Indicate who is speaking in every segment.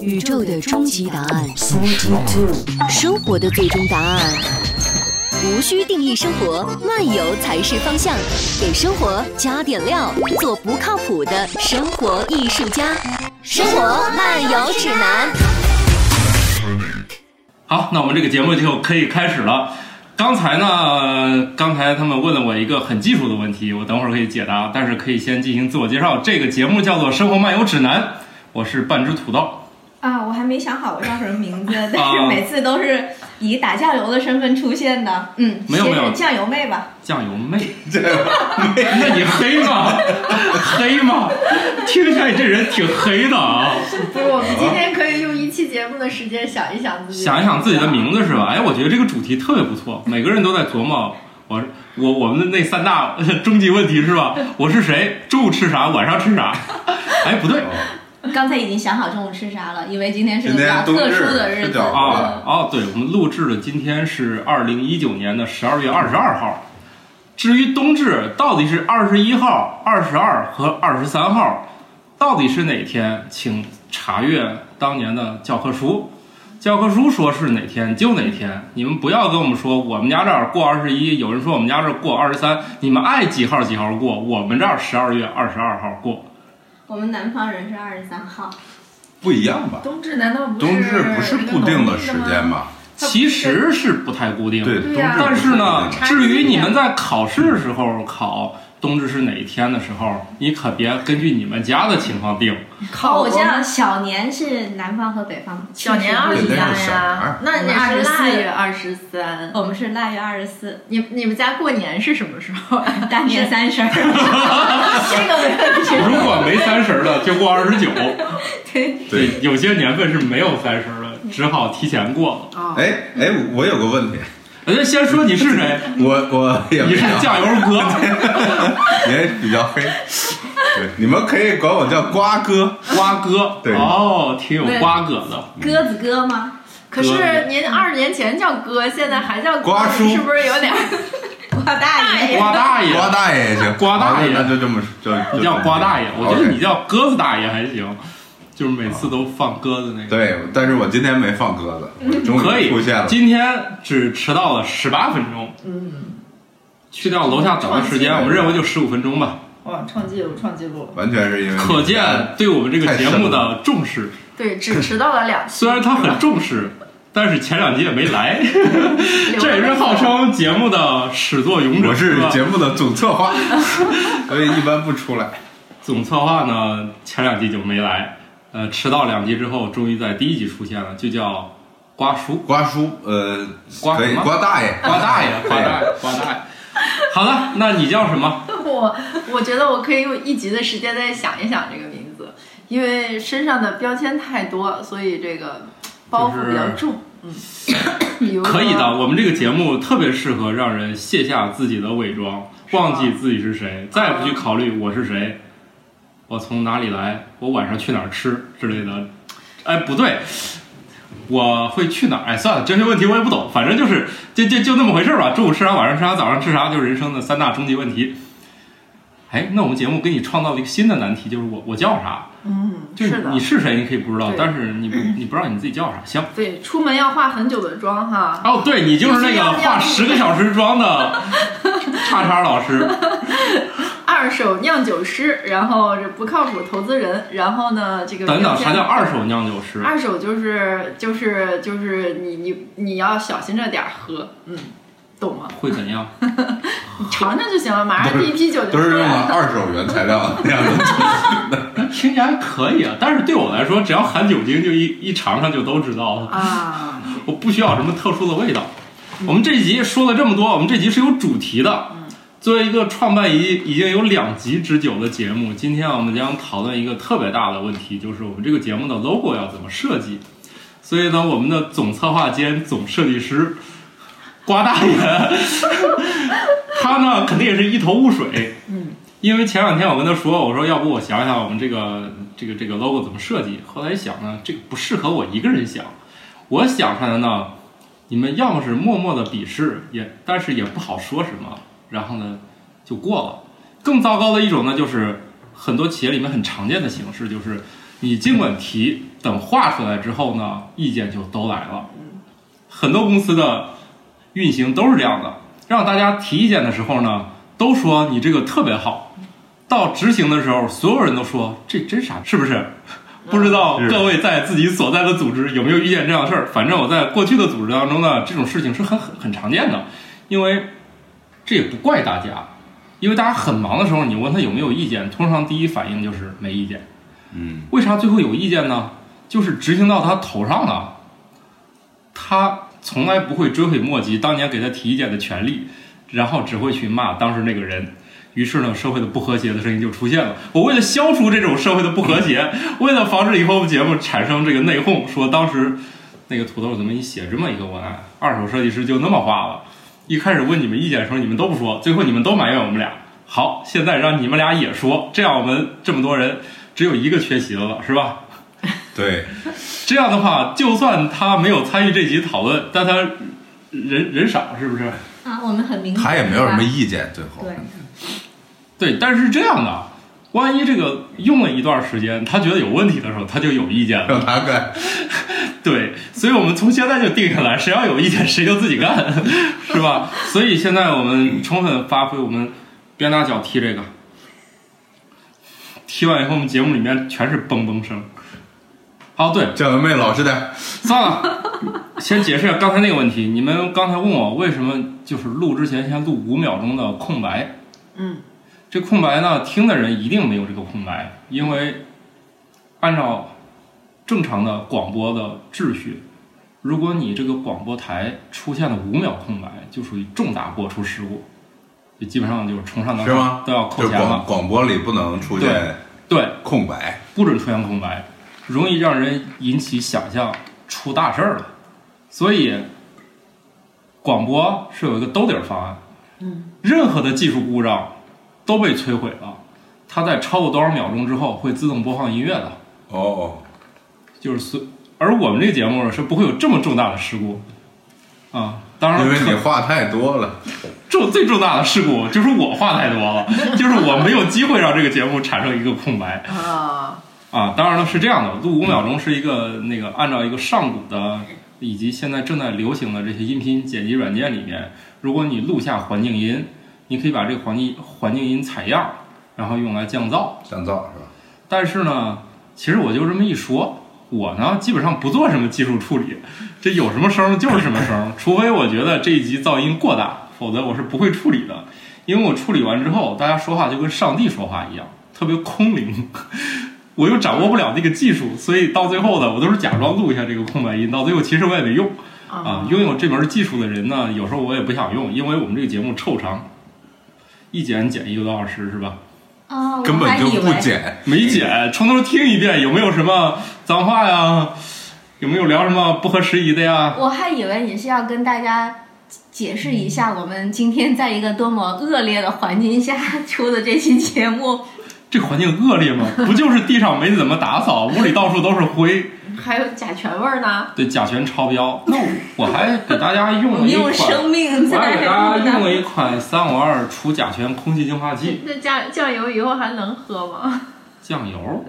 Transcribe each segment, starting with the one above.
Speaker 1: 宇宙的终极答案，生活的最终答案。无需定义生活，漫游才是方向。给生活加点料，做不靠谱的生活艺术家。生活漫游指南。
Speaker 2: 好，那我们这个节目就可以开始了。刚才呢，刚才他们问了我一个很技术的问题，我等会儿可以解答，但是可以先进行自我介绍。这个节目叫做《生活漫游指南》，我是半只土豆。
Speaker 3: 啊，我还没想好我叫什么 名字，但
Speaker 2: 啊
Speaker 3: 是每次都是以打酱油的身份出现的。嗯，
Speaker 2: 没有
Speaker 3: 写着
Speaker 2: 没有
Speaker 3: 酱油妹吧？
Speaker 2: 酱油妹， 那你黑吗？ 黑吗？听起来你这人挺黑的啊！
Speaker 4: 不是，我们今天可以用一期节目的嗯时间想一想自己，
Speaker 2: 想一想自己的名字是吧？哎，我觉得这个主题特别不错，每个人都在琢磨我我我们的那三大 终极问题是吧？我是谁？中午吃啥？晚上吃啥？哎，不对
Speaker 3: 刚才已经想好中午吃啥了，因为今天是个
Speaker 5: 今
Speaker 3: 比
Speaker 5: 天
Speaker 3: 较
Speaker 5: 冬
Speaker 3: 特殊的
Speaker 5: 日
Speaker 3: 日
Speaker 5: 吃
Speaker 3: 子。
Speaker 5: 饺子
Speaker 2: 啊哦，对，我们录制的今天是二零一九年的十二月二十二号。至于冬至到底是二十一号、二十二和二十三号，到底是哪天，请查阅当年的教科书。教科书说是哪天就哪天，你们不要跟我们说我们家这儿过二十一，有人说我们家这儿过二十三，你们爱几号几号过，我们这儿十二月二十二号过。
Speaker 3: 我们南方人是二十三号，
Speaker 5: 不一样吧？
Speaker 4: 冬至难道不是
Speaker 5: 冬至不是固定的时间吧？
Speaker 4: 它不是
Speaker 2: 其实是不太固定的，
Speaker 5: 对，冬
Speaker 4: 对
Speaker 5: 至
Speaker 4: 呀
Speaker 5: 不
Speaker 2: 但
Speaker 5: 是
Speaker 2: 是
Speaker 5: 固定
Speaker 2: 呢
Speaker 5: 的，
Speaker 4: 是
Speaker 2: 至于你们在考试的时候考冬至是哪一天的时候，你可别根据你们家的情况定。
Speaker 4: 烤
Speaker 3: 哦我
Speaker 4: 过
Speaker 3: 像小年是南方和北方，
Speaker 4: 小年二
Speaker 3: 确
Speaker 4: 十
Speaker 3: 实不一样
Speaker 5: 对
Speaker 4: 三
Speaker 5: 那是小年
Speaker 4: 呀
Speaker 5: 儿，
Speaker 4: 那你
Speaker 3: 我们
Speaker 4: 是腊
Speaker 3: 24
Speaker 4: 月二十三。
Speaker 3: 我们是腊月二十四，
Speaker 4: 你你们家过年是什么时候？啊
Speaker 3: 大年三十儿。 这个没问题。
Speaker 2: 如果没三十的，就过二十九。
Speaker 3: 对，
Speaker 5: 对，
Speaker 2: 有些年份是没有三十的，只好提前过了。
Speaker 4: 哦，
Speaker 5: 哎哎，我有个问题，
Speaker 2: 人家先说你是谁，
Speaker 5: 我我也
Speaker 2: 你
Speaker 5: 比
Speaker 2: 是
Speaker 5: 较
Speaker 2: 酱油哥，
Speaker 5: 也比较黑，对，你们可以管我叫瓜哥，
Speaker 2: 瓜哥。
Speaker 5: 对
Speaker 2: 哦，挺有瓜葛的。
Speaker 3: 鸽子哥吗？
Speaker 4: 可是您二十年前叫哥，现在还叫
Speaker 5: 瓜
Speaker 4: 哥，
Speaker 5: 叔
Speaker 4: 是不是有点儿？
Speaker 3: 我大爷。
Speaker 2: 瓜大爷，
Speaker 5: 瓜大爷也行，
Speaker 2: 哎瓜大爷
Speaker 5: 啊那那就这么就
Speaker 2: 你
Speaker 5: 就
Speaker 2: 叫瓜大爷，我觉得你
Speaker 5: OK
Speaker 2: 叫鸽子大爷还行，就是每次都放鸽子那个。
Speaker 5: 对，但是我今天没放鸽子，我终
Speaker 2: 嗯可
Speaker 5: 于
Speaker 2: 以
Speaker 5: 出现了，
Speaker 2: 今天只迟到了十八分钟，嗯，去掉楼下等的时间，我们认为就十五分钟吧，
Speaker 6: 哇，创纪录，创纪录！
Speaker 5: 完全是因为
Speaker 2: 可见对我们这个节目的重视。
Speaker 4: 对，只迟到了两期。
Speaker 2: 虽然他很重 视，但是前两集也没来， 这也是号称节目的始作俑者。
Speaker 5: 我是
Speaker 2: 吧
Speaker 5: 节目的总策划， 所以一般不出来。
Speaker 2: 总策划呢，前两集就没来，呃，迟到两集之后，终于在第一集出现了，就叫瓜叔。
Speaker 5: 瓜叔，呃，
Speaker 2: 瓜
Speaker 5: 可
Speaker 2: 什
Speaker 5: 以，
Speaker 2: 么
Speaker 5: 瓜大爷，
Speaker 2: 瓜大爷， 瓜大爷，瓜大爷。好了，那你叫什么？
Speaker 4: 我我觉得我可以用一集的时间再想一想这个名字，因为身上的标签太多，所以这个包袱比较重。嗯，比如说
Speaker 2: 可以的，。我们这个节目特别适合让人卸下自己的伪装，忘记自己是谁，再也不去考虑我是谁，我从哪里来，我晚上去哪儿吃之类的。哎，不对，我会去哪儿？哎，算了，哲学问题我也不懂，反正就是就就就那么回事儿吧。中午吃啥，晚上吃啥，早上吃啥，就是人生的三大终极问题。哎，那我们节目给你创造了一个新的难题，就是我我叫啥？
Speaker 4: 嗯，
Speaker 2: 就是是
Speaker 4: 的
Speaker 2: 你。是谁，你可以不知道，
Speaker 4: 对
Speaker 2: 但是你不你不知道你自己叫啥，行。
Speaker 4: 对，出门要化很久的妆哈。
Speaker 2: 哦，对你就是那个化十个小时妆的叉叉老师，
Speaker 4: 二手酿酒师，然后这不靠谱投资人，然后呢，这个
Speaker 2: 等
Speaker 4: 标
Speaker 2: 等，
Speaker 4: 签
Speaker 2: 啥叫二手酿酒师？
Speaker 4: 二手就是就是就是你你你要小心着点儿喝，嗯，懂吗？
Speaker 2: 会怎样？
Speaker 4: 你 尝尝就行了，马上
Speaker 5: 都是
Speaker 4: 第一批酒就
Speaker 5: 都是
Speaker 4: 出
Speaker 5: 用
Speaker 4: 来
Speaker 5: 了
Speaker 4: 了。
Speaker 5: 二手原材料那样的。
Speaker 2: 听起来还可以啊，但是对我来说，只要含酒精就一一尝尝就都知道了，
Speaker 4: 啊，
Speaker 2: 我不需要什么特殊的味道。我们这一集说了这么多，我们这集是有主题的。作为一个创办已已经有两集之久的节目，今天我们将讨论一个特别大的问题，就是我们这个节目的 logo 要怎么设计。所以呢，我们的总策划兼总设计师瓜大爷， 他呢肯定也是一头雾水。嗯，因为前两天我跟他说，我说要不我想想我们这个这个这个 logo 怎么设计。后来一想呢，这个不适合我一个人想，我想出来呢，你们要么是默默的鄙视，也但是也不好说什么，然后呢就过了。更糟糕的一种呢，就是很多企业里面很常见的形式，就是你尽管提，等画出来之后呢，意见就都来了。很多公司的运行都是这样的，让大家提意见的时候呢，都说你这个特别好，到执行的时候，所有人都说这真傻，是不是？不知道
Speaker 5: 是
Speaker 2: 各位在自己所在的组织有没有遇见这样的事儿？反正我在过去的组织当中呢，这种事情是很很很常见的，因为这也不怪大家，因为大家很忙的时候，你问他有没有意见，通常第一反应就是没意见。
Speaker 5: 嗯，
Speaker 2: 为啥最后有意见呢？就是执行到他头上了，他从来不会追悔莫及当年给他提意见的权利，然后只会去骂当时那个人。于是呢，社会的不和谐的声音就出现了。我为了消除这种社会的不和谐，为了防止以后节目产生这个内讧，说当时那个土豆怎么你写这么一个文案，二手设计师就那么画了。一开始问你们意见的时候，你们都不说，最后你们都埋怨我们俩。好，现在让你们俩也说，这样我们这么多人只有一个缺席了，是吧？
Speaker 5: 对，
Speaker 2: 这样的话，就算他没有参与这集讨论，但他人人少，是不是？
Speaker 3: 啊，我们很明显，
Speaker 5: 他也没有什么
Speaker 3: 对吧
Speaker 5: 意见，最后
Speaker 3: 对
Speaker 2: 对，但是这样的，万一这个用了一段时间，他觉得有问题的时候，他就有意见 了。
Speaker 5: 让他干，
Speaker 2: 对，所以我们从现在就定下来，谁要有意见谁就自己干， 是吧？所以现在我们充分发挥我们，别拿脚踢这个，踢完以后我们节目里面全是嘣嘣声。哦，对，
Speaker 5: 叫文妹老实点。
Speaker 2: 算了，先解释一下刚才那个问题。你们刚才问我为什么就是录之前先录五秒钟的空白，
Speaker 4: 嗯，
Speaker 2: 这空白呢，听的人一定没有这个空白，因为按照正常的广播的秩序，如果你这个广播台出现了五秒空白，就属于重大播出事故，就基本上就是从上到
Speaker 5: 是吗
Speaker 2: 下都要嗯扣
Speaker 5: 就
Speaker 2: 钱
Speaker 5: 广
Speaker 2: 了。
Speaker 5: 广播里不能出现
Speaker 2: 对，
Speaker 5: 空白，
Speaker 2: 不准出现空白，容易让人引起想象出大事儿了。所以，广播是有一个兜底儿方案。嗯，任何的技术故障都被摧毁了，它在超过多少秒钟之后会自动播放音乐的。
Speaker 5: 哦哦，
Speaker 2: 就是所，而我们这个节目呢是不会有这么重大的事故啊。当然，
Speaker 5: 因为你话太多了，
Speaker 2: 重最重大的事故就是我话太多了，就是我没有机会让这个节目产生一个空白。
Speaker 4: 啊，
Speaker 2: 啊，当然了，是这样的，录五秒钟是一个那个按照一个上古的以及现在正在流行的这些音频剪辑软件里面，如果你录下环境音，你可以把这个环境环境音采样，然后用来降噪。
Speaker 5: 降噪是吧？
Speaker 2: 但是呢，其实我就这么一说，我呢基本上不做什么技术处理， 这有什么声儿就是什么声儿，除非我觉得这一集噪音过大，否则我是不会处理的。因为我处理完之后，大家说话就跟上帝说话一样，特别空灵。 我又掌握不了那个技术，所以到最后呢，我都是假装录一下这个空白音，到最后其实我也没用啊。拥有这门技术的人呢，有时候我也不想用，因为我们这个节目臭长，一剪剪一个多小时是吧？
Speaker 3: 啊，我
Speaker 5: 根本
Speaker 3: 还
Speaker 5: 就
Speaker 3: 以
Speaker 5: 不
Speaker 3: 为
Speaker 5: 剪，
Speaker 2: 没剪，从头听一遍，有没有什么脏话呀？有没有聊什么不合时宜的呀？
Speaker 3: 我还以为你是要跟大家解释一下，我们今天在一个多么恶劣的环境下出的这期节 目。
Speaker 2: 这环境恶劣吗？不就是地上没怎么打扫，屋里到处都是灰，
Speaker 4: 还有甲醛味儿呢，
Speaker 2: 对甲醛超标。那我还给大家用
Speaker 3: 我
Speaker 2: 了
Speaker 3: 们
Speaker 2: 一
Speaker 3: 用
Speaker 2: 款，
Speaker 3: 生命
Speaker 2: 我还
Speaker 3: 在
Speaker 2: 给大家用了一款三五二除甲醛空气净化剂
Speaker 4: 那酱酱油以后还能喝吗？
Speaker 2: 酱油。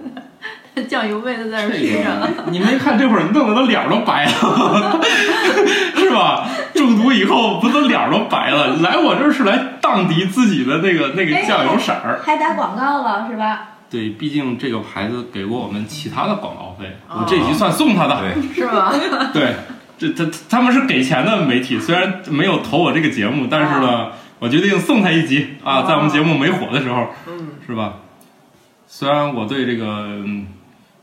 Speaker 4: 酱油味都在这儿
Speaker 2: 这
Speaker 4: 熏着了。
Speaker 2: 个你没看这会儿弄得他脸儿都白了， 是吧？中毒以后不都脸儿都白了？来我这儿是来荡涤自己的那个哎那个酱油色儿。
Speaker 3: 还打广告了是吧？
Speaker 2: 对，毕竟这个牌子给过我们其他的广告费，我
Speaker 4: 哦
Speaker 2: 这集算送他的。
Speaker 5: 对，
Speaker 4: 是吧？
Speaker 2: 对，这他他们是给钱的媒体，虽然没有投我这个节目，但是呢，我决定送他一集啊，
Speaker 4: 哦
Speaker 2: 在我们节目没火的时候，
Speaker 4: 嗯，
Speaker 2: 是吧？虽然我对这个、嗯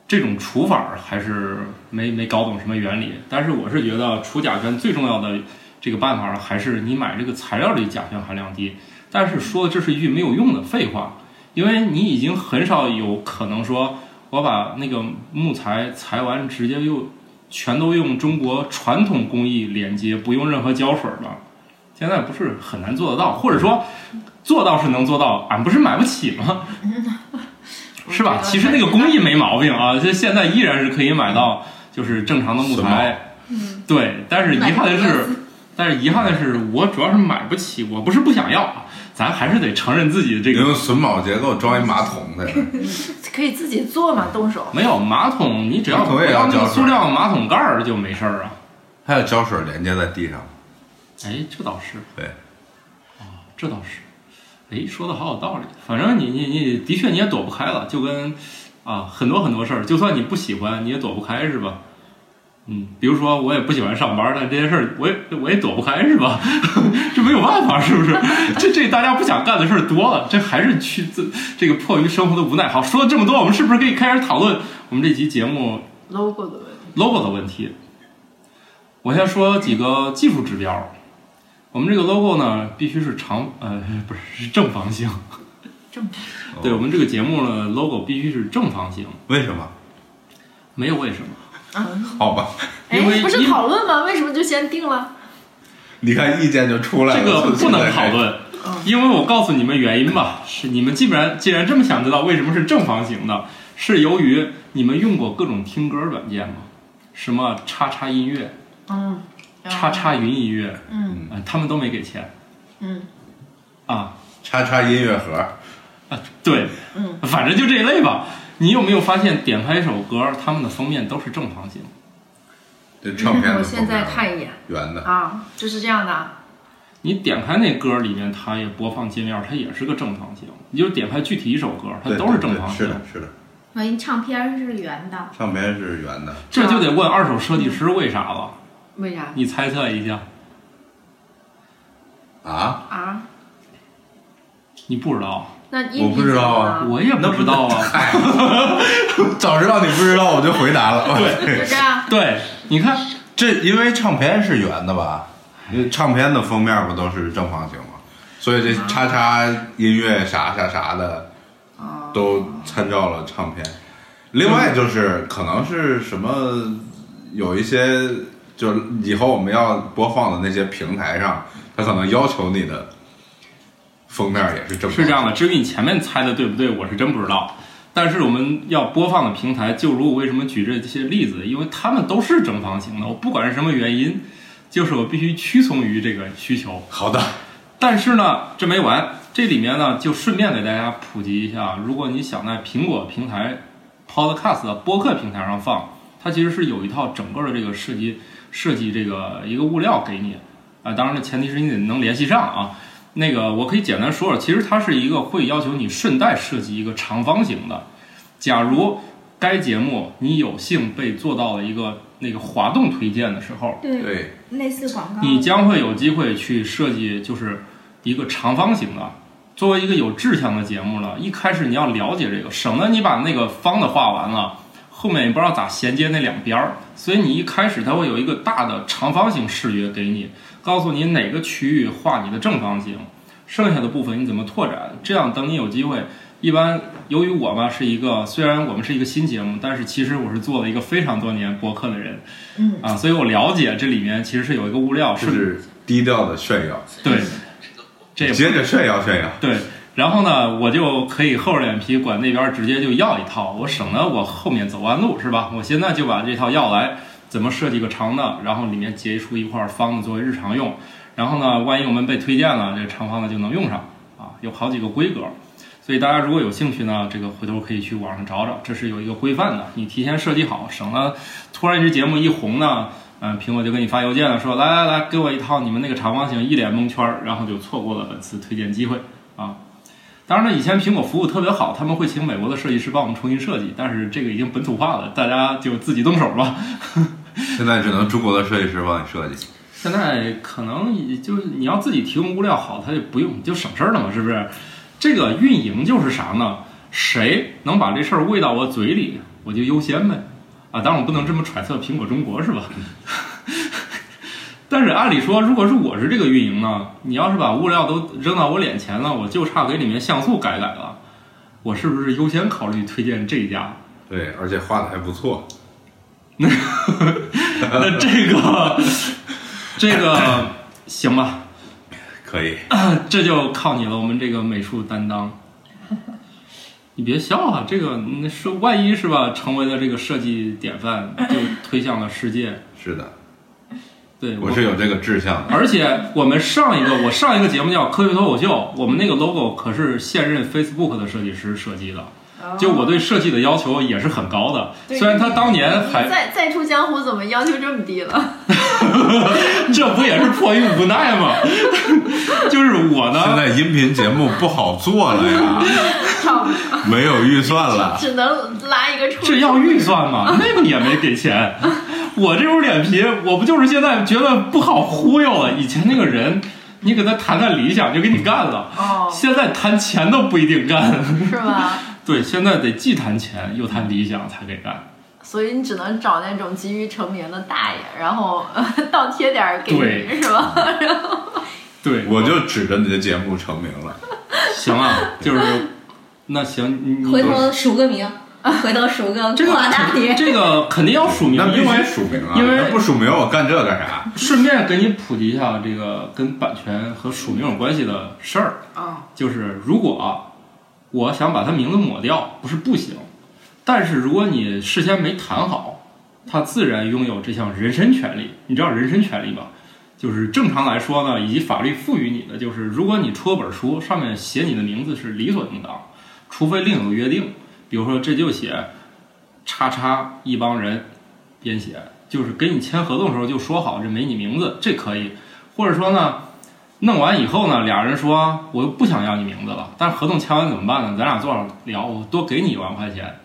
Speaker 2: 这种除法儿还是没没搞懂什么原理，但是我是觉得除甲醛最重要的这个办法儿还是你买这个材料里甲醛含量低。但是说这是一句没有用的废话，因为你已经很少有可能说我把那个木材裁完直接又全都用中国传统工艺连接，不用任何胶水儿了。现在不是很难做得到，或者说做到是能做到，俺不是买不起 吗？是吧？其实那个工艺没毛病啊，就现在依然是可以买到，就是正常的木
Speaker 5: 榫卯
Speaker 2: 材。对，但是遗憾的
Speaker 3: 买不
Speaker 2: 是，但是遗憾的是，我主要是买不起，我不是不想要，啊咱还是得承认自己这
Speaker 5: 你
Speaker 2: 个
Speaker 5: 用榫卯结构装一马桶的，
Speaker 4: 可以自己做嘛，动手。
Speaker 2: 没有马桶，你只要
Speaker 5: 马桶
Speaker 2: 不
Speaker 5: 也要
Speaker 2: 要那
Speaker 5: 浇
Speaker 2: 个
Speaker 5: 水
Speaker 2: 塑料马桶盖儿就没事儿啊。
Speaker 5: 还有胶水连接在地上。
Speaker 2: 哎，这倒是，
Speaker 5: 对，
Speaker 2: 这倒是。哎，说的好有道理。反正你你你的确你也躲不开了，就跟啊很多很多事儿，就算你不喜欢，你也躲不开是吧？嗯，比如说我也不喜欢上班，但这些事儿我也我也躲不开是吧？ 这没有办法，是不 是？这这大家不想干的事儿多了，这还是去这这个迫于生活的无奈。好，说了这么多，我们是不是可以开始讨论我们这期节目
Speaker 4: logo 的问题，
Speaker 2: logo 的问题。我先说几个技术指标。我们这个 logo 呢，必须是长呃不是是正方形。
Speaker 5: 哦
Speaker 2: 对我们这个节目呢，logo 必须是正方形，
Speaker 5: 为什么？
Speaker 2: 没有为什么。
Speaker 5: 好吧，
Speaker 4: 哎
Speaker 2: 因为，
Speaker 4: 不是
Speaker 2: 因
Speaker 4: 讨论吗？为什么就先定了？
Speaker 5: 你看意见就出来
Speaker 2: 这
Speaker 5: 了。嗯
Speaker 2: 个
Speaker 5: 就
Speaker 2: 不能讨。论，
Speaker 4: 嗯
Speaker 2: 因为我告诉你们原因吧，是你们既然既然这么想知道为什么是正方形的，是由于你们用过各种听歌软件吗？什么叉叉音乐、
Speaker 4: 嗯，
Speaker 2: 叉叉云音乐，
Speaker 4: 嗯
Speaker 2: 呃他们都没给钱
Speaker 4: 嗯
Speaker 2: 啊，
Speaker 5: 叉叉音乐盒，
Speaker 2: 啊，对，
Speaker 4: 嗯，
Speaker 2: 反正就这一类吧。你有没有发现点开一首歌，他们的封面都是正方形？
Speaker 5: 这唱片
Speaker 4: 嗯我
Speaker 5: 的
Speaker 4: 现
Speaker 5: 封面
Speaker 4: 在看一眼
Speaker 5: 圆的，
Speaker 4: 啊，就是这样的啊。
Speaker 2: 你点开那歌里面，它也播放界面，它也是个正方形。你就点开具体一首歌，它
Speaker 5: 对
Speaker 2: 都是
Speaker 5: 对
Speaker 2: 正
Speaker 5: 对
Speaker 2: 方
Speaker 5: 是
Speaker 2: 形。
Speaker 5: 的，是的，
Speaker 3: 我一唱片是圆的，
Speaker 5: 唱片是圆的，
Speaker 2: 这就得问二手设计师为啥了。
Speaker 4: 为啥
Speaker 2: 你猜测一下，
Speaker 5: 啊，
Speaker 4: 啊？
Speaker 2: 你不知道，
Speaker 4: 那音
Speaker 5: 我不知道啊
Speaker 4: 怎么了
Speaker 2: 我也不知道啊。
Speaker 5: 早知道你不知道我就回答 了。
Speaker 4: 就这样。
Speaker 2: 对，你看，
Speaker 5: 这因为唱片是圆的吧？因为唱片的封面不都是正方形吗？所以这叉叉音乐啥啥啥的，都参照了唱片。另外就是可能是什么，有一些就以后我们要播放的那些平台上，它可能要求你的封面也是正方形
Speaker 2: 是这样的。至于你前面猜的对不对，我是真不知道。但是我们要播放的平台，就如我为什么举这些例子，因为它们都是正方形的。我不管是什么原因，就是我必须屈从于这个需求。
Speaker 5: 好的，
Speaker 2: 但是呢，这没完，这里面呢就顺便给大家普及一下，如果你想在苹果平台 Podcast 的播客平台上放，它其实是有一套整个的这个设计设计这个一个物料给你啊、当然这前提是你得能联系上啊。那个我可以简单说说，其实它是一个会要求你顺带设计一个长方形的。假如该节目你有幸被做到了一个那个滑动推荐的时候，
Speaker 3: 对，
Speaker 5: 对，
Speaker 3: 类似
Speaker 6: 嗯
Speaker 3: 广告。
Speaker 2: 你将会有机会去设计，就是一个长方形的。作为一个有志向的节目呢，一开始你要了解这个，省得你把那个方的画完了，后面也不知道咋衔接那两边儿。所以你一开始它会有一个大的长方形视觉给你，告诉你哪个区域画你的正方形，剩下的部分你怎么拓展。这样等你有机会，一般由于我嘛是一个，虽然我们是一个新节目，但是其实我是做了一个非常多年播客的人，
Speaker 4: 嗯
Speaker 2: 啊，所以我了解这里面其实是有一个物料
Speaker 5: 就是是低调的炫耀，
Speaker 2: 对，这也不
Speaker 5: 接着炫耀炫耀。
Speaker 2: 对。然后呢，我就可以厚着脸皮管那边直接就要一套，我省得我后面走弯路，是吧？我现在就把这套要来，怎么设计个长的，然后里面截出一块方的作为日常用。然后呢，万一我们被推荐了，这个长方的就能用上啊，有好几个规格。所以大家如果有兴趣呢，这个回头可以去网上找找，这是有一个规范的，你提前设计好，省得突然这节目一红呢，嗯、苹果就给你发邮件了，说来来来，给我一套你们那个长方形，一脸蒙圈儿，然后就错过了本次推荐机会啊。当然了，以前苹果服务特别好，他们会请美国的设计师帮我们重新设计，但是这个已经本土化了，大家就自己动手吧。
Speaker 5: 现在只能中国的设计师帮你设计。
Speaker 2: 现在可能也就是你要自己提供物料好，他就不用，就省事儿了嘛，是不是？这个运营就是啥呢？谁能把这事儿喂到我嘴里，我就优先呗。啊，当然我不能这么揣测苹果中国是吧？ 但是按理说，如果是我是这个运营呢，你要是把物料都扔到我脸前了，我就差给里面像素改改了，我是不是优先考虑推荐这家？
Speaker 5: 对，而且画的还不错。
Speaker 2: 那这个，这个行吧？
Speaker 5: 可以，
Speaker 2: 这就靠你了，我们这个美术担当。你别笑啊，这个那是万一是吧，成为了这个设计典范，就推向了世界。
Speaker 5: 是的，
Speaker 2: 对，
Speaker 5: 我是有这个志向的。
Speaker 2: 而且我们上一个我上一个节目叫《科学脱口秀》，我们那个 logo 可是现任 Facebook 的设计师设计的。就我对设计的要求也是很高的，虽然他当年还
Speaker 4: 再再出江湖，怎么要求这么低了？
Speaker 2: 这不也是迫于无奈吗？ 就是我呢，
Speaker 5: 现在音频节目不好做了呀，没有预算了，
Speaker 4: 只能拉一个出。
Speaker 2: 这啊要预 算吗？那个也没给钱。我这副脸皮，我不就是现在觉得不好忽悠了？以前那个人。你给他谈谈理想就给你干了，
Speaker 4: 哦，
Speaker 2: 现在谈钱都不一定干，
Speaker 4: 是吧？
Speaker 2: 对，现在得既谈钱又谈理想才给干，
Speaker 4: 所以你只能找那种急于成名的大爷，然后 倒贴点儿给
Speaker 2: 对
Speaker 4: 你，是吧？然后
Speaker 2: 对，
Speaker 5: 我就指着你的节目成名了。
Speaker 2: 行啊，就是那行，你你
Speaker 3: 回头署个名，回头署个广大爷。
Speaker 2: 这个肯定要哦署名
Speaker 5: 那，必
Speaker 2: 因为
Speaker 5: 须署名啊！
Speaker 2: 因为
Speaker 5: 那不署名，我干这干啥？
Speaker 2: 顺便给你普及一下这个跟版权和署名有关系的事儿，
Speaker 4: 啊，
Speaker 2: 就是如果啊我想把他名字抹掉，不是不行，但是如果你事先没谈好，他自然拥有这项人身权利。你知道人身权利吧？就是正常来说呢，以及法律赋予你的，就是如果你出了本书，上面写你的名字是理所应当，除非另有约定。比如说，这就写“叉叉一帮人”编写，就是给你签合同的时候就说好这没你名字，这可以。或者说呢，弄完以后呢，俩人说我又不想要你名字了，但是合同签完怎么办呢？咱俩坐着聊，我多给你一万块钱，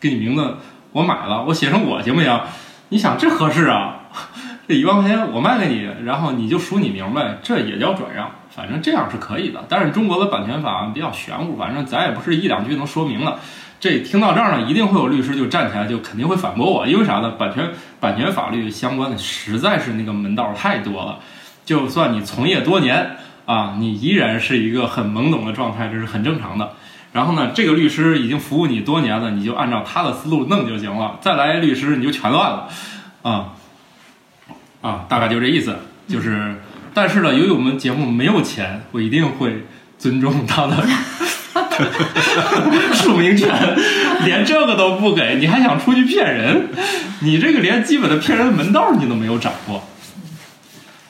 Speaker 2: 给你名字我买了，我写成我行不行？你想这合适啊？ 这一万块钱我卖给你，然后你就署你名呗，这也叫转让，反正这样是可以的。但是中国的版权法比较玄乎，反正咱也不是一两句能说明的。这听到这儿呢，一定会有律师就站起来，就肯定会反驳我，因为啥呢？版权版权法律相关的实在是那个门道太多了。就算你从业多年啊，你依然是一个很懵懂的状态，这是很正常的。然后呢，这个律师已经服务你多年了，你就按照他的思路弄就行了。再来律师你就全乱了，啊啊，大概就这意思。就是，但是呢，由于我们节目没有钱，我一定会尊重他的 署名权，连这个都不给，你还想出去骗人？你这个连基本的骗人的门道你都没有掌握。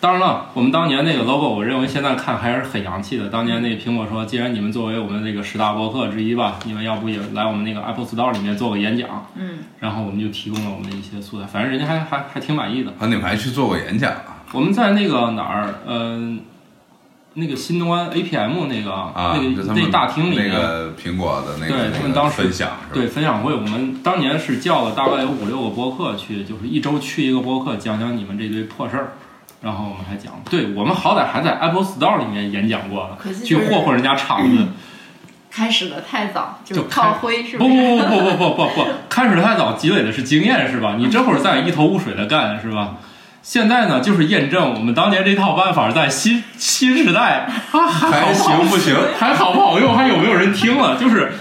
Speaker 2: 当然了，我们当年那个 logo，我认为现在看还是很洋气的。当年那苹果说，既然你们作为我们那个十大博客之一吧，你们要不也来我们那个 Apple Store 里面做个演讲？
Speaker 4: 嗯，
Speaker 2: 然后我们就提供了我们的一些素材，反正人家还还还挺满意的。
Speaker 5: 啊，你们还去做过演讲啊？
Speaker 2: 我们在那个哪儿，嗯、那个新东安 APM 那个、
Speaker 5: 啊，
Speaker 2: 那
Speaker 5: 就
Speaker 2: 个
Speaker 5: 他们
Speaker 2: 大厅里面，
Speaker 5: 那个苹果的那个
Speaker 2: 对
Speaker 5: 那
Speaker 2: 他
Speaker 5: 个
Speaker 2: 们当时
Speaker 5: 分享是吧？
Speaker 2: 对分享会，我们当年是叫了大概有五六个播客去，就是一周去一个播客，讲讲你们这堆破事儿。然后我们还讲，对我们好歹还在 Apple Store 里面演讲过
Speaker 4: 可惜
Speaker 2: 去
Speaker 4: 就是嗯
Speaker 2: 霍霍人家场子。
Speaker 4: 开始的太早，就
Speaker 2: 就是
Speaker 4: 靠灰，是
Speaker 2: 不
Speaker 4: 是？
Speaker 2: 不不不不不不，开始太早，积累的是经验是吧？你这会儿再一头雾水的干是吧？现在呢，就是验证我们当年这套办法在新新时代啊还好不好
Speaker 5: 还行不行？
Speaker 2: 还好不好用，还有没有人听了？就是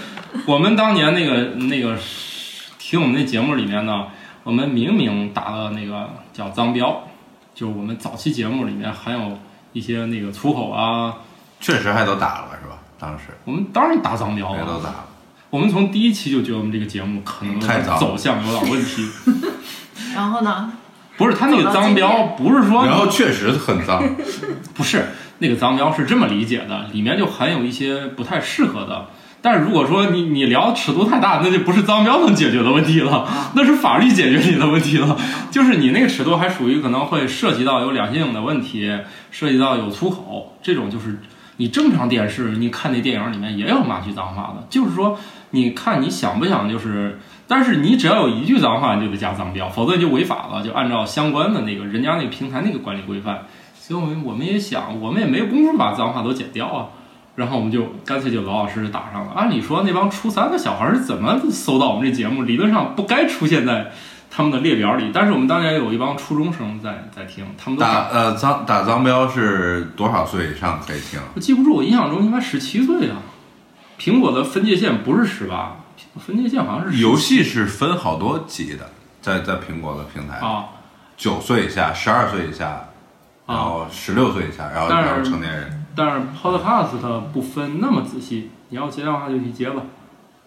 Speaker 2: 我们当年那个那个听我们那节目里面呢，我们明明打了那个叫脏标，就是我们早期节目里面还有一些那个粗口啊，
Speaker 5: 确实还都打了是吧？当时
Speaker 2: 我们当然打脏标
Speaker 5: 还
Speaker 2: 了
Speaker 5: 都。打了，
Speaker 2: 我们从第一期就觉得我们这个节目可能
Speaker 5: 太脏
Speaker 2: 走向有点问题，
Speaker 4: 然后呢？
Speaker 2: 不是他那个 脏标不是说
Speaker 5: 然后确实很脏，
Speaker 2: 不是那个脏标是这么理解的，里面就含有一些不太适合的。但是如果说你你聊尺度太大，那就不是脏标能解决的问题了，那是法律解决你的问题了。就是你那个尺度还属于可能会涉及到有两性的问题，涉及到有粗口这种，就是你正常电视你看那电影里面也有骂句脏话的，就是说你看你想不想就是。但是你只要有一句脏话，你就得加脏标，否则你就违法了，就按照相关的那个人家那个平台那个管理规范。所以我们我们也想，我们也没工夫把脏话都剪掉啊。然后我们就干脆就老老实实打上了。按理说，那帮初三的小孩儿是怎么搜到我们这节目？理论上不该出现在他们的列表里。但是我们当年有一帮初中生在在听，他们都
Speaker 5: 打呃脏打脏标是多少岁以上可以听？
Speaker 2: 我记不住，我印象中应该十七岁啊。苹果的分界线不是十八，苹果分界线好像是17
Speaker 5: 游戏是分好多级的，在在苹果的平台，
Speaker 2: 啊。
Speaker 5: 九、岁以下、十二岁以下，然后十六岁以下，然后
Speaker 2: 但是
Speaker 5: 然后成年人。
Speaker 2: 但是 Podcast 它不分那么仔细，你要截的话就去截吧。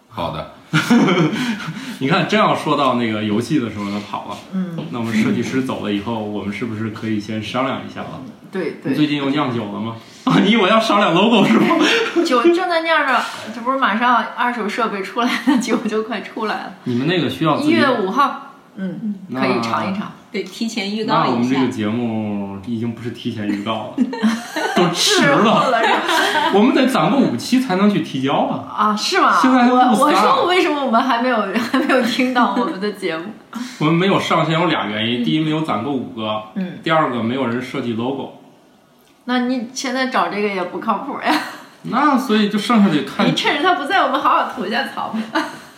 Speaker 5: 好的，
Speaker 2: 你看，真要说到那个游戏的时候，他跑了。
Speaker 4: 嗯，
Speaker 2: 那我们设计师走了以后，我们是不是可以先商量一下了？
Speaker 4: 对
Speaker 2: 你
Speaker 4: 对，
Speaker 2: 最近又酿酒了吗？啊，你以为要商量 logo 是吗？
Speaker 4: 酒正在酿着，这不是马上二手设备出来了，酒就快出来了。
Speaker 2: 你们那个需要自
Speaker 4: 一
Speaker 2: 己
Speaker 4: 月五号，嗯，
Speaker 2: 那
Speaker 4: 可以尝一尝。
Speaker 3: 对，提前预
Speaker 2: 那
Speaker 3: 告
Speaker 2: 我
Speaker 3: 一
Speaker 2: 们这
Speaker 3: 下
Speaker 2: 个。节目已经不是提前预 告了，都迟
Speaker 4: 是
Speaker 2: 了，
Speaker 4: 了是吧
Speaker 2: 我们得攒个五期才能去提交啊。
Speaker 4: 啊，是吗？
Speaker 2: 现在都
Speaker 4: 我
Speaker 2: 不啊
Speaker 4: 我
Speaker 2: 撒了
Speaker 4: 说为什么我们还没有还没有听到我们的节目？
Speaker 2: 我们没有上线有俩原
Speaker 6: 嗯
Speaker 2: 因，第一没有攒够五个，
Speaker 4: 嗯，
Speaker 2: 第二个没有人设计 logo。
Speaker 4: 那你现在找这个也不靠谱呀。
Speaker 2: 那所以就剩下得看
Speaker 4: 你趁着他不在，我们好好吐一下槽吧。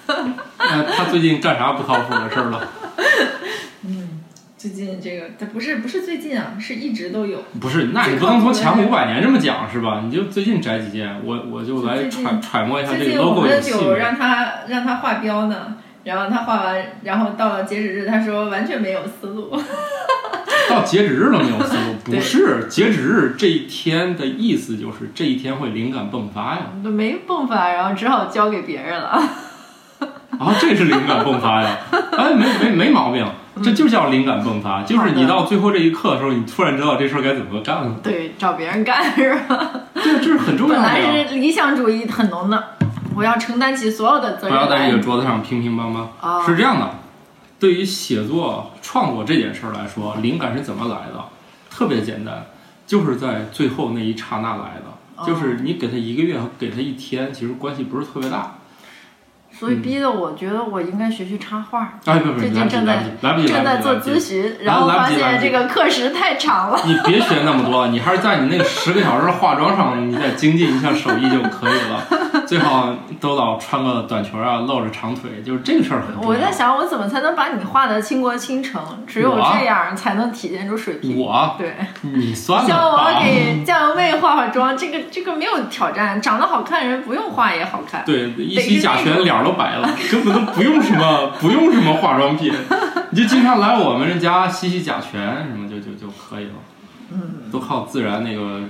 Speaker 2: 呃，他最近干啥不靠谱的事儿了？
Speaker 6: 最近这个，它不是不是最近啊，是一直都有。
Speaker 2: 不是，那你不能从前五百年这么讲是吧？你就最近摘几件，我我就来
Speaker 6: 最近
Speaker 2: 揣揣摩一下
Speaker 6: 最
Speaker 2: 这个
Speaker 6: 近我
Speaker 2: logo
Speaker 6: 们
Speaker 2: 有
Speaker 6: 的
Speaker 2: 戏
Speaker 6: 酒
Speaker 2: 没。
Speaker 6: 让他让他画标呢，然后他画完，然后到了截止日，他说完全没有思路。
Speaker 2: 到截止日了没有思路？不
Speaker 6: 对
Speaker 2: 是，截止日这一天的意思就是这一天会灵感迸发呀。
Speaker 4: 都没办法，然后只好交给别人了。
Speaker 2: 啊，这是灵感迸发呀！哎，没没没毛病，
Speaker 6: 嗯
Speaker 2: 这就叫灵感迸发，就是你到最后这一刻的时候，你突然知道这事儿该怎么干了。
Speaker 4: 对，找别人干是吧？
Speaker 2: 对，这是很重要
Speaker 4: 本
Speaker 2: 的呀。
Speaker 4: 来是理想主义很浓的，我要承担起所有的责
Speaker 2: 不
Speaker 4: 任
Speaker 2: 要
Speaker 4: 来。
Speaker 2: 在这个桌子上乒乒乓乓。
Speaker 4: 啊，
Speaker 2: 是这样的，对于写作创作这件事儿来说，灵感是怎么来的？特别简单，就是在最后那一刹那来的。就是你给他一个月和给他一天，其实关系不是特别大。
Speaker 4: 所
Speaker 2: 嗯
Speaker 4: 以逼得我觉得我应该学学插画。
Speaker 2: 哎，不不，
Speaker 4: 最
Speaker 2: 来
Speaker 4: 近
Speaker 2: 不及，
Speaker 4: 正
Speaker 2: 来
Speaker 4: 在
Speaker 2: 不及，来不及，来
Speaker 4: 正在
Speaker 2: 不及，来
Speaker 4: 做
Speaker 2: 不及
Speaker 4: 咨。询，
Speaker 2: 来
Speaker 4: 然后
Speaker 2: 来不
Speaker 4: 发
Speaker 2: 及来
Speaker 4: 现
Speaker 2: 不及
Speaker 4: 这个课时太长了。
Speaker 2: 你别学那么多，你还是在你那个十个小时的化妆上，你再精进一下手艺就可以了。最好都老穿个短裙啊，露着长腿，就是这个事儿很重要。
Speaker 4: 我在想，我怎么才能把你画的倾国倾城？只有
Speaker 2: 我啊
Speaker 4: 这样才能体现出水平。
Speaker 2: 我，
Speaker 4: 对，
Speaker 2: 你算
Speaker 4: 像
Speaker 2: 了
Speaker 4: 我
Speaker 2: 吧。
Speaker 4: 给酱油妹化化妆，这个这个没有挑战，长得好看的人不用化也好看。
Speaker 2: 对，一洗甲醛脸儿都白了，根本都不用什 么不用什么化妆品，你就经常来我们家洗洗甲醛什么就就就可以了。嗯，都靠自然那个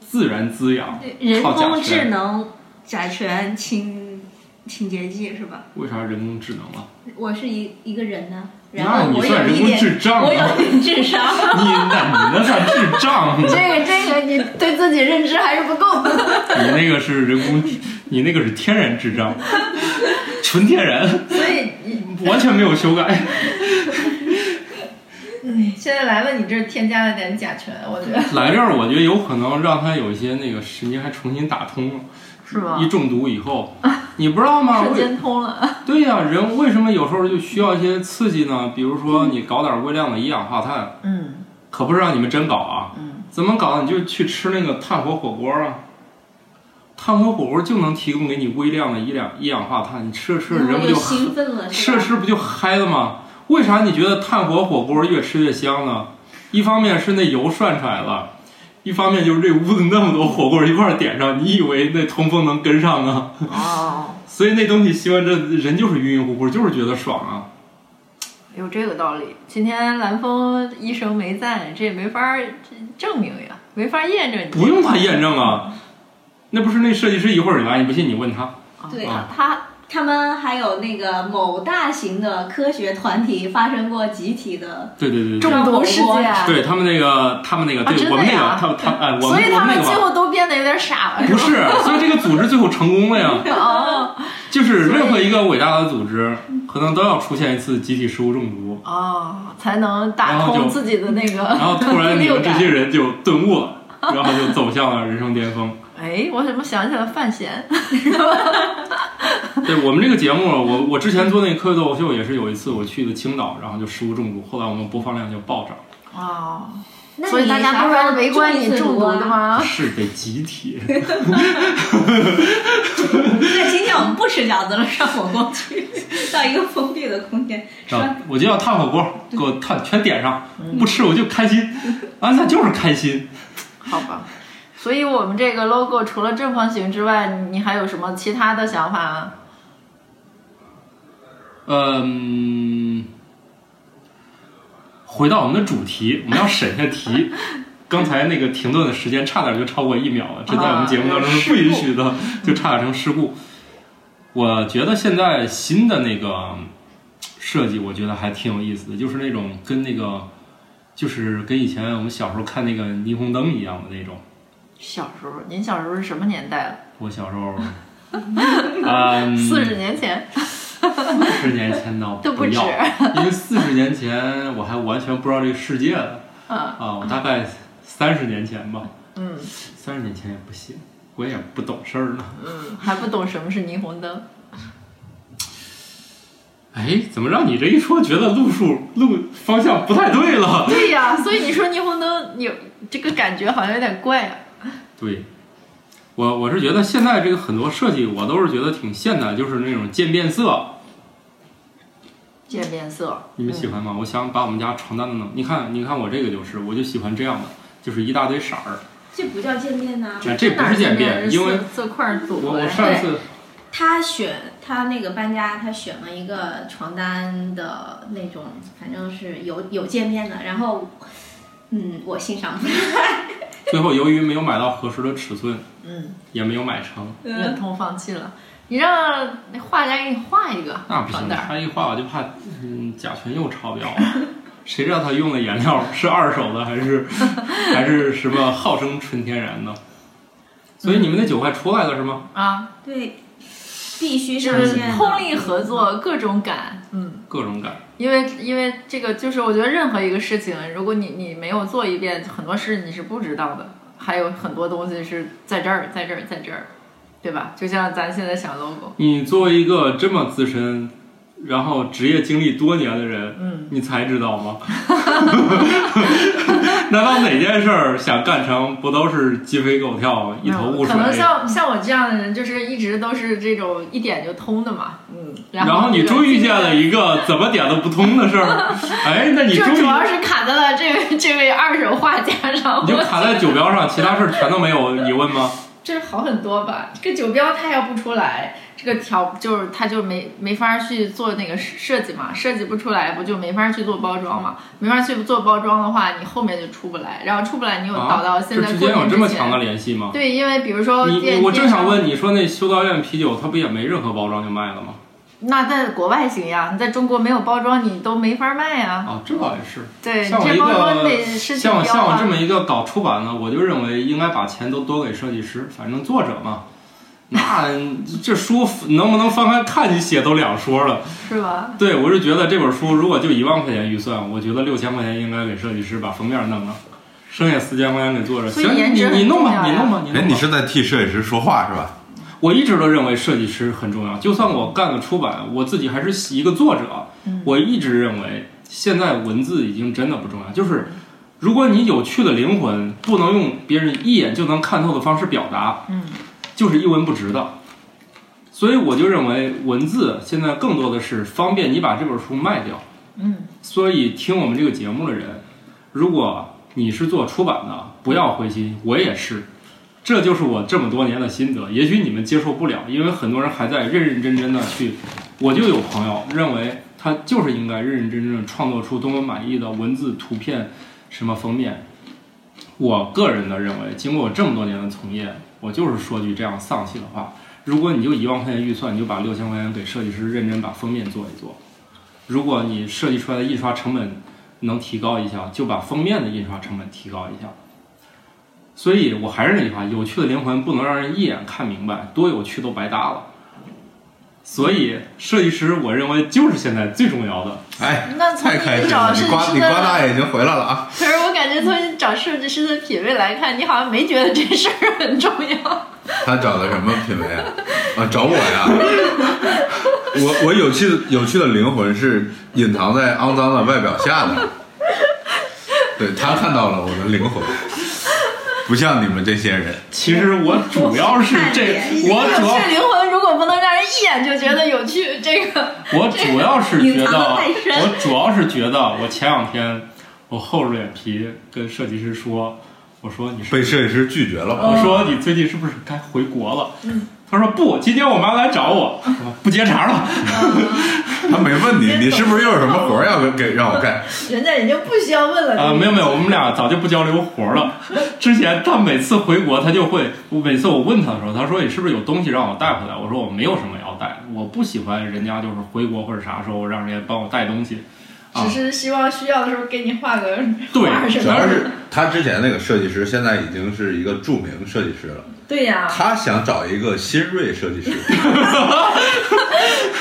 Speaker 2: 自然滋养。
Speaker 3: 人
Speaker 2: 靠甲
Speaker 3: 工
Speaker 2: 醛
Speaker 3: 智能甲醛清清洁剂是吧？
Speaker 2: 为啥人工智能了？
Speaker 3: 我是一一个人呢，然
Speaker 2: 那
Speaker 3: 后
Speaker 2: 你
Speaker 3: 我
Speaker 2: 算
Speaker 3: 有
Speaker 2: 人
Speaker 3: 一
Speaker 2: 工
Speaker 3: 点，
Speaker 2: 智障
Speaker 3: 我
Speaker 2: 了？
Speaker 3: 有点智商。
Speaker 2: 你那你那算智障？
Speaker 4: 这个这个，你对自己认知还是不 够。
Speaker 2: 你那个是人工，你那个是天然智障，纯天然，
Speaker 6: 所以你
Speaker 2: 完全没有修改。
Speaker 6: 现在来了，你这儿添加了点甲醛，我觉得。
Speaker 2: 来这儿，我觉得有可能让他有一些那个神经还重新打通了，
Speaker 4: 是吗
Speaker 2: 一中毒以后，你不知道 吗？
Speaker 4: 瞬
Speaker 2: 为
Speaker 4: 间通了，
Speaker 2: 对呀、人为什么有时候就需要一些刺激呢？比如说你搞点微量的一氧化碳，
Speaker 4: 嗯，
Speaker 2: 可不是让你们真搞啊，
Speaker 4: 嗯
Speaker 2: 怎么搞？你就去吃那个炭火火锅啊。炭火火锅就能提供给你微量的一氧一氧化碳，你吃着吃着人
Speaker 3: 我
Speaker 2: 不就
Speaker 3: 又
Speaker 2: 很
Speaker 3: 兴奋了，
Speaker 2: 吃
Speaker 3: 吧
Speaker 2: 着吃着不就嗨了吗？为啥你觉得炭火火锅越吃越香呢？一方面是那油涮出来了，一方面就是这屋子那么多火锅一块儿点上，你以为那通风能跟上啊？
Speaker 4: 哦，
Speaker 2: 所以那东西吸完这人就是晕晕乎乎，就是觉得爽啊。
Speaker 4: 有这个道理。今天蓝峰医生没在，这也没法儿证明呀，没法儿验证你。
Speaker 2: 不用他验证啊，那不是那设计师一会儿来，你不信你问他。
Speaker 3: 对
Speaker 2: 啊
Speaker 3: 他，他们还有那个某大型的科学团体发生过集体的，
Speaker 2: 对对对对，
Speaker 4: 中毒事件，
Speaker 2: 对他们那个他们那个
Speaker 4: 啊
Speaker 2: 对
Speaker 4: 真的
Speaker 2: 我们那个
Speaker 4: 呀
Speaker 2: 他们他哎我
Speaker 4: 所
Speaker 2: 们
Speaker 4: 以
Speaker 2: 我
Speaker 4: 他
Speaker 2: 们那
Speaker 4: 们
Speaker 2: 个
Speaker 4: 最
Speaker 2: 吧
Speaker 4: 后都变得有点傻 了。
Speaker 2: 不是，所以这个组织最后成功了呀。
Speaker 4: 哦
Speaker 2: 就是任何一个伟大的组织，可能都要出现一次集体食物中毒，
Speaker 4: 哦，才能打
Speaker 2: 然后就
Speaker 4: 通自己的那个。
Speaker 2: 然后突然你们这些人就顿悟 了，然后就走向了人生巅峰。
Speaker 4: 哎，我怎么想起了范闲？
Speaker 2: 对我们这个节目，我我之前做那个科学脱口秀也是有一次我去的青岛，然后就食物中毒，后来我们播放量就暴涨，
Speaker 4: 哦，
Speaker 3: 那
Speaker 4: 所以大家
Speaker 3: 啥
Speaker 4: 不
Speaker 3: 时
Speaker 4: 是
Speaker 3: 候
Speaker 4: 围观你中毒的
Speaker 3: 啊？
Speaker 4: 吗？
Speaker 2: 是得集体。
Speaker 3: 那今天我们不吃饺子了，上火锅去， 到一个封闭的空间，
Speaker 2: 啊，我就要炭火锅，给我炭全点上，
Speaker 4: 嗯
Speaker 2: 不吃我就开心，啊，那就是开心。
Speaker 4: 好吧。所以我们这个 logo 除了正方形之外，你还有什么其他的想法啊吗？
Speaker 2: 嗯，回到我们的主题，我们要审一下题。 刚才那个停顿的时 间差点就超过一秒了，这在我们节目当中是不允许的，就差点成事故。我觉得现在新的那个设计，我觉得还挺有意思的，就是那种跟那个，就是跟以前我们小时候看那个霓虹灯一样的那种。
Speaker 4: 小时候，您小时候是什么年代了？
Speaker 2: 我小时 候，嗯，
Speaker 4: 四十年前，
Speaker 2: 四十年前呢，
Speaker 4: 都不止
Speaker 2: 要，因为四十年前我还完全不知道这个世界呢。
Speaker 4: 嗯
Speaker 2: 啊，我大概三十年前吧，
Speaker 4: 嗯
Speaker 2: 三十年前也不行，我也不懂事儿呢。
Speaker 4: 嗯，还不懂什么是霓虹灯。
Speaker 2: 哎，怎么让你这一说，觉得路数路方向不太对了？
Speaker 4: 对呀、所以你说霓虹灯有这个感觉好像有点怪啊。
Speaker 2: 对，我我是觉得现在这个很多设计，我都是觉得挺现代，就是那种渐变色，
Speaker 4: 渐变色，
Speaker 2: 你们喜欢
Speaker 4: 嗯
Speaker 2: 吗？我想把我们家床单都弄，你看，你看我这个就是，我就喜欢这样的，就是一大堆色儿。
Speaker 6: 这不叫渐变呐、
Speaker 2: 哎，这不是渐变，因为
Speaker 4: 色块组
Speaker 2: 我
Speaker 4: 合
Speaker 2: 我
Speaker 4: 呀。
Speaker 2: 上次
Speaker 6: 他选他那个搬家，他选了一个床单的那种，反正是有有渐变的。然后，嗯，我欣赏 不了。
Speaker 2: 最后由于没有买到合适的尺寸，
Speaker 4: 嗯，
Speaker 2: 也没有买成，
Speaker 4: 忍痛放弃了。你让那画家给你画一个
Speaker 2: 那不
Speaker 4: 床
Speaker 2: 行，
Speaker 4: 单儿，
Speaker 2: 他一画我就怕，嗯，甲醛又超 标了。谁知道他用的颜料是二手的还 是还是什么号称纯天然的？所以你们那九块出来了是吗？
Speaker 4: 啊，
Speaker 6: 对，必须
Speaker 4: 就
Speaker 6: 上
Speaker 4: 是
Speaker 6: 线的。
Speaker 4: 通力合作，各种感，嗯。
Speaker 2: 各种感，
Speaker 4: 因为因为这个就是我觉得任何一个事情，如果你你没有做一遍，很多事你是不知道的，还有很多东西是在这儿，在这儿，在这儿，对吧？就像咱现在想 logo，
Speaker 2: 你作为一个这么资深，然后职业经历多年的人，
Speaker 4: 嗯，
Speaker 2: 你才知道吗？ 难道哪件事儿想干成，不都是鸡飞狗跳、一头雾水
Speaker 4: 可？能像像我这样的人，就是一直都是这种一点就通的嘛，嗯。然
Speaker 2: 然后你终于遇见了
Speaker 4: 一。
Speaker 2: 一个怎么点都不通的事 儿，哎，那你
Speaker 4: 就
Speaker 2: 终于
Speaker 4: 主要是卡在了这位这位二手画家上，
Speaker 2: 你就卡在酒标上，其他事儿全都没有疑问 吗？
Speaker 4: 这好很多吧？这个酒标它要不出来，这个条就是它就没没法去做那个设计嘛，设计不出来不就没法去做包装嘛？没法去做包装的话，你后面就出不来，然后出不来你又
Speaker 2: 啊
Speaker 4: 倒到，现
Speaker 2: 这
Speaker 4: 在
Speaker 2: 之
Speaker 4: 过
Speaker 2: 间有
Speaker 4: 年
Speaker 2: 这
Speaker 4: 之
Speaker 2: 么强的
Speaker 4: 前。
Speaker 2: 联系吗？
Speaker 4: 对，因为比如说
Speaker 2: 你
Speaker 4: 电，
Speaker 2: 你我正想
Speaker 4: 电商，
Speaker 2: 问，你说那修道院啤酒，它不也没任何包装就卖了吗？
Speaker 4: 那在国外行呀，你在中国没有包装，你都没法卖呀。
Speaker 2: 啊，这倒也是。
Speaker 4: 对，
Speaker 2: 像我
Speaker 4: 这
Speaker 2: 一
Speaker 4: 包
Speaker 2: 个
Speaker 4: 装得是
Speaker 2: 像
Speaker 4: 标
Speaker 2: 我像我
Speaker 4: 啊
Speaker 2: 这么一个搞出版的，我就认为应该把钱都多给设计师，反正作者嘛，那这书能不能翻开看你写都两说了。
Speaker 4: 是吧？
Speaker 2: 对我是觉得这本书如果就一万块钱预算，我觉得六千块钱应该给设计师把封面弄了，剩下四千块钱给作者。
Speaker 4: 所以
Speaker 2: 行，
Speaker 4: 颜
Speaker 2: 你
Speaker 4: 值很
Speaker 2: 你弄
Speaker 4: 重要
Speaker 2: 吧，
Speaker 4: 呀
Speaker 2: 你弄吧，你
Speaker 5: 哎，
Speaker 2: 弄
Speaker 5: 你
Speaker 2: 吧。
Speaker 5: 是在替设计师说话是吧？
Speaker 2: 我一直都认为设计师很重要，就算我干了出版，我自己还是一个作者。
Speaker 4: 嗯
Speaker 2: 我一直认为，现在文字已经真的不重要，就是如果你有趣的灵魂不能用别人一眼就能看透的方式表达，
Speaker 4: 嗯，
Speaker 2: 就是一文不值的。所以我就认为，文字现在更多的是方便你把这本书卖掉。
Speaker 4: 嗯，
Speaker 2: 所以听我们这个节目的人，如果你是做出版的，不要灰心，我也是，这就是我这么多年的心得。也许你们接受不了，因为很多人还在认认真真的去。我就有朋友认为他就是应该认认真真的创作出多么满意的文字、图片、什么封面。我个人的认为，经过我这么多年的从业，我就是说句这样丧气的话：如果你就一万块钱预算，你就把六千块钱给设计师认真把封面做一做。如果你设计出来的印刷成本能提高一下，就把封面的印刷成本提高一下。所以我还是那句话，有趣的灵魂不能让人一眼看明白，多有趣都白搭了。所以设计师，我认为就是现在最重要的。
Speaker 5: 哎，
Speaker 4: 那从
Speaker 5: 太开
Speaker 4: 你
Speaker 5: 心
Speaker 4: 找
Speaker 5: 了！
Speaker 4: 设
Speaker 5: 你
Speaker 4: 计
Speaker 5: 瓜
Speaker 4: 师
Speaker 5: 你瓜
Speaker 4: 的
Speaker 5: 大爷已经回来了 啊！
Speaker 4: 可是我感觉从你找设计师的品味来看，你好像没觉得这事儿很重要。
Speaker 5: 他找的什么品味啊？啊，找我呀！我我有趣的有趣的灵魂是隐藏在肮脏的外表下的，对他看到了我的灵魂，不像你们这些人。
Speaker 2: 其实我主要是这， 我主
Speaker 4: 有趣灵魂如果不能让人一眼就觉得有趣，这 个
Speaker 2: 要我主要是觉
Speaker 6: 隐藏
Speaker 2: 得
Speaker 6: 得太，深
Speaker 2: 我主要是觉得，我前两天我厚着脸皮跟设计师说，我说你是
Speaker 5: 被设计师拒绝了吧？
Speaker 2: 我说你最近是不是该回国了？
Speaker 6: 嗯
Speaker 2: 他说不，今天我妈来找我，我说不接茬了。
Speaker 5: 他没问你，你是不是又有什么活儿要给给让我干？
Speaker 6: 人家已经不需要问 了。
Speaker 2: 啊、没有没有，我们俩早就不交流活儿 了。之前他每次回国，他就会，我每次我问他的时候，他说你是不是有东西让我带回来？我说我没有什么要带带，我不喜欢人家就是回国或者啥时候让人家帮我带东西，啊
Speaker 4: 只是希望需要的时候给你画个
Speaker 2: 对
Speaker 4: 画什
Speaker 5: 主
Speaker 4: 么
Speaker 5: 要
Speaker 4: 的。
Speaker 5: 是他之前那个设计师，现在已经是一个著名设计师了。
Speaker 4: 对呀、
Speaker 5: 他想找一个新锐设计师，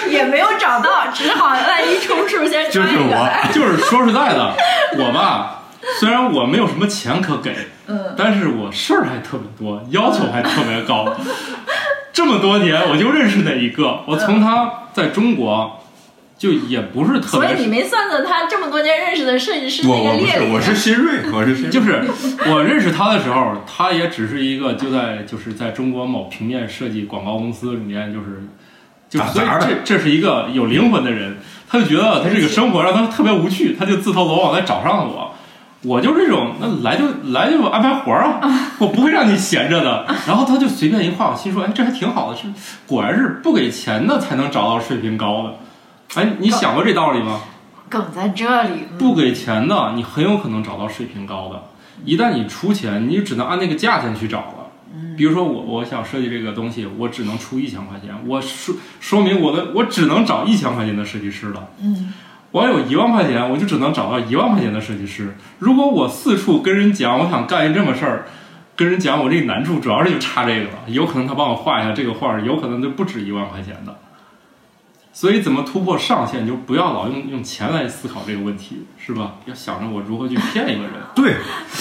Speaker 4: 也没有找到，只好万一冲出 先
Speaker 5: 就
Speaker 4: 穿
Speaker 5: 是
Speaker 4: 一个来。
Speaker 5: 我。
Speaker 2: 就是说实在的，我吧，虽然我没有什么钱可给，
Speaker 4: 嗯，
Speaker 2: 但是我事儿还特别多，要求还特别 高。这么多年，我就认识哪一个，我从他在中国就也不是特
Speaker 4: 所以你
Speaker 2: 别，
Speaker 4: 没算算他这么多年认识的设计师
Speaker 5: 我
Speaker 4: 那个
Speaker 5: 我不
Speaker 4: 列
Speaker 5: 是
Speaker 4: 里面。
Speaker 5: 我是新锐，我是新锐。
Speaker 2: 就是我认识他的时候，他也只是一个就在就是在中国某平面设计广告公司里面就是。就
Speaker 5: 打
Speaker 2: 所以
Speaker 5: 杂的
Speaker 2: 这这是一个有灵魂的人，他就觉得他这个生活让他特别无趣，他就自投罗网来找上了我。我就是这种，那来就来就安排活儿啊，我不会让你闲着的。然后他就随便一画，我心说，哎，这还挺好的，是果然是不给钱的才能找到水平高的。哎，你想过这道理吗？
Speaker 4: 梗在这里，嗯
Speaker 2: 不给钱的，你很有可能找到水平高的。一旦你出钱，你就只能按那个价钱去找了。比如说我我想设计这个东西，我只能出一千块钱，我说说明我的我只能找一千块钱的设计师了。
Speaker 4: 嗯，
Speaker 2: 我有一万块钱，我就只能找到一万块钱的设计师。如果我四处跟人讲我想干一这么事儿，跟人讲我这难处主要是就差这个了，有可能他帮我画一下这个画儿，有可能就不止一万块钱的。所以怎么突破上限，就不要老用用钱来思考这个问题，是吧？要想着我如何去骗一个人。
Speaker 5: 对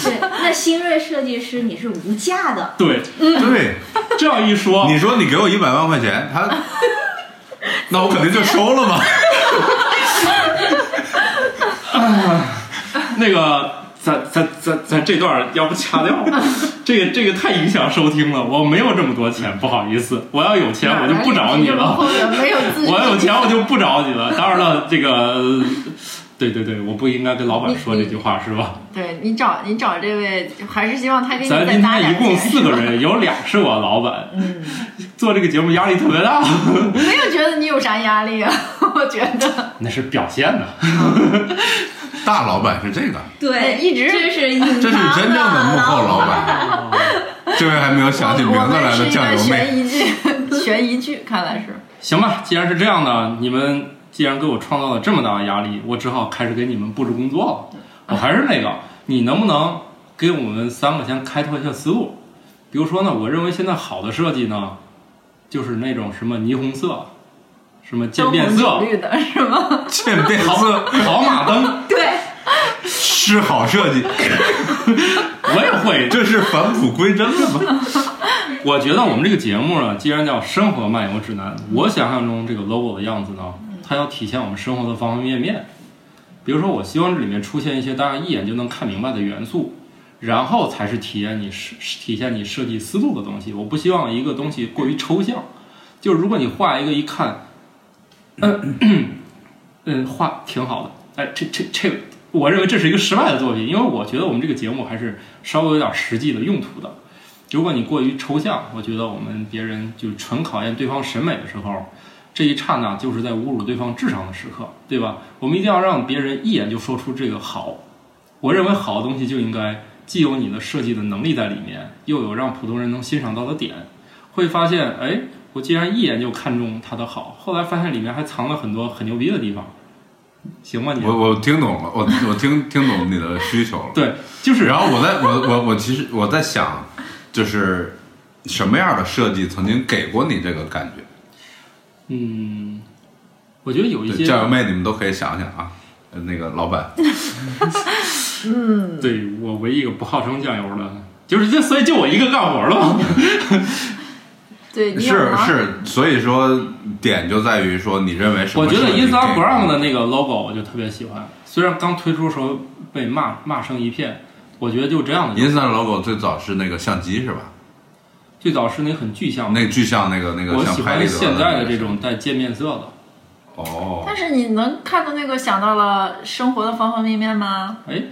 Speaker 6: 对，那新锐设计师你是无价的，
Speaker 2: 对，
Speaker 5: 对，
Speaker 2: 这样一说，
Speaker 5: 你说你给我一百万块钱，他，那我肯定就收了嘛。
Speaker 2: 那个，咱咱咱咱这段儿要不掐掉， 这个这个太影响收听了。我没有这么多钱，不好意思，我要有钱我就不找你了，，
Speaker 4: 没有 自
Speaker 2: 我要有钱我就不找你了。当然了，这个，对对对，我不应该跟老板说这句话是吧？
Speaker 4: 对你找你找这位，还是希望他给你
Speaker 2: 咱
Speaker 4: 哎再
Speaker 2: 今
Speaker 4: 搭
Speaker 2: 天
Speaker 4: 嗯点
Speaker 2: 一共
Speaker 4: 钱
Speaker 2: 四个人，有俩是我老板， 做这个节目压力特别大，
Speaker 4: 没有觉得你有啥压力啊？ 我觉得
Speaker 2: 那是表现呢。
Speaker 5: 大老板是这个，
Speaker 6: 对
Speaker 4: 一直
Speaker 6: 这是隐藏啊的
Speaker 5: 这是真正的幕后老板。 这位还没有想起名字来的酱油妹，
Speaker 4: 我们是一个悬疑剧，悬疑剧看来是。
Speaker 2: 行吧，既然是这样的，你们既然给我创造了这么大的压力，我只好开始给你们布置工作了。我还是那个，你能不能给我们三个先开拓一下思路？比如说呢，我认为现在好的设计呢，就是那种什么霓虹色、什么渐变
Speaker 4: 灯
Speaker 2: 色
Speaker 4: 红、酒绿的 是吗？
Speaker 5: 这辈
Speaker 2: 跑
Speaker 5: 子
Speaker 2: 跑马灯，
Speaker 4: 对，
Speaker 5: 是好设计，
Speaker 2: 我也会。
Speaker 5: 这是返璞归真了吗？
Speaker 2: 我觉得我们这个节目呢，既然叫《生活漫游指南》，我想象中这个 logo 的样子呢，它要体现我们生活的方方面面。比如说，我希望这里面出现一些大家一眼就能看明白的元素，然后才是体验你设体现你设计思路的东西。我不希望一个东西过于抽象，就是如果你画一个一看， 嗯，咳咳嗯，画挺好的，哎，这这这，我认为这是一个失败的作品，因为我觉得我们这个节目还是稍微有点实际的用途的。如果你过于抽象，我觉得我们别人就纯考验对方审美的时候，这一刹那就是在侮辱对方智商的时刻，对吧？我们一定要让别人一眼就说出这个好。我认为好的东西就应该既有你的设计的能力在里面，又有让普通人能欣赏到的点。会发现，哎，我竟然一眼就看中它的好，后来发现里面还藏了很多很牛逼的地方，行吗你？
Speaker 5: 我我听懂了，我我听听懂你的需求了。
Speaker 2: 对，就是
Speaker 5: 然后我在我我我其实我在想，就是什么样的设计曾经给过你这个感觉？
Speaker 2: 嗯，我觉得有一些
Speaker 5: 对，酱油妹你们都可以想想啊。呃那个老板，
Speaker 2: 对我唯一一个不号称酱油的，就是这，所以就我一个干活了嘛。
Speaker 4: 对，你有
Speaker 5: 是
Speaker 2: 啊
Speaker 4: 吗，
Speaker 5: 是，所以说点就在于说你认为什 么
Speaker 2: 我觉得
Speaker 5: 设计给
Speaker 2: Instagram 的那个 logo 我就特别喜欢，虽然刚推出的时候被骂骂声一片，我觉得就这样的。
Speaker 5: Instagram logo 最早是那个相机是吧？
Speaker 2: 最早是那很具象的，
Speaker 5: 那个巨像那个那个
Speaker 2: 我
Speaker 5: 像
Speaker 2: 喜
Speaker 5: 拍立
Speaker 2: 欢
Speaker 5: 得
Speaker 2: 现在的
Speaker 5: 那
Speaker 2: 这
Speaker 5: 个
Speaker 2: 种带界面色的。
Speaker 5: 哦，
Speaker 4: 但是你能看到那个想到了生活的方方面面吗？
Speaker 2: 哎，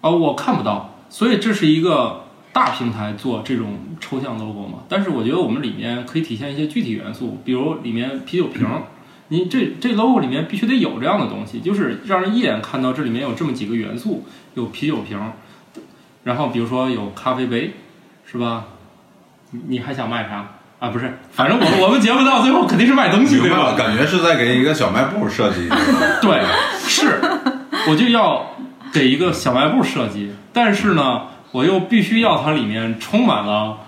Speaker 2: 哦，我看不到，所以这是一个大平台做这种抽象 logo 嘛。但是我觉得我们里面可以体现一些具体元素，比如里面啤酒瓶儿，你这这 logo 里面必须得有这样的东西，就是让人一眼看到这里面有这么几个元素，有啤酒瓶儿，然后比如说有咖啡杯，是吧？你你还想卖啥？啊，不是，反正我我们节目到最后肯定是卖东西，
Speaker 5: 明
Speaker 2: 对
Speaker 5: 白了，
Speaker 2: 吧？
Speaker 5: 感觉是在给一个小卖部设计一个。
Speaker 2: 对，是，我就要给一个小卖部设计，但是呢，我又必须要它里面充满了，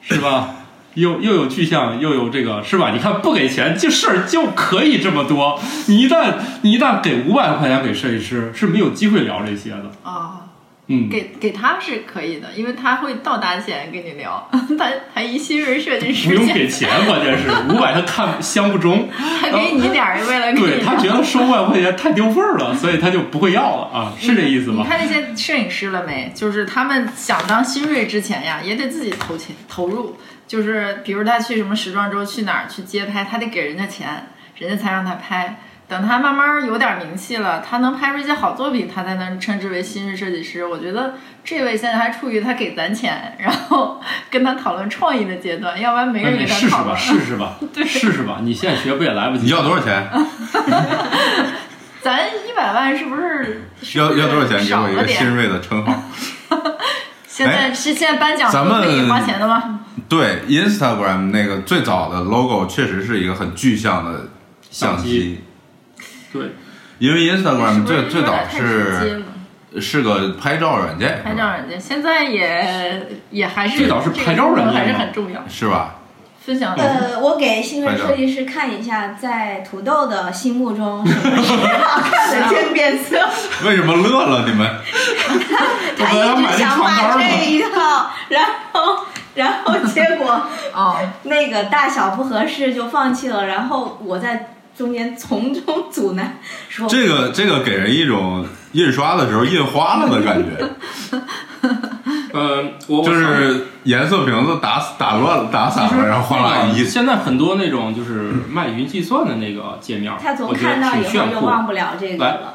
Speaker 2: 是吧？又又有具象，又有这个，是吧？你看，不给钱，这事儿就可以这么多。你一旦你一旦给五百块钱给设计师，是没有机会聊这些的。
Speaker 4: 啊。
Speaker 2: 嗯，
Speaker 4: 给给他是可以的，因为他会到达线跟你聊， 他还一新锐设计
Speaker 2: 不
Speaker 4: 师
Speaker 2: 用
Speaker 4: 线
Speaker 2: 给钱，关键 是五百他看相不中。
Speaker 4: 他给你点儿，为了给你
Speaker 2: 对他觉得收万块钱太丢份儿了，所以他就不会要了啊，是这意思
Speaker 4: 你
Speaker 2: 吧？
Speaker 4: 看那些摄影师了没？就是他们想当新锐之前呀，也得自己投钱投入。就是比如他去什么时装周，去哪儿去街拍，他得给人家钱，人家才让他拍。等他慢慢有点名气了，他能拍出一些好作品，他才能称之为新锐设计师。我觉得这位现在还处于他给咱钱，然后跟他讨论创意的阶段，要不然没
Speaker 2: 那
Speaker 4: 人给
Speaker 2: 你试
Speaker 4: 他
Speaker 2: 试
Speaker 4: 讨
Speaker 2: 吧，
Speaker 4: 论。
Speaker 2: 试试 吧，试试吧，你现在学不也来不及？
Speaker 5: 你要多少钱？
Speaker 4: 咱一百万是不是？是
Speaker 5: 要
Speaker 4: 不是
Speaker 5: 要多少钱？给
Speaker 4: 少
Speaker 5: 我一
Speaker 4: 了
Speaker 5: 个
Speaker 4: 点
Speaker 5: 新锐的称号。
Speaker 4: 现在是现在颁奖
Speaker 5: 咱
Speaker 4: 都
Speaker 5: 们
Speaker 4: 可以花钱的吗？
Speaker 5: 对，Instagram 那个最早的 logo 确实是一个很具象的相
Speaker 2: 相机
Speaker 5: 机，
Speaker 2: 对，
Speaker 5: 因为 Instagram
Speaker 4: 是
Speaker 5: 最
Speaker 4: 不是
Speaker 5: 最
Speaker 4: 有点
Speaker 5: 早
Speaker 4: 太直接
Speaker 5: 是
Speaker 4: 了
Speaker 5: 是个拍照软件，
Speaker 4: 拍照软件，现在也也还是
Speaker 2: 最早是拍照软件吗
Speaker 4: 这个功能还是很重要。
Speaker 5: 是吧？
Speaker 4: 分享
Speaker 6: 呃，我给新锐设计师看一下，在土豆的心目中什么是好看的渐变色？
Speaker 5: 为什么乐了你们？
Speaker 6: 他一直想买这一套，然后然后结果
Speaker 4: 哦，
Speaker 6: 那个大小不合适就放弃了，然后我在中间从中阻拦，说
Speaker 5: 这个这个给人一种印刷的时候印花了的感 觉，
Speaker 2: 呃，我
Speaker 5: 就是颜色瓶子打打乱了 打散了，然后哗啦 一
Speaker 2: 现在很多那种就是卖云计算的那个界面，
Speaker 6: 他总
Speaker 2: 我觉
Speaker 6: 看
Speaker 2: 得
Speaker 6: 到
Speaker 2: 挺
Speaker 6: 以后
Speaker 2: 炫
Speaker 6: 就
Speaker 2: 酷。
Speaker 6: 忘不了这个了。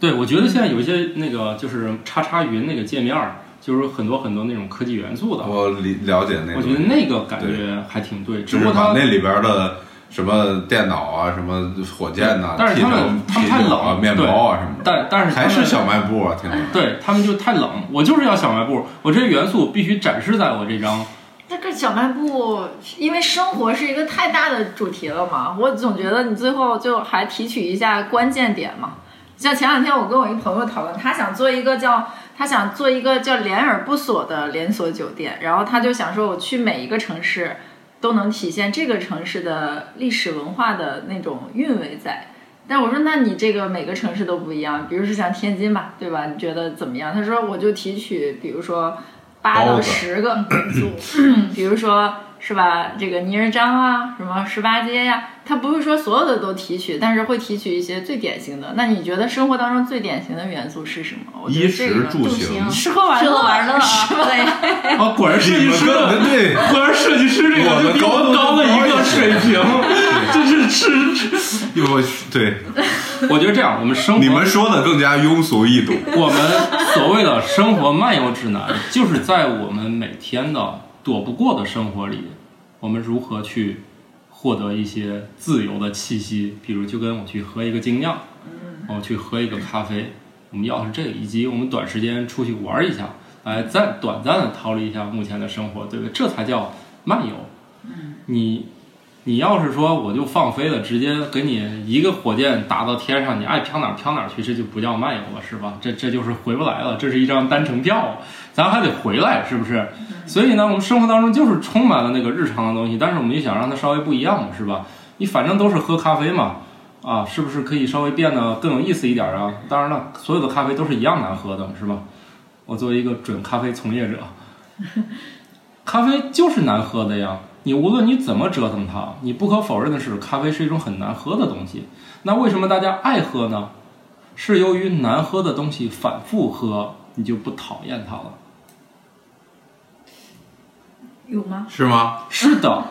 Speaker 2: 对，我觉得现在有一些那个就是叉叉云那个界面，就是很多很多那种科技元素的，
Speaker 5: 我理了解哦那
Speaker 2: 我
Speaker 5: 个
Speaker 2: 觉，得那个感觉还挺对。只
Speaker 5: 就
Speaker 2: 不过
Speaker 5: 是把
Speaker 2: 它
Speaker 5: 那里边的什么电脑啊、什么火箭呐、
Speaker 2: 但是
Speaker 5: 啤
Speaker 2: 他
Speaker 5: 酒
Speaker 2: 们、他们
Speaker 5: 啤
Speaker 2: 太
Speaker 5: 酒
Speaker 2: 冷
Speaker 5: 啊、
Speaker 2: 了
Speaker 5: 面包啊什么的。
Speaker 2: 但但是他
Speaker 5: 还
Speaker 2: 们
Speaker 5: 是小卖部啊，听着。
Speaker 2: 对他们就太冷，我就是要小卖部，我这些元素必须展示在我这张
Speaker 4: 那个小卖部，因为生活是一个太大的主题了嘛，我总觉得你最后就还提取一下关键点嘛。像前两天我跟我一朋友讨论，他想做一个叫他想做一个叫“怜而不锁”的连锁酒店，然后他就想说，我去每一个城市都能体现这个城市的历史文化的那种韵味在。但我说，那你这个每个城市都不一样，比如说像天津吧，对吧？你觉得怎么样？他说，我就提取，比如说八
Speaker 5: 包
Speaker 4: 到
Speaker 5: 子
Speaker 4: 十个元素，比如说是吧，这个泥人张啊，什么十八街呀、它不是说所有的都提取，但是会提取一些最典型的。那你觉得生活当中最典型的元素是什么？我觉
Speaker 5: 衣
Speaker 4: 得这
Speaker 5: 食
Speaker 4: 个
Speaker 5: 住
Speaker 6: 行
Speaker 5: 行，
Speaker 4: 吃喝玩
Speaker 6: 吃
Speaker 4: 乐
Speaker 6: 喝玩 乐啊，
Speaker 4: 是吧
Speaker 6: 对，
Speaker 2: 啊，果然设
Speaker 5: 你
Speaker 2: 计
Speaker 5: 们
Speaker 2: 师
Speaker 5: 根
Speaker 2: 的
Speaker 5: 本， 对，
Speaker 2: 果然设计师这
Speaker 5: 我
Speaker 2: 个
Speaker 5: 们
Speaker 2: 就比我
Speaker 5: 高度
Speaker 2: 高了一个水平， 真是是。
Speaker 5: 我对
Speaker 2: 我觉得这样，我们生活，
Speaker 5: 你们说的更加庸俗易懂。
Speaker 2: 我们所谓的生活漫游指南，就是在我们每天的躲不过的生活里，我们如何去获得一些自由的气息，比如就跟我去喝一个精酿，我去喝一个咖啡，我们要的是这个，以及我们短时间出去玩一下，来暂短暂的逃离一下目前的生活，对不对？这才叫漫游。嗯你你要是说我就放飞了，直接给你一个火箭打到天上，你爱飘哪儿飘哪儿去，这就不叫漫游了，是吧？这这就是回不来了，这是一张单程票，咱还得回来，是不是？所以呢，我们生活当中就是充满了那个日常的东西，但是我们又想让它稍微不一样嘛，是吧？你反正都是喝咖啡嘛。啊，是不是可以稍微变得更有意思一点啊？当然了，所有的咖啡都是一样难喝的，是吧？我作为一个准咖啡从业者，咖啡就是难喝的呀。你无论你怎么折腾它，你不可否认的是，咖啡是一种很难喝的东西。那为什么大家爱喝呢？是由于难喝的东西反复喝，你就不讨厌它了。
Speaker 4: 有吗？
Speaker 5: 是吗？
Speaker 2: 是的，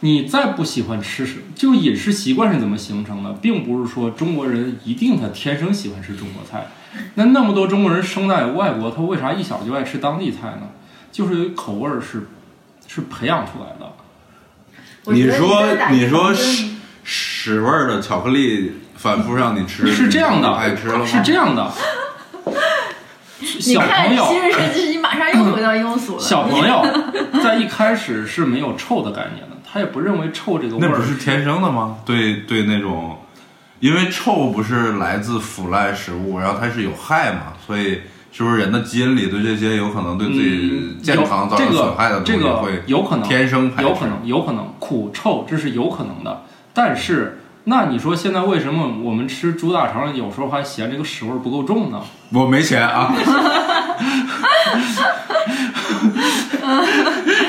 Speaker 2: 你再不喜欢吃什，就饮食习惯是怎么形成的，并不是说中国人一定他天生喜欢吃中国菜。那那么多中国人生在外国，他为啥一小就爱吃当地菜呢？就是有口味儿是是培养出来的。
Speaker 4: 我觉
Speaker 5: 你
Speaker 4: 得
Speaker 5: 说
Speaker 4: 现在打
Speaker 5: 你说
Speaker 4: 算
Speaker 5: 屎屎味儿的巧克力反复让你吃，
Speaker 2: 是这样
Speaker 5: 你就不爱
Speaker 2: 的，
Speaker 5: 吃了吗？
Speaker 2: 是这样的。
Speaker 4: 你
Speaker 2: 小
Speaker 4: 看
Speaker 2: 朋友
Speaker 4: 新人设计师，你马上又回到庸俗了。
Speaker 2: 小朋友在一开始是没有臭的概念的，他也不认为臭这个味
Speaker 5: 那不
Speaker 2: 儿
Speaker 5: 是天生的吗？对对，那种，因为臭不是来自腐烂食物，然后它是有害嘛，所以是不是人的基因里对这些有可能对自己
Speaker 2: 嗯
Speaker 5: 健康造
Speaker 2: 有
Speaker 5: 成
Speaker 2: 这个
Speaker 5: 损害的东
Speaker 2: 这
Speaker 5: 西
Speaker 2: 个
Speaker 5: 会
Speaker 2: 有可能
Speaker 5: 天生排斥
Speaker 2: 有可能，有可能苦臭这是有可能的，但是。那你说现在为什么我们吃猪大肠有时候还嫌这个屎味儿不够重呢？
Speaker 5: 我没 钱啊，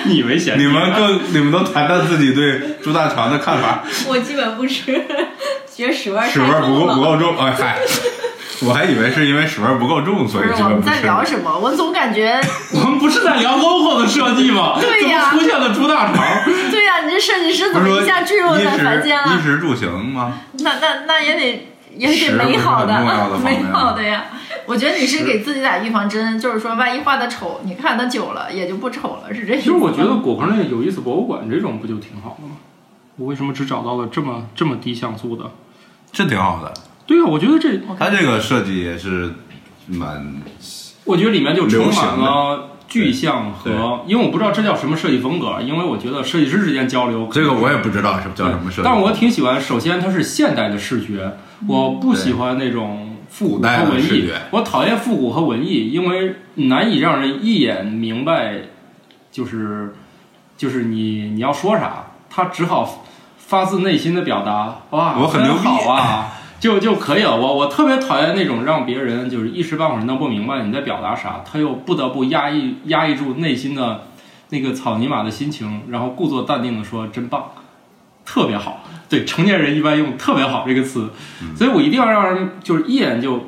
Speaker 2: 你没嫌
Speaker 5: 你们更你们都谈谈自己对猪大肠的 看法，
Speaker 6: 我基本不吃，觉得屎味儿
Speaker 5: 屎
Speaker 6: 太
Speaker 5: 味儿不
Speaker 6: 重
Speaker 5: 够不
Speaker 6: 了。
Speaker 5: 够重，哎嗨，我还以为是因为屎味儿不够重，所
Speaker 4: 不
Speaker 5: 以
Speaker 4: 是
Speaker 5: 基
Speaker 4: 我
Speaker 5: 本
Speaker 4: 们
Speaker 5: 不
Speaker 4: 在
Speaker 5: 吃。
Speaker 4: 聊什么？我总感觉，
Speaker 2: 我们不是在聊 logo 的设计吗？
Speaker 4: 对呀
Speaker 2: 怎么出现了猪大肠？
Speaker 4: 对呀、你这设计师
Speaker 5: 不
Speaker 4: 怎
Speaker 5: 是
Speaker 4: 么
Speaker 5: 说
Speaker 4: 一下坠落
Speaker 5: 衣
Speaker 4: 在
Speaker 5: 食
Speaker 4: 凡间
Speaker 5: 衣
Speaker 4: 了？
Speaker 5: 食住行吗？
Speaker 4: 那那那也得也
Speaker 5: 食
Speaker 4: 得美好
Speaker 5: 不是很重要的方面
Speaker 4: 美
Speaker 5: 吗
Speaker 4: 好的呀。我觉得你是给自己打预防针，就是说万一画的丑，你看它久了也就不丑了，是这意
Speaker 2: 其
Speaker 4: 思
Speaker 2: 实
Speaker 4: 吗。
Speaker 2: 我 觉得果壳那有意思博物馆这种不就挺好的吗？我为什么只找到了这么这么低像素的？
Speaker 5: 这挺好的，
Speaker 2: 对啊，我觉得这
Speaker 5: 它这个设计也是蛮
Speaker 2: 我觉得里面就充
Speaker 5: 流
Speaker 2: 满
Speaker 5: 行
Speaker 2: 了具象
Speaker 5: 对
Speaker 2: 和，因为我不知道这叫什么设计风格，啊因为我觉得设计师之间交流
Speaker 5: 这个我也不知道什么叫什么设计，
Speaker 2: 但我挺喜欢。首先，它是现代的视觉，我不喜欢那种复古
Speaker 5: 古代
Speaker 2: 和
Speaker 5: 的
Speaker 2: 文
Speaker 5: 视
Speaker 2: 艺
Speaker 5: 觉。
Speaker 2: 我讨厌复古和文艺，因为难以让人一眼明白，就是就是你你要说啥，他只好发自内心的表达，哇，
Speaker 5: 我很
Speaker 2: 真
Speaker 5: 牛逼
Speaker 2: 好啊。就就可以了。我我特别讨厌那种让别人就是一时半会儿弄不明白你在表达啥，他又不得不压抑压抑住内心的那个草泥马的心情，然后故作淡定的说真棒，特别好。对，成年人一般用“特别好”这个词，
Speaker 5: 嗯
Speaker 2: 所以我一定要让人就是一眼就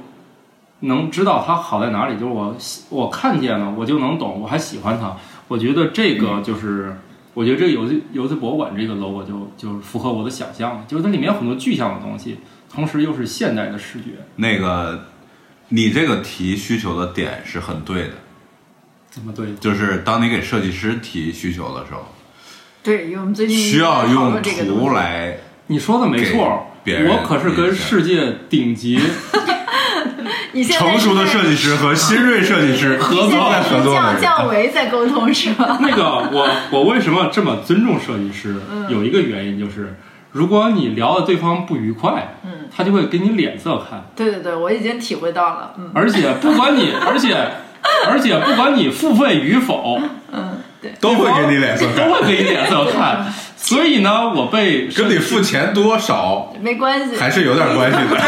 Speaker 2: 能知道它好在哪里。就是我喜我看见了，我就能懂，我还喜欢它。我觉得这个
Speaker 5: 嗯
Speaker 2: 就是，我觉得这个游戏游戏博物馆这个 logo 就就符合我的想象了，就是它里面有很多具象的东西，同时又是现代的视觉。
Speaker 5: 那个，你这个提需求的点是很对的，
Speaker 2: 怎么对？
Speaker 5: 就是当你给设计师提需求的时候，
Speaker 4: 对，因为我们最近
Speaker 5: 需要
Speaker 4: 讨论
Speaker 5: 用
Speaker 4: 这个东西
Speaker 5: 图来
Speaker 2: 你说的没错，
Speaker 5: 给别人
Speaker 2: 我可是跟世界顶级
Speaker 4: 你现在
Speaker 5: 成熟的
Speaker 4: 是
Speaker 5: 设计师和新锐设计师合
Speaker 4: 在
Speaker 5: 作在合作的
Speaker 4: 降
Speaker 5: 人。
Speaker 4: 降维在沟通是吧？
Speaker 2: 那个我我为什么这么尊重设计师？有一个原因就是，如果你聊的对方不愉快，
Speaker 4: 嗯，
Speaker 2: 他就会给你脸色看，
Speaker 4: 对对对，我已经体会到了，嗯，
Speaker 2: 而且不管你，而且而且不管你付费与否，
Speaker 5: 都会给你脸色看
Speaker 2: 都会给你脸色看。所以呢，我被设
Speaker 5: 跟你付钱多少
Speaker 4: 没关系，
Speaker 5: 还是有点关系的，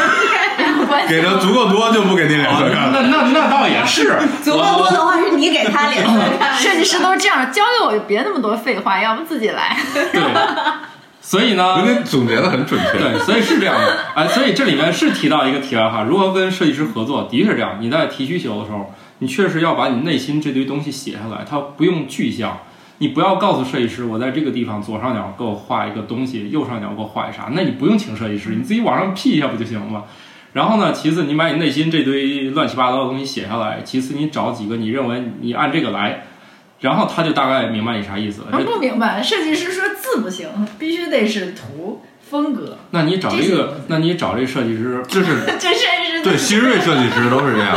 Speaker 4: 没 有关系。
Speaker 5: 给的足够多就不给你脸色看
Speaker 2: 啊那
Speaker 5: 了。
Speaker 2: 那那倒也是，
Speaker 6: 足够多的话是你给他脸
Speaker 2: 哦
Speaker 6: 色看，
Speaker 4: 设计师都这样，交给我别那么多废话，要不自己来。
Speaker 2: 我对，所以呢，
Speaker 5: 人家总结的很准确，
Speaker 2: 对，所以是这样的，哎，所以这里面是提到一个题外话，如何跟设计师合作，的确是这样。你在提需求的时候，你确实要把你内心这堆东西写下来，它不用具象，你不要告诉设计师，我在这个地方左上角给我画一个东西，右上角给我画一啥，那你不用请设计师，你自己往上 P 一下不就行了吗？然后呢，其次你把你内心这堆乱七八糟的东西写下来，其次你找几个你认为你按这个来，然后他就大概明白你啥意思了。
Speaker 5: 哎
Speaker 2: 这
Speaker 4: 不明白，设计师说字不行，必须得是图风格。
Speaker 2: 那你找这
Speaker 4: 这些
Speaker 2: 个，那你找这设计师
Speaker 5: 就是
Speaker 4: 这设计 师
Speaker 5: 对新锐设计师都是这 样，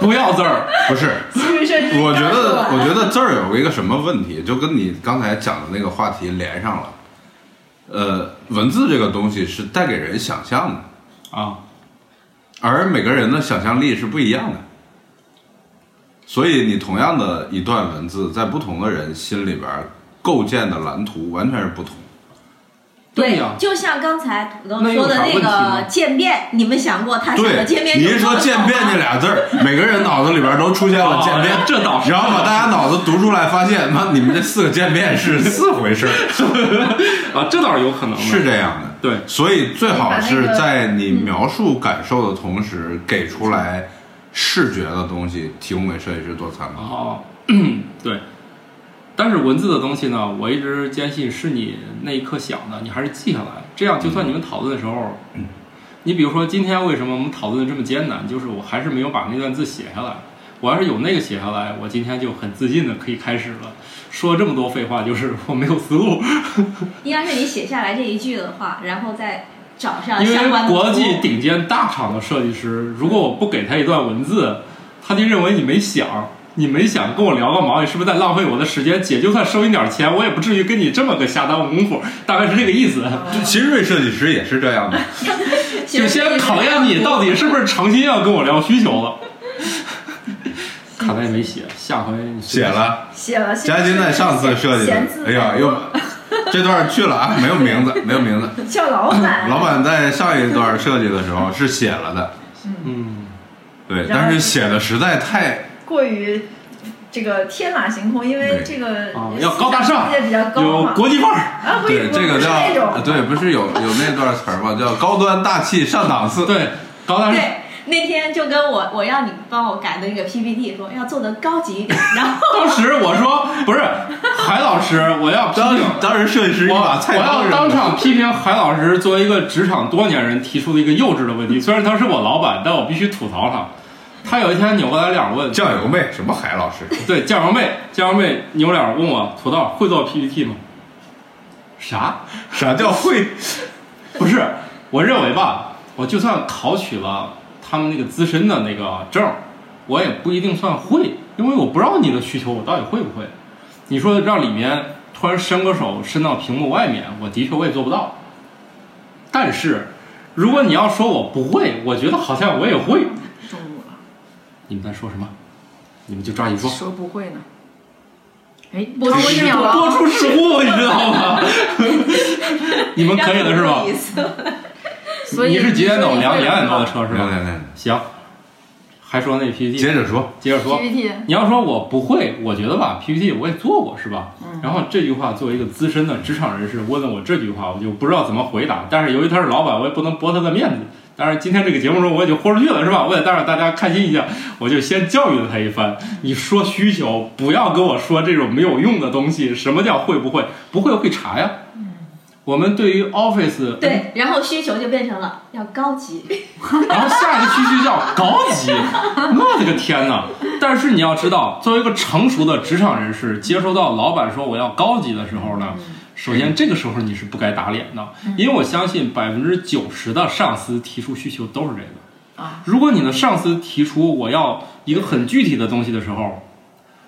Speaker 2: 不要字儿。
Speaker 5: 不是
Speaker 4: 新锐设计师
Speaker 5: 我觉
Speaker 4: 告诉
Speaker 5: 得，
Speaker 4: 了
Speaker 5: 我觉得这儿有一个什么问题，就跟你刚才讲的那个话题连上了。呃，文字这个东西是带给人想象的，
Speaker 2: 啊，
Speaker 5: 而每个人的想象力是不一样的，所以你同样的一段文字，在不同的人心里边儿构建的蓝图完全是不同。
Speaker 2: 对呀、
Speaker 6: 就像刚才土豆
Speaker 2: 那有
Speaker 6: 说的
Speaker 2: 啥
Speaker 6: 那
Speaker 2: 问题吗
Speaker 6: 个渐变，你们想过他说的
Speaker 5: 对
Speaker 6: 渐，变？
Speaker 5: 你一说“啊渐变”这，俩字儿，每个人脑子里边儿都出现了“渐变
Speaker 2: 哦”， 这倒是
Speaker 5: 然后把大家脑子读出来，发现妈，你们这四个“渐变”是四回事儿，
Speaker 2: 啊，这倒是有可能的。
Speaker 5: 是这样的。
Speaker 2: 对，
Speaker 5: 所以最好是在你
Speaker 4: 嗯
Speaker 5: 描述感受的同时，给出来视觉的东西，提供给设计师做参考。
Speaker 2: 哦， 对。但是文字的东西呢，我一直坚信是你那一刻想的，你还是记下来。这样，就算你们讨论的时候，你比如说今天为什么我们讨论的这么艰难，就是我还是没有把那段字写下来。我要是有那个写下来，我今天就很自信的可以开始了。说这么多废话，就是我没有思路，
Speaker 6: 应该是你写下来这一句的话，然后再找上
Speaker 2: 因
Speaker 6: 啊相关
Speaker 2: 为
Speaker 6: 的
Speaker 2: 国际
Speaker 6: 图
Speaker 2: 顶尖大厂的设计师，如果我不给他一段文字，他就认为你没想，你没想跟我聊个毛，你是不是在浪费我的时间？姐就算收你点钱，我也不至于跟你这么个下单功夫，大概是这个意思。
Speaker 5: 其实对设计师也是这样的，
Speaker 2: 就先考验你到底是不是诚心要跟我聊需求了。看来没写，下回你
Speaker 5: 写了。
Speaker 4: 写了，
Speaker 5: 嘉欣在上次设计的
Speaker 4: 闲字，
Speaker 5: 哎呀，又这段去了啊，没有名字，没有 名字。
Speaker 4: 叫老板，
Speaker 5: 老板在上一段设计的时候是写了的，
Speaker 2: 嗯，
Speaker 5: 对，
Speaker 4: 然后
Speaker 5: 但是写的实在太
Speaker 4: 过于这个天马行空，因为
Speaker 5: 对
Speaker 4: 这个
Speaker 2: 啊要高大上
Speaker 4: 也比较高
Speaker 2: 有
Speaker 4: 嘛。
Speaker 2: 国际范儿。
Speaker 4: 啊，不
Speaker 5: 对，
Speaker 4: 是
Speaker 5: 这
Speaker 4: 不
Speaker 5: 个
Speaker 4: 是
Speaker 5: 叫
Speaker 4: 那
Speaker 5: 呃
Speaker 4: 种，
Speaker 5: 对，不是有有那段词儿吗？叫高端大气上档次，
Speaker 2: 对，高大上。
Speaker 6: 对，那天就跟我我要你帮我改的那个 PPT 说要做的高级一点，然后
Speaker 2: 当时我说不是海老师，我要批
Speaker 5: 当
Speaker 2: 评。
Speaker 5: 当时设计师一
Speaker 2: 我
Speaker 5: 把菜
Speaker 2: 我
Speaker 5: 刀
Speaker 2: 要
Speaker 5: 扔
Speaker 2: 当
Speaker 5: 了
Speaker 2: 场批评海老师作为一个职场多年人提出的一个幼稚的问题。虽然他是我老板，但我必须吐槽他。他有一天扭过来脸问，
Speaker 5: 酱油妹，什么海老师？
Speaker 2: 对酱油妹，酱油妹扭脸问我土豆会做 PPT 吗？啥？
Speaker 5: 啥叫会？
Speaker 2: 不是，我认为吧，我就算考取了他们那个资深的那个证儿，我也不一定算会，因为我不知道你的需求我到底会不会。你说让里面突然伸个手伸到屏幕外面，我的确我也做不到。但是，如果你要说我不会，我觉得好像我也会。
Speaker 4: 中午了，
Speaker 2: 你们在说什么？你们就抓紧说，
Speaker 4: 说不会呢。哎，
Speaker 6: 我
Speaker 4: 超过一秒
Speaker 2: 多
Speaker 4: 了，
Speaker 2: 出失误，你知道吗？ 你们可以了是 吧？
Speaker 4: 所以
Speaker 2: 你是几点走？
Speaker 4: 你说
Speaker 2: 两
Speaker 4: 你会
Speaker 2: 两点多的
Speaker 4: 了吗
Speaker 2: 车是
Speaker 5: 对
Speaker 2: 吧？
Speaker 5: 对对，
Speaker 2: 行，还说那 PPT，
Speaker 5: 接着说，
Speaker 2: 接着说，
Speaker 4: PPT，
Speaker 2: 你要说我不会，我觉得吧，PPT 我也做过是吧？
Speaker 4: 嗯
Speaker 2: 然后这句话作为一个资深的职场人士问了我这句话，我就不知道怎么回答。但是由于他是老板，我也不能驳他的面子。当然，今天这个节目中我已经豁出去了，是吧？为了让大家开心一下，我就先教育了他一番。你说需求，不要跟我说这种没有用的东西。什么叫会不会？不会我可以查呀。
Speaker 4: 嗯
Speaker 2: 我们对于 Office
Speaker 6: 对，然后需求就变成了要高级，
Speaker 2: 然后下一个区区叫高级，我的个天呐！但是你要知道，作为一个成熟的职场人士，接收到老板说我要高级的时候呢，首先这个时候你是不该打脸的，因为我相信百分之九十的上司提出需求都是这个。
Speaker 4: 啊，
Speaker 2: 如果你的上司提出我要一个很具体的东西的时候，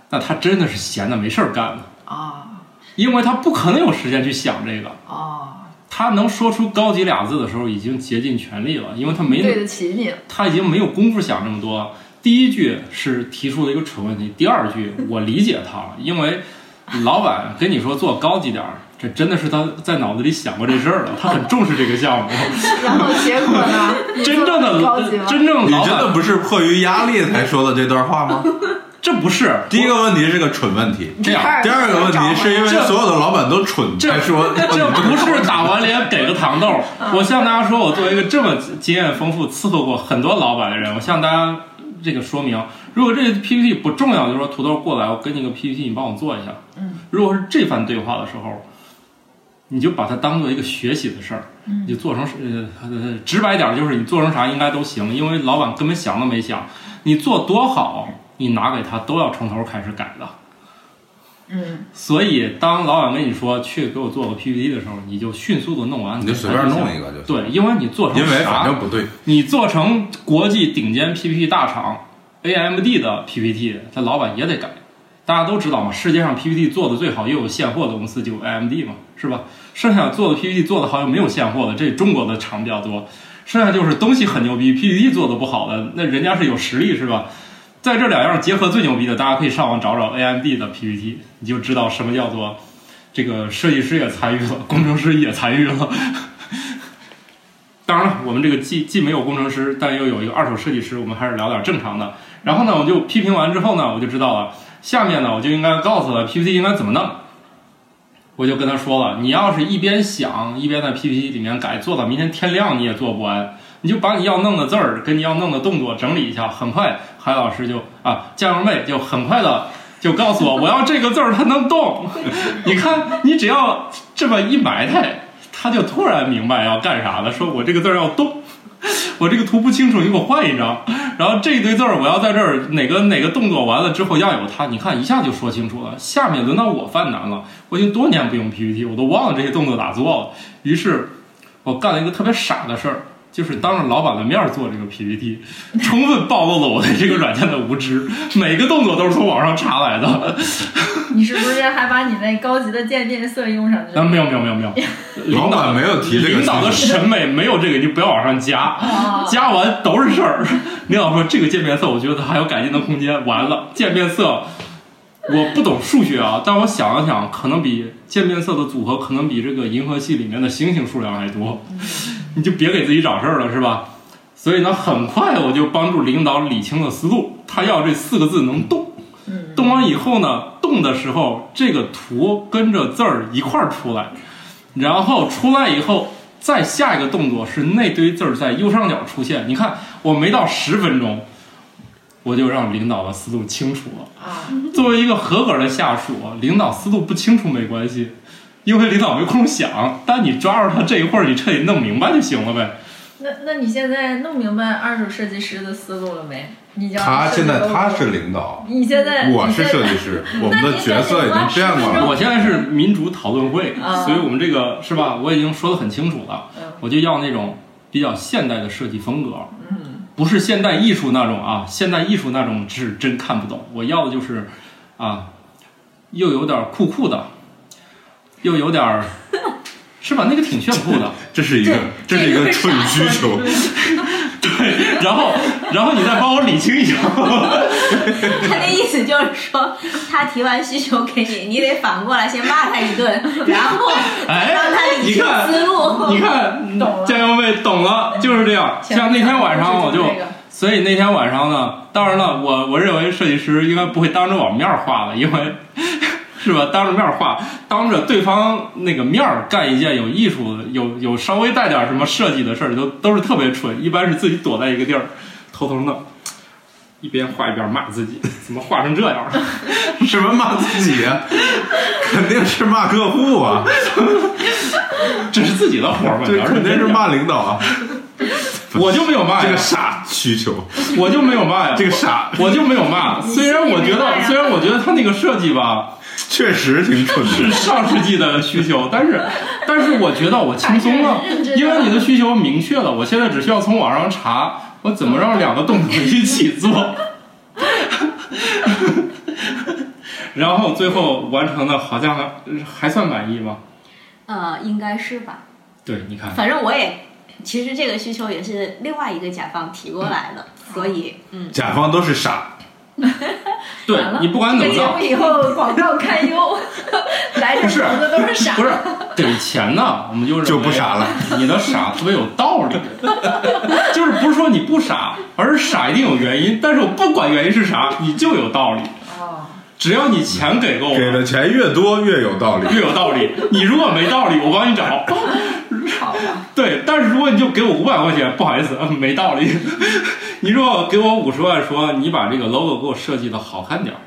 Speaker 2: 那他真的是闲的没事儿干了，
Speaker 4: 啊
Speaker 2: 因为他不可能有时间去想这个。
Speaker 4: 啊，
Speaker 2: 他能说出“高级”俩字的时候，已经竭尽全力了，因为他没
Speaker 4: 对得起你，
Speaker 2: 他已经没有功夫想这么多了。第一句是提出了一个蠢问题，第二句我理解他了，因为老板跟你说做高级点儿，这真的是他在脑子里想过这事儿了，他很重视这个项目。
Speaker 4: 然后结果呢？你
Speaker 2: 真正
Speaker 4: 说高级
Speaker 2: 的呃
Speaker 4: 吗？
Speaker 2: 真正
Speaker 5: 你
Speaker 2: 老
Speaker 5: 真的
Speaker 2: 板，
Speaker 5: 不是迫于压力才说的这段 话吗？
Speaker 2: 这不是
Speaker 5: 第一个问题是个蠢问题，
Speaker 2: 这样
Speaker 5: 第二个问题是因为
Speaker 2: 这
Speaker 5: 所有的老板都蠢
Speaker 2: 这
Speaker 5: 才说，哦
Speaker 2: 这不是打完脸给个糖豆儿。我向大家说，我作为一个这么经验丰富、伺候过很多老板的人，我向大家这个说明，如果这个 PPT 不重要，就说土豆过来，我给你个 PPT，你帮我做一下。嗯，如果是这番对话的时候，你就把它当做一个学习的事儿，你就做成呃呃直白点儿，就是你做成啥应该都行，因为老板根本想都没想，你做多好，你拿给他都要从头开始改的。
Speaker 4: 嗯，
Speaker 2: 所以，当老板跟你说去给我做个 PPT 的时候，你就迅速的弄完，
Speaker 5: 你就随便弄一个就行，
Speaker 2: 对，因为你做成
Speaker 5: 因为反
Speaker 2: 啥，
Speaker 5: 正不对。
Speaker 2: 你做成国际顶尖 PPT 大厂 AMD 的 PPT，他老板也得改。大家都知道嘛，世界上 PPT 做的最好又有现货的公司就有 AMD 嘛，是吧？剩下做的 PPT 做的好又没有现货的，这中国的厂比较多。剩下就是东西很牛逼，PPT 做的不好的，那人家是有实力是吧？在这两样结合最牛逼的，大家可以上网找找 AMD 的 PPT，你就知道什么叫做这个设计师也参与了，工程师也参与了。当然了，我们这个既既没有工程师，但又有一个二手设计师，我们还是聊点正常的。然后呢，我就批评完之后呢，我就知道了，下面呢我就应该告诉他 PPT 应该怎么弄。我就跟他说了，你要是一边想一边在 PPT 里面改，做到明天天亮你也做不完，你就把你要弄的字儿跟你要弄的动作整理一下，很快海老师就啊，酱油妹就很快的就告诉我，我要这个字儿它能动。你看，你只要这么一埋汰，他就突然明白要干啥了，说我这个字儿要动， 我这个图不清楚，你给我换一张。然后这一堆字儿，我要在这儿哪个哪个动作完了之后要有它，你看一下就说清楚了。下面轮到我犯难了，我已经多年不用 PPT，我都忘了这些动作咋做了。于是，我干了一个特别傻的事儿，就是当着老板的面儿做这个 PPT，充分暴露了我对这个软件的无知，每个动作都是从网上查来的。
Speaker 4: 你是不是还把你那高级的渐变色用上去
Speaker 2: 啊，
Speaker 4: 了？
Speaker 2: 没有没有没有没有，
Speaker 5: 老
Speaker 2: 领导
Speaker 5: 板没有提这个
Speaker 2: 领导的
Speaker 5: 事情，
Speaker 2: 审美没有这个，你就不要往上加，
Speaker 4: 啊哦
Speaker 2: 加完都是事儿。 领导说这个渐变色，我觉得还有改进的空间。完了，渐变色，我不懂数学啊，但我想了想，可能比渐变色的组合可能比这个银河系里面的星星数量还多，你就别给自己找事儿了，是吧？所以呢，很快我就帮助领导理清了思路，他要这四个字能动。动完以后呢，动的时候这个图跟着字儿一块儿出来，然后出来以后，再下一个动作是那堆字儿在右上角出现。你看，我没到十分钟，我就让领导的思路清楚了。
Speaker 4: 啊，
Speaker 2: 作为一个合格的下属，领导思路不清楚没关系，因为领导没空想。但你抓住他这一会儿，你彻底弄明白就行了呗。
Speaker 4: 那那你现在弄明白二手设计师的思路了没？你叫
Speaker 5: 他
Speaker 4: 设计
Speaker 5: 现在
Speaker 4: 都
Speaker 5: 他是领导，
Speaker 4: 你现在
Speaker 5: 我是设
Speaker 4: 计
Speaker 5: 计师，我们的角色已经变过
Speaker 4: 嗯
Speaker 5: 了。
Speaker 2: 我现在是民主讨论会，
Speaker 6: 嗯
Speaker 4: 啊
Speaker 2: 所以我们这个是吧？我已经说的很清楚了
Speaker 4: 嗯，
Speaker 2: 我就要那种比较现代的设计风格，
Speaker 6: 嗯
Speaker 2: 不是现代艺术那种啊，现代艺术那种是真看不懂。我要的就是啊，又有点酷酷的，又有点 儿是吧？那个挺炫酷的，
Speaker 5: 这是一个，这是一个蠢需求。
Speaker 2: 对。然后，然后你再帮我理清一下。
Speaker 6: 他的意思就是说，他提完需求给你，你得反过来先骂他一顿，然 后
Speaker 2: 哎
Speaker 6: 让他理
Speaker 2: 你
Speaker 6: 清
Speaker 2: 看
Speaker 6: 思路。
Speaker 2: 你看，
Speaker 4: 嗯懂了嗯
Speaker 2: 酱油妹懂了，就是这样。
Speaker 4: 前面
Speaker 2: 像那天晚上我就
Speaker 4: 就是这个，
Speaker 2: 所以那天晚上呢，当然了，我我认为设计师应该不会当着我面儿画了，因为是吧？当着面儿画，当着对方那个面儿干一件有艺术、有有稍微带点儿什么设计的事儿，都都是特别蠢，一般是自己躲在一个地儿，偷偷弄。一边画一边骂自己，怎么画成这样儿？
Speaker 5: 什么骂自己啊？ 肯定是骂客户啊，
Speaker 2: 这是自己的活儿嘛？你
Speaker 5: 这
Speaker 2: 要
Speaker 5: 肯定是
Speaker 2: 这样，
Speaker 5: 骂领导啊。
Speaker 2: 我就没有哎骂呀
Speaker 5: 这个傻需求，
Speaker 2: 我就没有骂呀，
Speaker 5: 这个傻
Speaker 2: 我就没有骂，虽然我觉
Speaker 4: 你心里没骂
Speaker 2: 得，
Speaker 4: 呀
Speaker 2: 虽然我觉得他那个设计吧
Speaker 5: 确实挺蠢
Speaker 2: 是
Speaker 5: 的。
Speaker 2: 上世纪的需求，但是但是我觉得我轻松了，因为你的需求明确了，我现在只需要从网上查我怎么让两个动作一起做，然后最后完成的好像还还算满意吧？
Speaker 6: 呃，应该是吧。
Speaker 2: 对，你看，
Speaker 6: 反正我也，其实这个需求也是另外一个甲方提过来的，所以嗯，
Speaker 5: 甲方都是傻，
Speaker 2: 对你不管怎么
Speaker 4: 节
Speaker 2: 弄
Speaker 4: 目，以后广告堪忧，来这
Speaker 2: 不是
Speaker 4: 投的都是傻
Speaker 2: 不。是给钱呢，我们就认为
Speaker 5: 就不傻了。
Speaker 2: 你的傻特别有道理，就是不是说你不傻，而是傻一定有原因。但是我不管原因是啥，你就有道理。
Speaker 4: 哦，
Speaker 2: 只要你钱给够
Speaker 5: 给
Speaker 2: 了，
Speaker 5: 的钱越多越有道理。
Speaker 2: 越有道理。你如果没道理，我帮你找。
Speaker 4: 好吧，
Speaker 2: 对，但是如果你就给我五百块钱，不好意思，嗯没道理。 你如果给我五十万说，你把这个 logo 给我设计的好看点儿，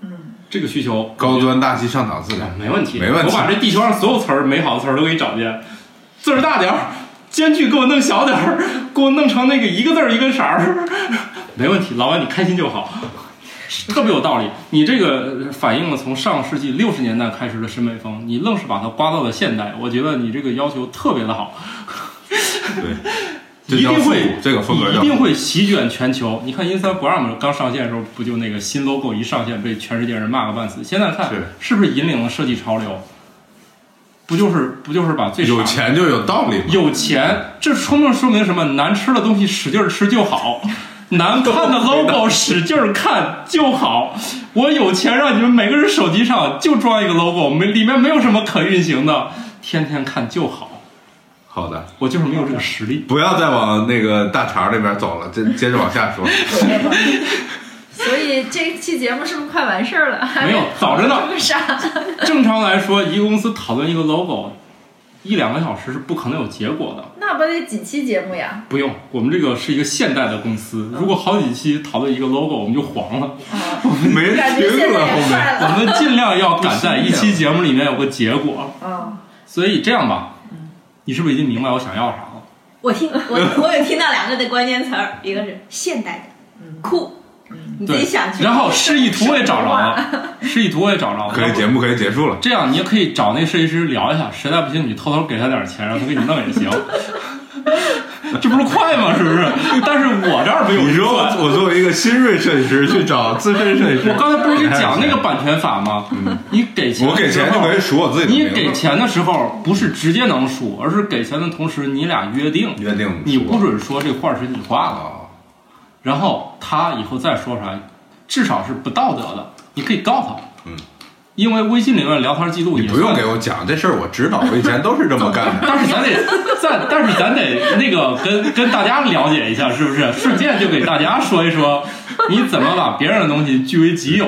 Speaker 2: 嗯，这个需求
Speaker 5: 高端大气上档次的，
Speaker 2: 没问题，
Speaker 5: 没问题
Speaker 2: 我把这地球上所有词儿美好的词儿都给你找见，字儿大点儿，间距给我弄小点儿，给我弄成那个一个字儿一个色儿， 没问题。老板你开心就好，特别有道理。你这个呃反映了从上世纪六十年代开始的审美风，你愣是把它刮到了现代，我觉得你这个要求特别的好，
Speaker 5: 对，这
Speaker 2: 一
Speaker 5: 叫
Speaker 2: 定
Speaker 5: 复
Speaker 2: 会
Speaker 5: 古，这个风格
Speaker 2: 一
Speaker 5: 叫
Speaker 2: 定
Speaker 5: 复古
Speaker 2: 会席卷全球。你看 Instagram 刚上线的时候，不就那个新 logo 一上线被全世界人骂个半死？现在看
Speaker 5: 是
Speaker 2: 是不是引领了设计潮流？不就是不就是把最傻
Speaker 5: 有钱就有道理嘛。
Speaker 2: 有钱，这充分说明什么？难吃的东西使劲儿吃就好，难看的 logo 使劲儿看就好。我有钱让你们每个人手机上就装一个 logo，没里面没有什么可运行的，天天看就好。
Speaker 5: 好的，
Speaker 2: 我就是没有这个实力。
Speaker 5: 不要再往那个大肠那边走了，接接着往 下说。
Speaker 4: 所以这期节目是不是快完事儿了？
Speaker 2: 没 有早着呢
Speaker 4: 这么傻，
Speaker 2: 正常来说，一个公司讨论一个 logo，一两个小时是不可能有结果的。
Speaker 4: 那不得几期节目呀？
Speaker 2: 不用，我们这个是一个现代的公司，如果好几期讨论一个 logo，我们就黄了。
Speaker 5: 没人
Speaker 4: 感觉
Speaker 5: 听
Speaker 4: 现在
Speaker 5: 了
Speaker 4: 也
Speaker 5: 后面，
Speaker 4: 快了。
Speaker 2: 我们尽量要赶 在一期节目里面有个结果。
Speaker 4: 嗯，
Speaker 2: 所以这样吧，你是不是已经明白我想要啥了？
Speaker 6: 我听我我有听到两个的关键词儿，一个是现代的酷，你自己
Speaker 2: 对
Speaker 6: 想，去。
Speaker 2: 然后示意图我也找着 了，示意图我也找着了。
Speaker 5: 可以，节目可以结束了。
Speaker 2: 这样你也可以找那设计师聊一下，实在不行你偷偷给他点钱，让他给你弄也行。 这不是快吗？是不是？但是我这儿没有
Speaker 5: 你说
Speaker 2: 快
Speaker 5: 我我作为一个新锐摄影师去找资深摄影师，
Speaker 2: 我刚才不是跟你讲
Speaker 5: 你还有钱
Speaker 2: 那个版权法吗？你给钱，
Speaker 5: 嗯我给钱就可以。数我自己
Speaker 2: 你
Speaker 5: 的名字。
Speaker 2: 给钱的时候不是直接能数，而是给钱的同时你俩约定，
Speaker 5: 约定数
Speaker 2: 你不准说这画是你画的，
Speaker 5: 啊？
Speaker 2: 然后他以后再说啥，至少是不道德的，你可以告他。
Speaker 5: 嗯，
Speaker 2: 因为微信里面聊天记录
Speaker 5: 你
Speaker 2: 也
Speaker 5: 不用
Speaker 2: 算
Speaker 5: 给我讲这事儿，我知道，我以前都是这么 干的。
Speaker 2: 但是咱得，咱但是咱得那个跟跟大家了解一下，是不是？顺便就给大家说一说，你怎么把别人的东西据为己有，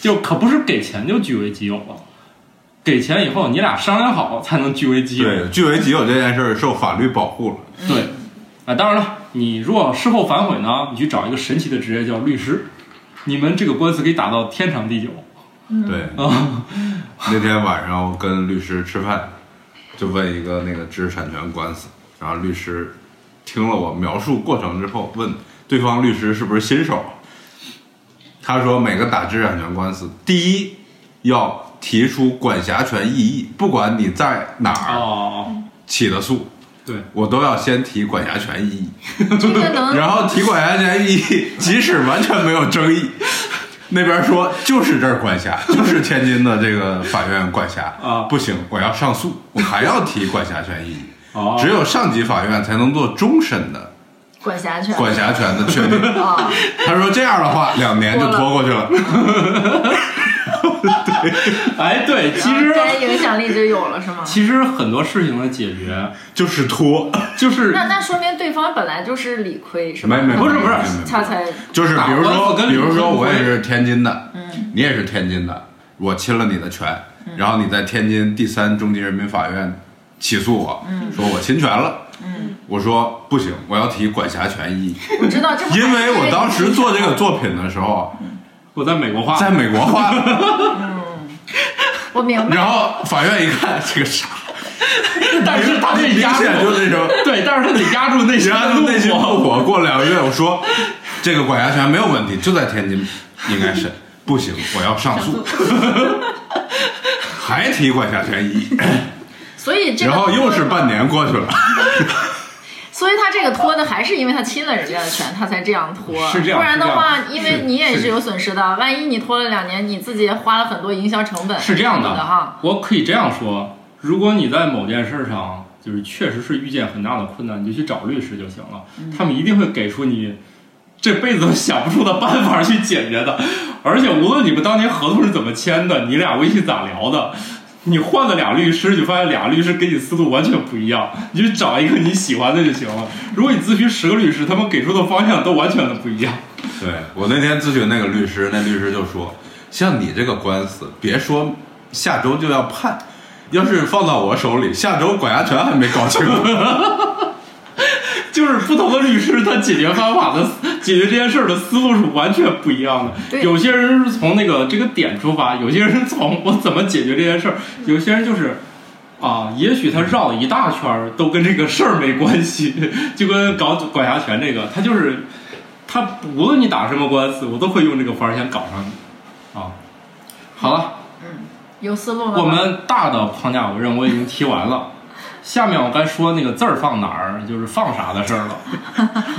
Speaker 2: 就可不是给钱就据为己有了。给钱以后，你俩商量好才能据为己有。
Speaker 5: 对，据为己有这件事儿受法律保护了。
Speaker 2: 对啊，当然了，你如果事后反悔呢，你去找一个神奇的职业叫律师，你们这个官司可以打到天长地久
Speaker 5: 对，
Speaker 2: 啊。
Speaker 5: 那天晚上我跟律师吃饭，就问一个那个知识产权官司，然后律师听了我描述过程之后，问对方律师是不是新手。他说每个打知识产权官司，第一要提出管辖权异议，不管你在哪儿
Speaker 2: 哦，
Speaker 5: 起的诉，
Speaker 2: 对，
Speaker 5: 我都要先提管辖权异议。
Speaker 4: 这个能
Speaker 5: 然后提管辖权异议， 即使完全没有争议，那边说就是这儿管辖， 就是天津的这个法院管辖
Speaker 2: 啊
Speaker 5: 不行，我要上诉，我还要提管辖权异议。
Speaker 2: 哦，
Speaker 5: 只有上级法院才能做终审的
Speaker 4: 管辖权
Speaker 5: 管辖权的确定。
Speaker 4: 啊，
Speaker 5: 他说这样的话，两年就拖过去了。
Speaker 2: 哎，对，其实
Speaker 4: 然后这些影响力就有了是吗？
Speaker 2: 其实很多事情的解决
Speaker 5: 就是拖，
Speaker 2: 就是
Speaker 4: 那那说明对方本来就是理亏是吧？
Speaker 5: 没没
Speaker 2: 不是不是
Speaker 5: 没没没
Speaker 4: 他才
Speaker 5: 就是比
Speaker 2: 打
Speaker 5: 如
Speaker 2: 官
Speaker 5: 说，
Speaker 2: 司跟
Speaker 5: 比如说
Speaker 2: 离婚
Speaker 5: 我
Speaker 2: 不一
Speaker 5: 也
Speaker 2: 样
Speaker 5: 是天津的，你也是天津的，我侵了你的权，然后你在天津第三中级人民法院起诉我，说我侵权了，我说不行，我要提管辖权异议，
Speaker 4: 我知道这不
Speaker 5: 因为我当时做这个作品的时候
Speaker 2: 我在美国画，
Speaker 5: 在美国画的，
Speaker 4: 我明白
Speaker 5: 然后法院一看这个傻，
Speaker 2: 但是他得
Speaker 5: 明
Speaker 2: 压住，
Speaker 5: 显就那什么，
Speaker 2: 对，但是他得压住内心
Speaker 5: 然后内心
Speaker 2: 怒
Speaker 5: 不
Speaker 2: 火。
Speaker 5: 火，过了两个月，我说这个管辖权没有问题，就在天津应该审，不行，我要上诉，还提管辖权 异议，
Speaker 4: 所以这个
Speaker 5: 然后又是半年过去了，
Speaker 4: 所以他这个拖的还是因为他侵了人家的权，他才这样拖。
Speaker 2: 是这样
Speaker 4: 不然的话
Speaker 2: 是这，样
Speaker 4: 因为你也
Speaker 2: 是
Speaker 4: 是有损失的。万一你拖了两年，你自己也花了很多营销成本。
Speaker 2: 是这样
Speaker 4: 的哈，
Speaker 2: 我可以这样说：如果你在某件事上就是确实是遇见很大的困难，你就去找律师就行了，
Speaker 4: 嗯
Speaker 2: 他们一定会给出你这辈子都想不出的办法去解决的。而且无论你们当年合同是怎么签的，你俩微信咋聊的。你换了俩律师，就发现俩律师给你思路完全不一样，你就找一个你喜欢的就行了。如果你咨询十个律师，他们给出的方向都完全的不一样。
Speaker 5: 对我那天咨询那个律师，那律师就说，像你这个官司，别说下周就要判，要是放到我手里，下周管辖权还没搞 清楚。
Speaker 2: 就是不同的律师，他解决方法的 解决这件事儿的思路是完全不一样的。
Speaker 4: 对
Speaker 2: 有些人是从那个这个点出发，有些人从 我怎么解决这件事儿，有些人就是啊，也许他绕了一大圈儿都跟这个事儿没关系， 就跟搞管辖权这个，他就是他无论你打什么官司，我都会用这个法儿先搞上你啊。好了，
Speaker 4: 有思路了吗。
Speaker 2: 我们大的框架我认为已经提完了，下面我该说那个字儿放哪儿，就是放啥的事儿了。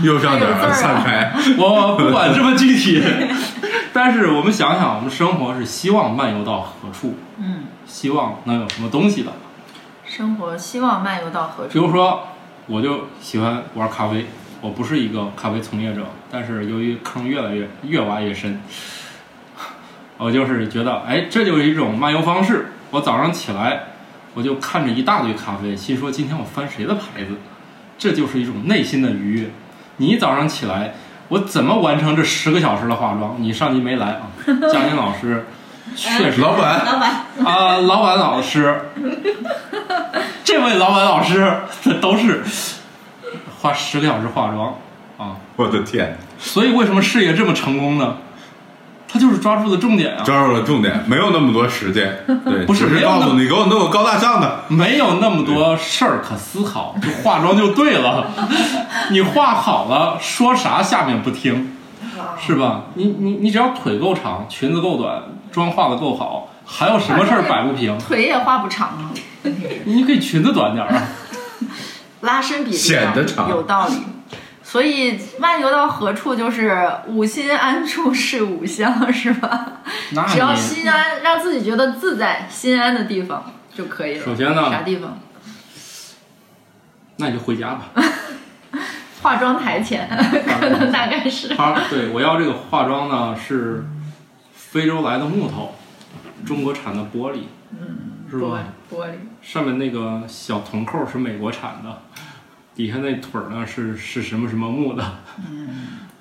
Speaker 5: 右上角的散开，
Speaker 2: 我不管这么具体，但是我们想想，我们生活是希望漫游到何处？
Speaker 4: 嗯，
Speaker 2: 希望能有什么东西的？
Speaker 4: 生活希望漫游到何
Speaker 2: 比
Speaker 4: 处？
Speaker 2: 如说，我就喜欢玩咖啡，我不是一个咖啡从业者，但是由于坑越来越越挖越深， 我就是觉得，哎，这就是一种漫游方式。我早上起来，我就看着一大堆咖啡，心说今天我翻谁的牌子，这就是一种内心的愉悦。你一早上起来，我怎么完成这十个小时的化妆？你上级没来啊， 佳宁老师，确实
Speaker 5: 哎老板
Speaker 6: 老板，
Speaker 2: 啊，老板老师， 这位老板老师都是花十个小时化妆啊，
Speaker 5: 我的天，
Speaker 2: 所以为什么事业这么成功呢？他就是抓住了重点啊，
Speaker 5: 抓住了重点，没有那么多时间，对，
Speaker 2: 不是
Speaker 5: 只
Speaker 2: 没
Speaker 5: 是
Speaker 2: 有那
Speaker 5: 告
Speaker 2: 么
Speaker 5: 诉你给我弄个高大上的，
Speaker 2: 没有那么多事儿可思考，就化妆就对了。 你画好了，说啥下面不听，是吧？你你你只要腿够长，裙子够短，妆化的够好，还有什么事儿摆不平？
Speaker 4: 腿也画不长啊。
Speaker 2: 你可以裙子短点儿啊。
Speaker 4: 拉伸比例
Speaker 5: 显得长
Speaker 4: 有道理。所以漫游到何处就是吾心安处是吾乡，是吧？
Speaker 2: 那
Speaker 4: 只要
Speaker 2: 你
Speaker 4: 心安，让自己觉得自在、心安的地方就可以了。
Speaker 2: 首先呢
Speaker 4: 啥地方？
Speaker 2: 那你就回家吧。
Speaker 4: 化妆台前，可能大概是。
Speaker 2: 他对我要这个化妆呢是非洲来的木头，中国产的玻璃，是
Speaker 4: 玻璃
Speaker 2: 吧？
Speaker 4: 玻璃，
Speaker 2: 上面那个小铜扣是美国产的，底下那腿儿呢是是什么什么木的，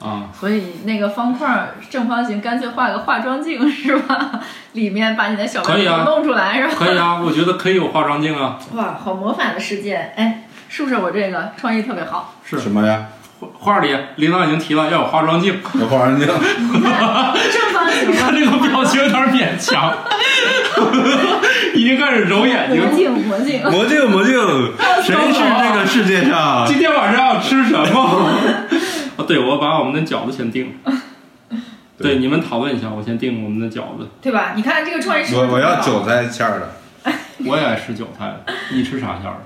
Speaker 2: 啊，
Speaker 4: 所以那个方块正方形，干脆画个化妆镜是吧？ 里面把你的小
Speaker 2: 可
Speaker 4: 白
Speaker 2: 以
Speaker 4: 兔
Speaker 2: 啊
Speaker 4: 弄出来是吧？
Speaker 2: 可以啊，我觉得可以有化妆镜啊，
Speaker 4: 哇，好魔法的世界！哎，是不是我这个创意特别好？
Speaker 2: 是
Speaker 5: 什么呀？
Speaker 2: 画画里琳娜已经提了要有化妆镜，
Speaker 5: 我化妆镜，
Speaker 4: 正方形
Speaker 2: 他
Speaker 4: 吗？
Speaker 2: 这个表情有点勉强， 已经开始揉眼睛
Speaker 4: 魔。镜，魔镜。
Speaker 5: 魔镜魔镜，谁是这个世界 上
Speaker 2: 今天晚上要吃什 么？哦，啊对，我把我们的饺子先定了。
Speaker 5: 对
Speaker 2: 对，你们讨论一下，我先定我们的饺子。
Speaker 4: 对吧？你看这个创意是不
Speaker 5: 我
Speaker 4: 是
Speaker 5: 我要
Speaker 4: 特别好
Speaker 5: 韭菜馅儿的，
Speaker 2: 我也爱吃韭菜的，你吃啥馅儿的？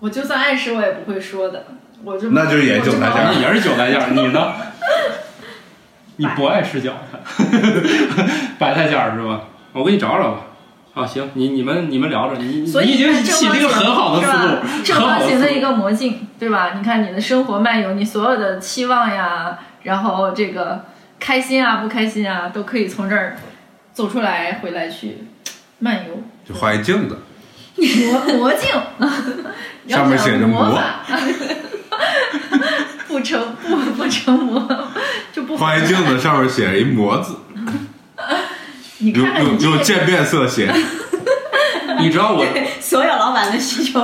Speaker 4: 我就算爱吃我也不会说的，我就
Speaker 5: 那就是也
Speaker 4: 我就
Speaker 5: 韭菜馅儿
Speaker 2: 啊那也是韭菜馅儿， 你呢？你不爱吃饺 子，白菜馅儿是吧？我给你找找吧。啊，行，你你们你们聊着，你
Speaker 4: 所
Speaker 2: 你已
Speaker 4: 以你
Speaker 2: 经
Speaker 4: 看
Speaker 2: 起
Speaker 4: 正
Speaker 2: 了
Speaker 4: 方
Speaker 2: 一个很好的思路，
Speaker 4: 形是吧正
Speaker 2: 很好
Speaker 4: 方形
Speaker 2: 思
Speaker 4: 的一
Speaker 2: 路。
Speaker 4: 个魔镜，对吧？你看你的生活漫游，你所有的期望呀，然后这个开心啊、不开心啊，都可以从这儿走出来，回来去漫游。
Speaker 5: 就画一镜子，
Speaker 4: 魔魔 镜，你要
Speaker 5: 上面
Speaker 4: 想
Speaker 5: 写着
Speaker 4: 魔
Speaker 5: 魔
Speaker 4: 法， 不成不不成魔就不
Speaker 5: 画一镜子上面写着一魔字，
Speaker 4: 你
Speaker 5: 有
Speaker 4: 看看
Speaker 5: 有
Speaker 4: 你这
Speaker 5: 有
Speaker 4: 个
Speaker 5: 渐变色写
Speaker 2: 你知道我
Speaker 6: 所有老板的需求。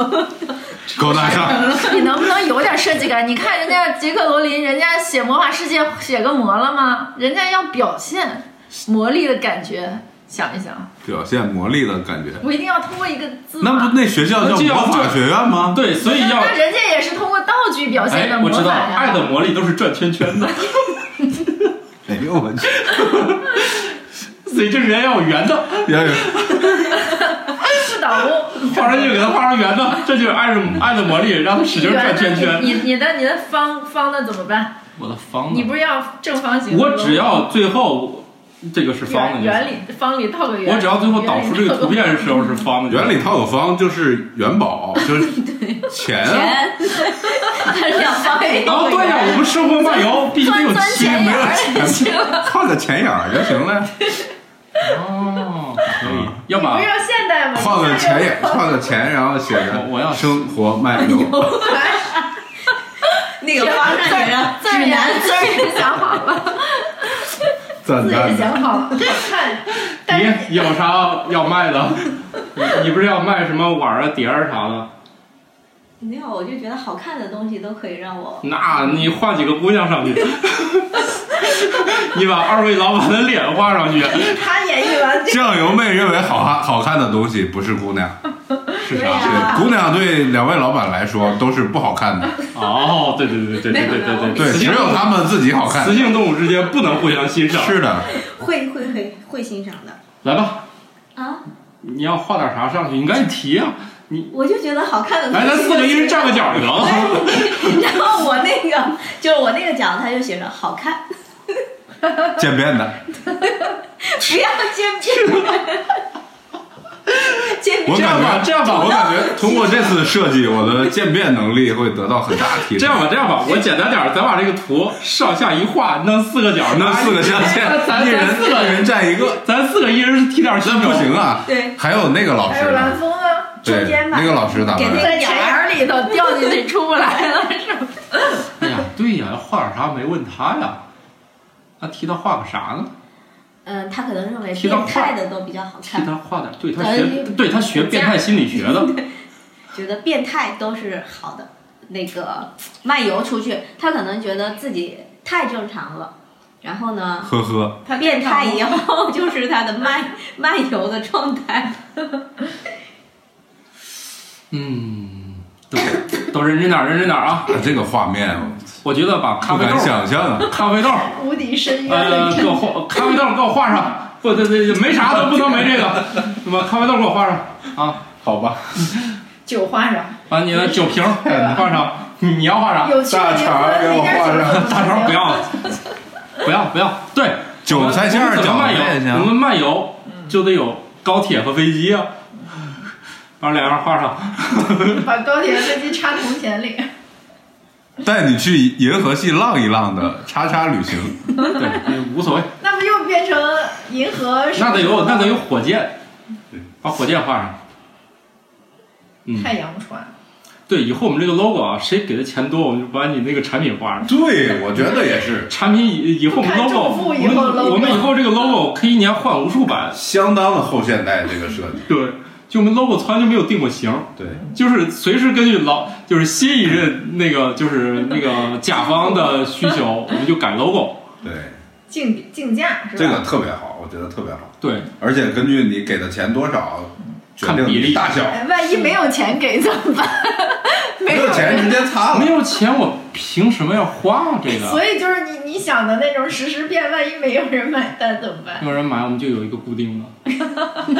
Speaker 5: 高大上，
Speaker 4: 你能不能有点设计感？你看人家杰克罗琳，人家写魔法世界写个魔了吗？人家要表现魔力的感觉，想一想，
Speaker 5: 表现魔力的感觉。
Speaker 4: 我一定要通过一个字
Speaker 5: 那
Speaker 4: 嘛。
Speaker 5: 不那学校叫魔法学院吗？
Speaker 2: 对，所以 要
Speaker 4: 那人家也是通过道具表现
Speaker 2: 哎
Speaker 4: 的，
Speaker 2: 我
Speaker 4: 魔
Speaker 2: 知
Speaker 4: 法
Speaker 2: 道，
Speaker 4: 呀、
Speaker 2: 爱的魔力都是转圈圈的，
Speaker 5: 哎呦我去，
Speaker 2: 所以这人要有圆的。
Speaker 5: 要有
Speaker 4: 不倒 翁。
Speaker 2: 画上去给它画上圆的， 这就是爱的 爱的魔力，让它使劲转圈圈。
Speaker 4: 你你的你的方方的怎么办？
Speaker 2: 我的方
Speaker 4: 你
Speaker 2: 呢？
Speaker 4: 不是要正方形？
Speaker 2: 我只要最后这个是方的
Speaker 4: 圆
Speaker 2: 就
Speaker 4: 圆
Speaker 2: 行。
Speaker 4: 里方里套个圆。
Speaker 2: 我只要最后导出这个图片的时候是方的就行。
Speaker 5: 原理套个方就是元宝，就是
Speaker 2: 哎
Speaker 5: 钱啊，
Speaker 6: 钱，两 方面
Speaker 2: 哦，对呀、我们生活漫游必须得有
Speaker 4: 钻
Speaker 2: 七
Speaker 4: 钱
Speaker 2: 没
Speaker 4: 眼
Speaker 2: 有
Speaker 4: 儿
Speaker 2: 钱。
Speaker 5: 画个啊钱眼儿就行了，
Speaker 2: 哦，可以，要么
Speaker 4: 不是要现代吗？
Speaker 5: 画个钱眼，画个钱，然后写着
Speaker 2: 我我要
Speaker 5: 生活漫游，
Speaker 6: 那个方
Speaker 4: 字
Speaker 6: 上
Speaker 4: 儿字儿
Speaker 6: 指
Speaker 4: 也
Speaker 6: 南
Speaker 4: 字 儿也想好 了。
Speaker 5: 赞
Speaker 4: 字也
Speaker 5: 赞的。
Speaker 4: 想好了，看，但是
Speaker 2: 你有啥要卖的？ 你你不是要卖什么碗啊、碟儿啥的？
Speaker 6: 没有，我就觉得好看的东西都可以让我
Speaker 2: 那你画几个姑娘上去， 你把二位老板的脸画上去，
Speaker 4: 他演绎完
Speaker 5: 酱油妹认为好看好看的东西不是 姑娘，
Speaker 2: 是
Speaker 6: 对
Speaker 2: 啥？
Speaker 6: 呀
Speaker 5: 对姑娘对两位老板来说都是不好看的，
Speaker 2: 哦，对对对对对对对对，
Speaker 5: 对，
Speaker 2: 雌
Speaker 5: 只
Speaker 2: 性
Speaker 5: 有他们自己好看
Speaker 2: 雌。性动物之间不能互相欣赏。
Speaker 5: 是的，
Speaker 6: 会会会会欣赏的
Speaker 2: 来吧，
Speaker 6: 啊！
Speaker 2: 你要画点啥上去，你赶紧提啊！
Speaker 6: 我就觉得好看的东
Speaker 2: 来，
Speaker 6: 西。
Speaker 2: 咱四个一人站个角儿得了。
Speaker 6: 然后我那个就是我那个奖，他就写着好看，
Speaker 5: 渐变的。
Speaker 6: 不要尖边，尖
Speaker 5: 我
Speaker 2: 这
Speaker 6: 边。
Speaker 5: 感
Speaker 2: 样吧
Speaker 5: 觉
Speaker 2: 这样吧
Speaker 5: 我感觉通过这次的设计，我的渐变能力会得到很大提升。
Speaker 2: 这样吧，这样吧，我简单点儿，咱把这个图上下一画，弄四个角儿，
Speaker 5: 那四个象限
Speaker 2: 哎咱，
Speaker 5: 一人
Speaker 2: 咱四个
Speaker 5: 一人占一个，
Speaker 2: 咱四个一人提点儿需
Speaker 5: 那
Speaker 2: 求
Speaker 5: 不。行啊。
Speaker 6: 对，
Speaker 5: 还有那个老
Speaker 4: 还
Speaker 5: 师
Speaker 4: 有蓝
Speaker 5: 呢，
Speaker 4: 风啊，
Speaker 5: 对
Speaker 6: 中间，吧
Speaker 5: 那个老师咋
Speaker 6: 给
Speaker 5: 办
Speaker 6: 那？
Speaker 4: 在钱眼儿里头掉进去出不来了，是吧？
Speaker 2: 哎呀，对呀，画点啥没问他呀？他提他画个啥呢？
Speaker 6: 嗯，他可能认为
Speaker 2: 提到
Speaker 6: 变
Speaker 2: 画
Speaker 6: 态的都比较好
Speaker 2: 提
Speaker 6: 看，
Speaker 2: 他画点，对他
Speaker 6: 咱
Speaker 2: 学，对他学变态心理学的。
Speaker 6: 觉得变态都是好的。那个漫游出去，他可能觉得自己太正常了，然后呢，
Speaker 5: 呵呵，
Speaker 6: 他变态以后就是他的 漫漫游的状态。
Speaker 2: 嗯，对，都认真点儿，认真点儿啊！
Speaker 5: 这个画面
Speaker 2: 我觉得把
Speaker 5: 不
Speaker 2: 咖啡豆
Speaker 5: 敢
Speaker 2: 儿嗯
Speaker 5: 想象啊！
Speaker 2: 咖啡豆儿，
Speaker 4: 无底深渊
Speaker 2: 呃，
Speaker 4: 的
Speaker 2: 给我画咖啡豆儿给我画上，不，对对，对没啥都不能没这个，那么咖啡豆儿给我画上啊，
Speaker 5: 好吧，
Speaker 4: 酒花上，
Speaker 2: 把你的酒瓶儿画上，你要画啥？
Speaker 4: 有去
Speaker 5: 大
Speaker 4: 结
Speaker 5: 肠
Speaker 4: 婚
Speaker 5: 给
Speaker 4: 那
Speaker 5: 我
Speaker 4: 点
Speaker 5: 画
Speaker 4: 儿
Speaker 5: 上
Speaker 4: 酒
Speaker 2: 大肠不要了，不要不要，对，
Speaker 5: 韭菜馅儿
Speaker 2: 我们怎么
Speaker 5: 饺
Speaker 2: 漫
Speaker 5: 子也
Speaker 2: 游？我
Speaker 5: 行
Speaker 2: 们漫游就得有高铁和飞机啊，把两样画上。
Speaker 4: 把高铁飞机插铜钱里。
Speaker 2: 嗯
Speaker 5: 带你去银河系浪一浪的叉叉旅行，
Speaker 2: 对，无所谓，
Speaker 4: 那不又变成银河？
Speaker 2: 那得有那得有火箭，把火箭画上。嗯，
Speaker 4: 太阳船。
Speaker 2: 对，以后我们这个 logo 啊，谁给的钱多，我们就把你那个产品画上。
Speaker 5: 对我觉得也是
Speaker 2: 产品以以后我们
Speaker 4: 不看
Speaker 2: logo，
Speaker 4: 重
Speaker 2: 我
Speaker 4: 复以后
Speaker 2: 们
Speaker 4: logo
Speaker 2: 我们以后这个 logo 可以一年换无数版。
Speaker 5: 相当的后现代这个设计，
Speaker 2: 对，就我们 logo 从来就没有定过型儿，
Speaker 5: 对，
Speaker 2: 就是随时根据老就是新一任那个就是那 个甲方的需求，我们就改 logo。
Speaker 5: 对，
Speaker 4: 竞竞价是吧？
Speaker 5: 这个特别好，我觉得特别好，
Speaker 2: 对，
Speaker 5: 而且根据你给的钱多少，决
Speaker 2: 看
Speaker 5: 定
Speaker 2: 比例
Speaker 5: 你大小，
Speaker 4: 哎万一没有钱给怎么办？没
Speaker 5: 没
Speaker 4: 有
Speaker 5: 有钱直
Speaker 4: 人。
Speaker 5: 接擦
Speaker 2: 没
Speaker 5: 了。
Speaker 2: 有钱我凭什么要花这个？
Speaker 4: 所以就是你你想的那种实时变，万一没有人买单怎么办？
Speaker 2: 有人买我们就有一个固定的，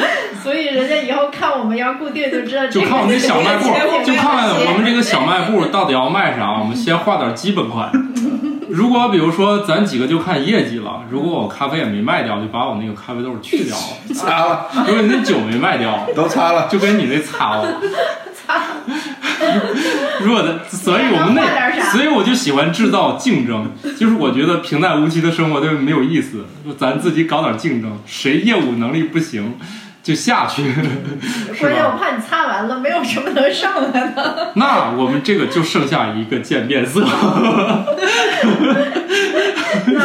Speaker 4: 所以人家以后看我们要固定就知道这
Speaker 2: 就
Speaker 4: 个。
Speaker 2: 看我们这小卖
Speaker 4: 这个节
Speaker 2: 部，
Speaker 4: 目
Speaker 2: 就看
Speaker 4: 有没有
Speaker 2: 我
Speaker 4: 钱
Speaker 2: 们这个小卖部到底要卖啥，我们先画点基本 款。如果比如说咱几个就看业绩了，如果我咖啡也没卖掉，就把我那个咖啡豆去掉了；
Speaker 5: 擦了，
Speaker 2: 如果你那酒没卖掉，
Speaker 5: 都擦了，
Speaker 2: 就跟你那擦 了。如果的，所以我们
Speaker 4: 你还能画点
Speaker 2: 那，
Speaker 4: 啥
Speaker 2: 所以我就喜欢制造竞争，就是我觉得平淡无奇的生活对没有意思，咱自己搞点竞争，谁业务能力不行就下去，是
Speaker 4: 关键我
Speaker 2: 吧？
Speaker 4: 怕你擦完了没有什么能上来的。
Speaker 2: 那我们这个就剩下一个渐变色，
Speaker 4: 那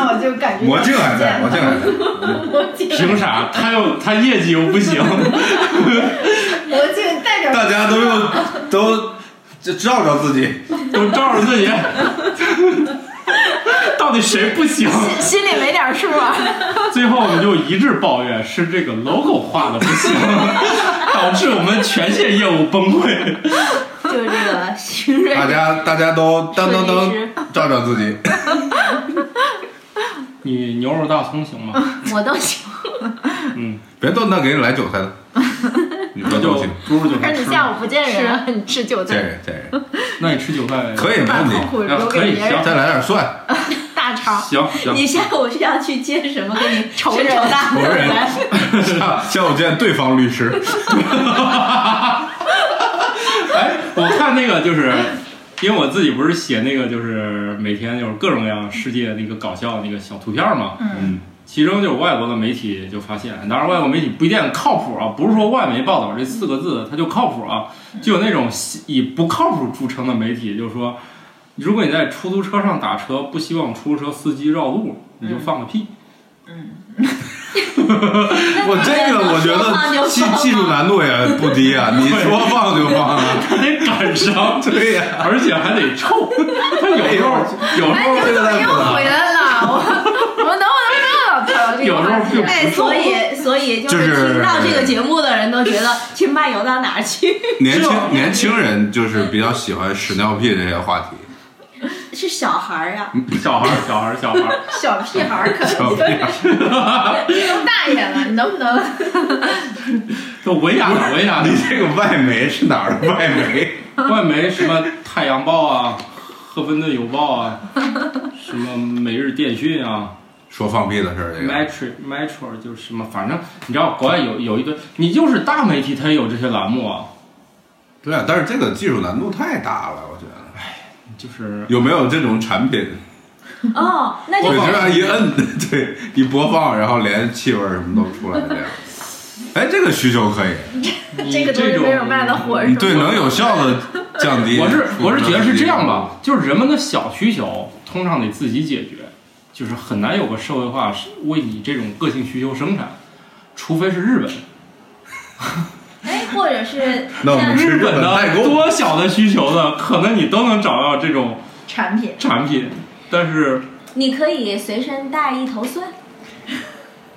Speaker 4: 我就感觉
Speaker 5: 魔镜还在，魔镜还在，
Speaker 4: 魔镜
Speaker 2: 凭啥？他又他业绩又不 行，
Speaker 4: 魔镜带点
Speaker 5: 大家都用都就照照自己，
Speaker 2: 都照着自己，到底谁不行？
Speaker 4: 心里没点数啊。
Speaker 2: 最后我们就一致抱怨是这个 logo 画的不 行，导致我们全线业务崩溃。
Speaker 3: 就是这个新锐
Speaker 5: 大家大家都噔噔
Speaker 3: 设计师
Speaker 5: 噔照照自己，
Speaker 2: 你牛肉大葱行吗？
Speaker 3: 我都行。
Speaker 2: 嗯，
Speaker 5: 别动，那给你来韭菜 的，你
Speaker 2: 那
Speaker 5: 别
Speaker 2: 就
Speaker 5: 动心，
Speaker 2: 不如就
Speaker 4: 可
Speaker 2: 来
Speaker 4: 是
Speaker 2: 吃
Speaker 4: 你。下午不见人，你吃韭
Speaker 5: 这个
Speaker 4: 菜、
Speaker 5: 这个
Speaker 2: 那你吃韭菜
Speaker 5: 可以没
Speaker 4: 大
Speaker 5: 问题，
Speaker 4: 痛苦
Speaker 2: 啊
Speaker 4: 留
Speaker 2: 可以
Speaker 4: 给别人
Speaker 2: 行
Speaker 5: 再来点 蒜，
Speaker 4: 大肠。
Speaker 2: 行行，
Speaker 3: 你下午是要去接什么？给你
Speaker 4: 仇
Speaker 3: 吃
Speaker 4: 人
Speaker 3: 仇大
Speaker 5: 仇人 下下午见对方律 师，
Speaker 2: 哎，我看那个就是，因为我自己不是写那个就是每天就是各种各样世界那个搞笑那个小图片嘛，
Speaker 5: 嗯，
Speaker 2: 其中就是外国的媒体就发现，当然外国媒体不一定靠谱啊，不是说外媒报道这四个字它就靠谱啊，
Speaker 4: 嗯
Speaker 2: 就有那种以不靠谱著称的媒体，就是说，如果你在出租车上打车，不希望出租车司机绕路，
Speaker 4: 嗯
Speaker 2: 你就放个屁。
Speaker 5: 我这个我觉得技技术难度也不低 啊，你说放就放啊，
Speaker 2: 他得赶上，
Speaker 5: 对呀，
Speaker 2: 而且还得臭。 他有时候，有时
Speaker 4: 哎，你
Speaker 2: 候，
Speaker 4: 们怎么又回来了？我我能不能绕到这
Speaker 2: 有
Speaker 4: 个
Speaker 2: 时
Speaker 4: 话
Speaker 2: 候
Speaker 4: 题？
Speaker 3: 哎，所 以所以就
Speaker 5: 就是是
Speaker 3: 听到这个节目的人都觉得去漫游到哪儿 去？
Speaker 5: 年轻年轻人就是比较喜欢屎尿屁这些话题，
Speaker 3: 是小孩儿啊，
Speaker 5: 嗯
Speaker 2: 小孩儿，小孩儿，小孩儿，
Speaker 4: 小屁孩儿可
Speaker 5: 小屁孩
Speaker 4: 你都大爷了，你能不能？
Speaker 2: 都文雅点，文雅
Speaker 5: 你
Speaker 2: 点。
Speaker 5: 这个外媒是哪儿的外 媒？
Speaker 2: 外媒什么《太阳报》啊，《赫芬顿邮报》 啊，什么《每日电讯》啊。
Speaker 5: 说放屁的事儿，这个
Speaker 2: Metro Metro 就是什么，反正你知道国外有有一堆，你就是大媒体它也有这些栏目啊，
Speaker 5: 对啊，但是这个技术难度太大了，我觉得
Speaker 2: 就是
Speaker 5: 有没有这种产品？
Speaker 3: 哦，那就
Speaker 5: 对，
Speaker 2: 播
Speaker 5: 就
Speaker 2: 放
Speaker 5: 让一摁， 对，一播放，然后连气味儿什么都出来这样。哎，这个需求可以，
Speaker 2: 你
Speaker 4: 这个东西
Speaker 2: 种嗯
Speaker 4: 没有卖的火是吧？
Speaker 5: 对，能有效的降低。
Speaker 2: 哎我是我是觉得是这样吧，就是人们的小需求通常得自己解决，就是很难有个社会化是为你这种个性需求生产，除非是日本，
Speaker 6: 哎，或者是
Speaker 5: 那我们是
Speaker 2: 本
Speaker 5: 本
Speaker 2: 的
Speaker 5: 代购，
Speaker 2: 多小的需求的，可能你都能找到这种
Speaker 4: 产品。
Speaker 2: 产品，但是
Speaker 6: 你可以随身带一头蒜，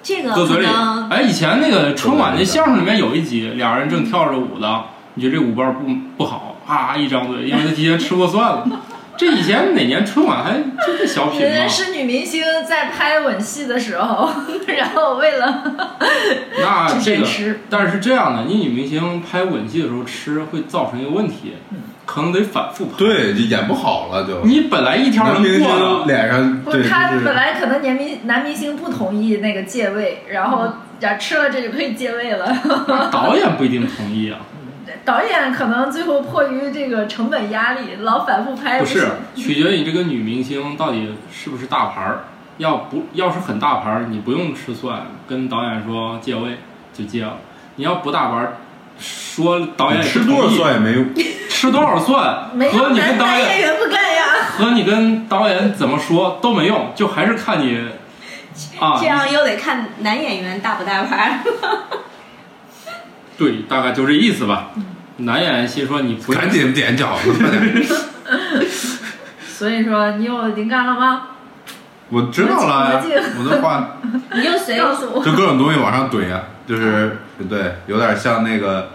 Speaker 3: 这个
Speaker 2: 搁
Speaker 3: 可
Speaker 2: 嘴里
Speaker 5: 啊
Speaker 3: 能，
Speaker 2: 哎，以前那个春晚那相声里面有一集，俩人正跳着舞呢，你觉得这舞伴不不好啊？一张嘴，因为他提前吃过蒜了。这以前哪年春晚还就这小品吗？
Speaker 4: 呃是女明星在拍吻戏的时候，然后为了
Speaker 2: 那这
Speaker 4: 真
Speaker 2: 个
Speaker 4: 吃
Speaker 2: 但是是这样的，你女明星拍吻戏的时候吃会造成一个问题，可能得反复拍。，
Speaker 5: 对，就演不好了就。
Speaker 2: 你本来一条
Speaker 5: 男明
Speaker 2: 能过
Speaker 5: 星
Speaker 2: 的，
Speaker 5: 脸上
Speaker 4: 不
Speaker 5: 对，
Speaker 4: 是他
Speaker 5: 就是
Speaker 4: 本来可能年明男明星不同意那个借位，然
Speaker 2: 嗯
Speaker 4: 后呀吃了这就可以借位了。
Speaker 2: 导演不一定同意啊。
Speaker 4: 导演可能最后迫于这个成本压力，老反复拍
Speaker 2: 不
Speaker 4: 行
Speaker 2: 是，取决于你这个女明星到底是不是大牌儿。要不要是很大牌儿，你不用吃蒜，跟导演说借位就借了。你要不大牌儿，说导演
Speaker 5: 你
Speaker 2: 也
Speaker 5: 吃
Speaker 2: 不
Speaker 5: 多少
Speaker 2: 同意，
Speaker 5: 蒜也没用。
Speaker 2: 吃多少蒜
Speaker 4: 没
Speaker 2: 和
Speaker 4: 有
Speaker 2: 你跟
Speaker 4: 男
Speaker 2: 导
Speaker 4: 男演
Speaker 2: 演
Speaker 4: 员不干呀。
Speaker 2: 和你跟导演怎么说都没用，就还是看你啊
Speaker 6: 这，样又得看男演员大不大牌儿。
Speaker 2: 对，大概就这意思吧。男演员心说你不要
Speaker 5: 赶紧点 饺子，快点！
Speaker 4: 所以说，你有灵感了吗？
Speaker 5: 我知道了，我的话
Speaker 6: 你就随
Speaker 4: 告诉我。
Speaker 5: 就各种东西往上怼啊，就是对，有点像那个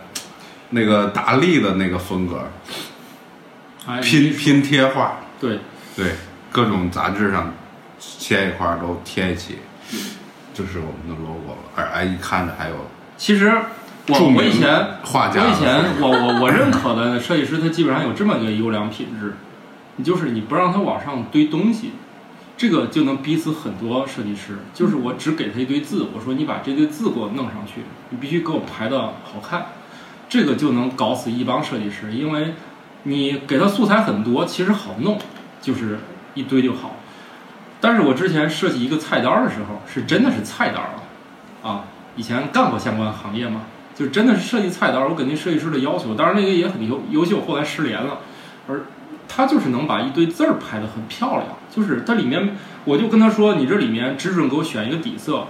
Speaker 5: 那个达利的那个风格，
Speaker 2: 哎
Speaker 5: 拼拼贴画，
Speaker 2: 对，
Speaker 5: 对，各种杂志上贴一块儿都贴一起，
Speaker 2: 嗯
Speaker 5: 就是我们的 logo 了。而哎，一看着还有
Speaker 2: 其实
Speaker 5: 著
Speaker 2: 我我
Speaker 5: 名
Speaker 2: 以前
Speaker 5: 画家
Speaker 2: 我
Speaker 5: 的
Speaker 2: 以前
Speaker 5: 风格
Speaker 2: 我我我认可的设计师，他基本上有这么一个优良品质，你就是你不让他往上堆东西，这个就能逼死很多设计师。就是我只给他一堆字，我说你把这堆字给我弄上去，你必须给我排的好看，这个就能搞死一帮设计师，因为你给他素材很多，其实好弄，就是一堆就好。但是我之前设计一个菜单儿的时候，是真的是菜单儿啊，啊，以前干过相关行业嘛，就真的是设计菜单儿，我根据设计师的要求，当然那个也很优优秀，后来失联了，而他就是能把一堆字儿排得很漂亮，就是它里面，我就跟他说，你这里面只准给我选一个底色，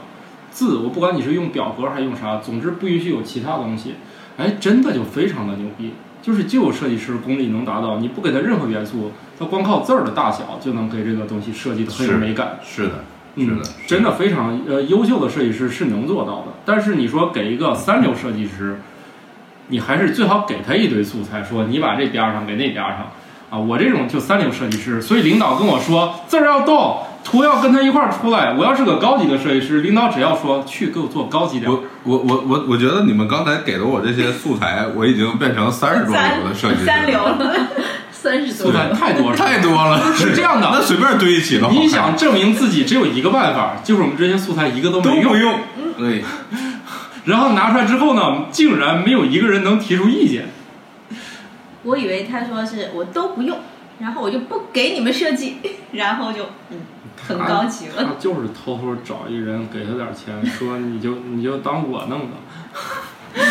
Speaker 2: 字我不管你是用表格还是用啥，总之不允许有其他东西，哎，真的就非常的牛逼。就是就有设计师功力能达到，你不给他任何元素，他光靠字儿的大小就能给这个东西设计的很有
Speaker 5: 是
Speaker 2: 美感。
Speaker 5: 是的，是
Speaker 2: 嗯
Speaker 5: 的，，
Speaker 2: 真的非常呃优秀的设计师是能做到的。但是你说给一个三流设计师，你还是最好给他一堆素材，说你把这边儿上给那边儿上啊。我这种就三流设计师，所以领导跟我说字儿要动，图要跟他一块儿出来。我要是个高级的设计师，领导只要说去给我做高级点儿，
Speaker 5: 我我我我我觉得你们刚才给的我这些素材，我已经变成三十多流的设计师，
Speaker 6: 三流， 了，
Speaker 4: 三十
Speaker 2: 素
Speaker 4: 多，
Speaker 2: 材太多了，
Speaker 5: 太多了，
Speaker 2: 是这样的
Speaker 5: 那随便堆一起了，
Speaker 2: 你
Speaker 5: 好看
Speaker 2: 想证明自己只有一个办法，就是我们这些素材一个都
Speaker 5: 都
Speaker 2: 没用嗯
Speaker 5: 不。用，对，
Speaker 2: 然后拿出来之后呢，竟然没有一个人能提出意见。
Speaker 6: 我以为他说是我都不用，然后我就不给你们设计， 然后就嗯，很高级了。
Speaker 2: 他就是偷偷找一人给他点钱，说你就你就当我弄的。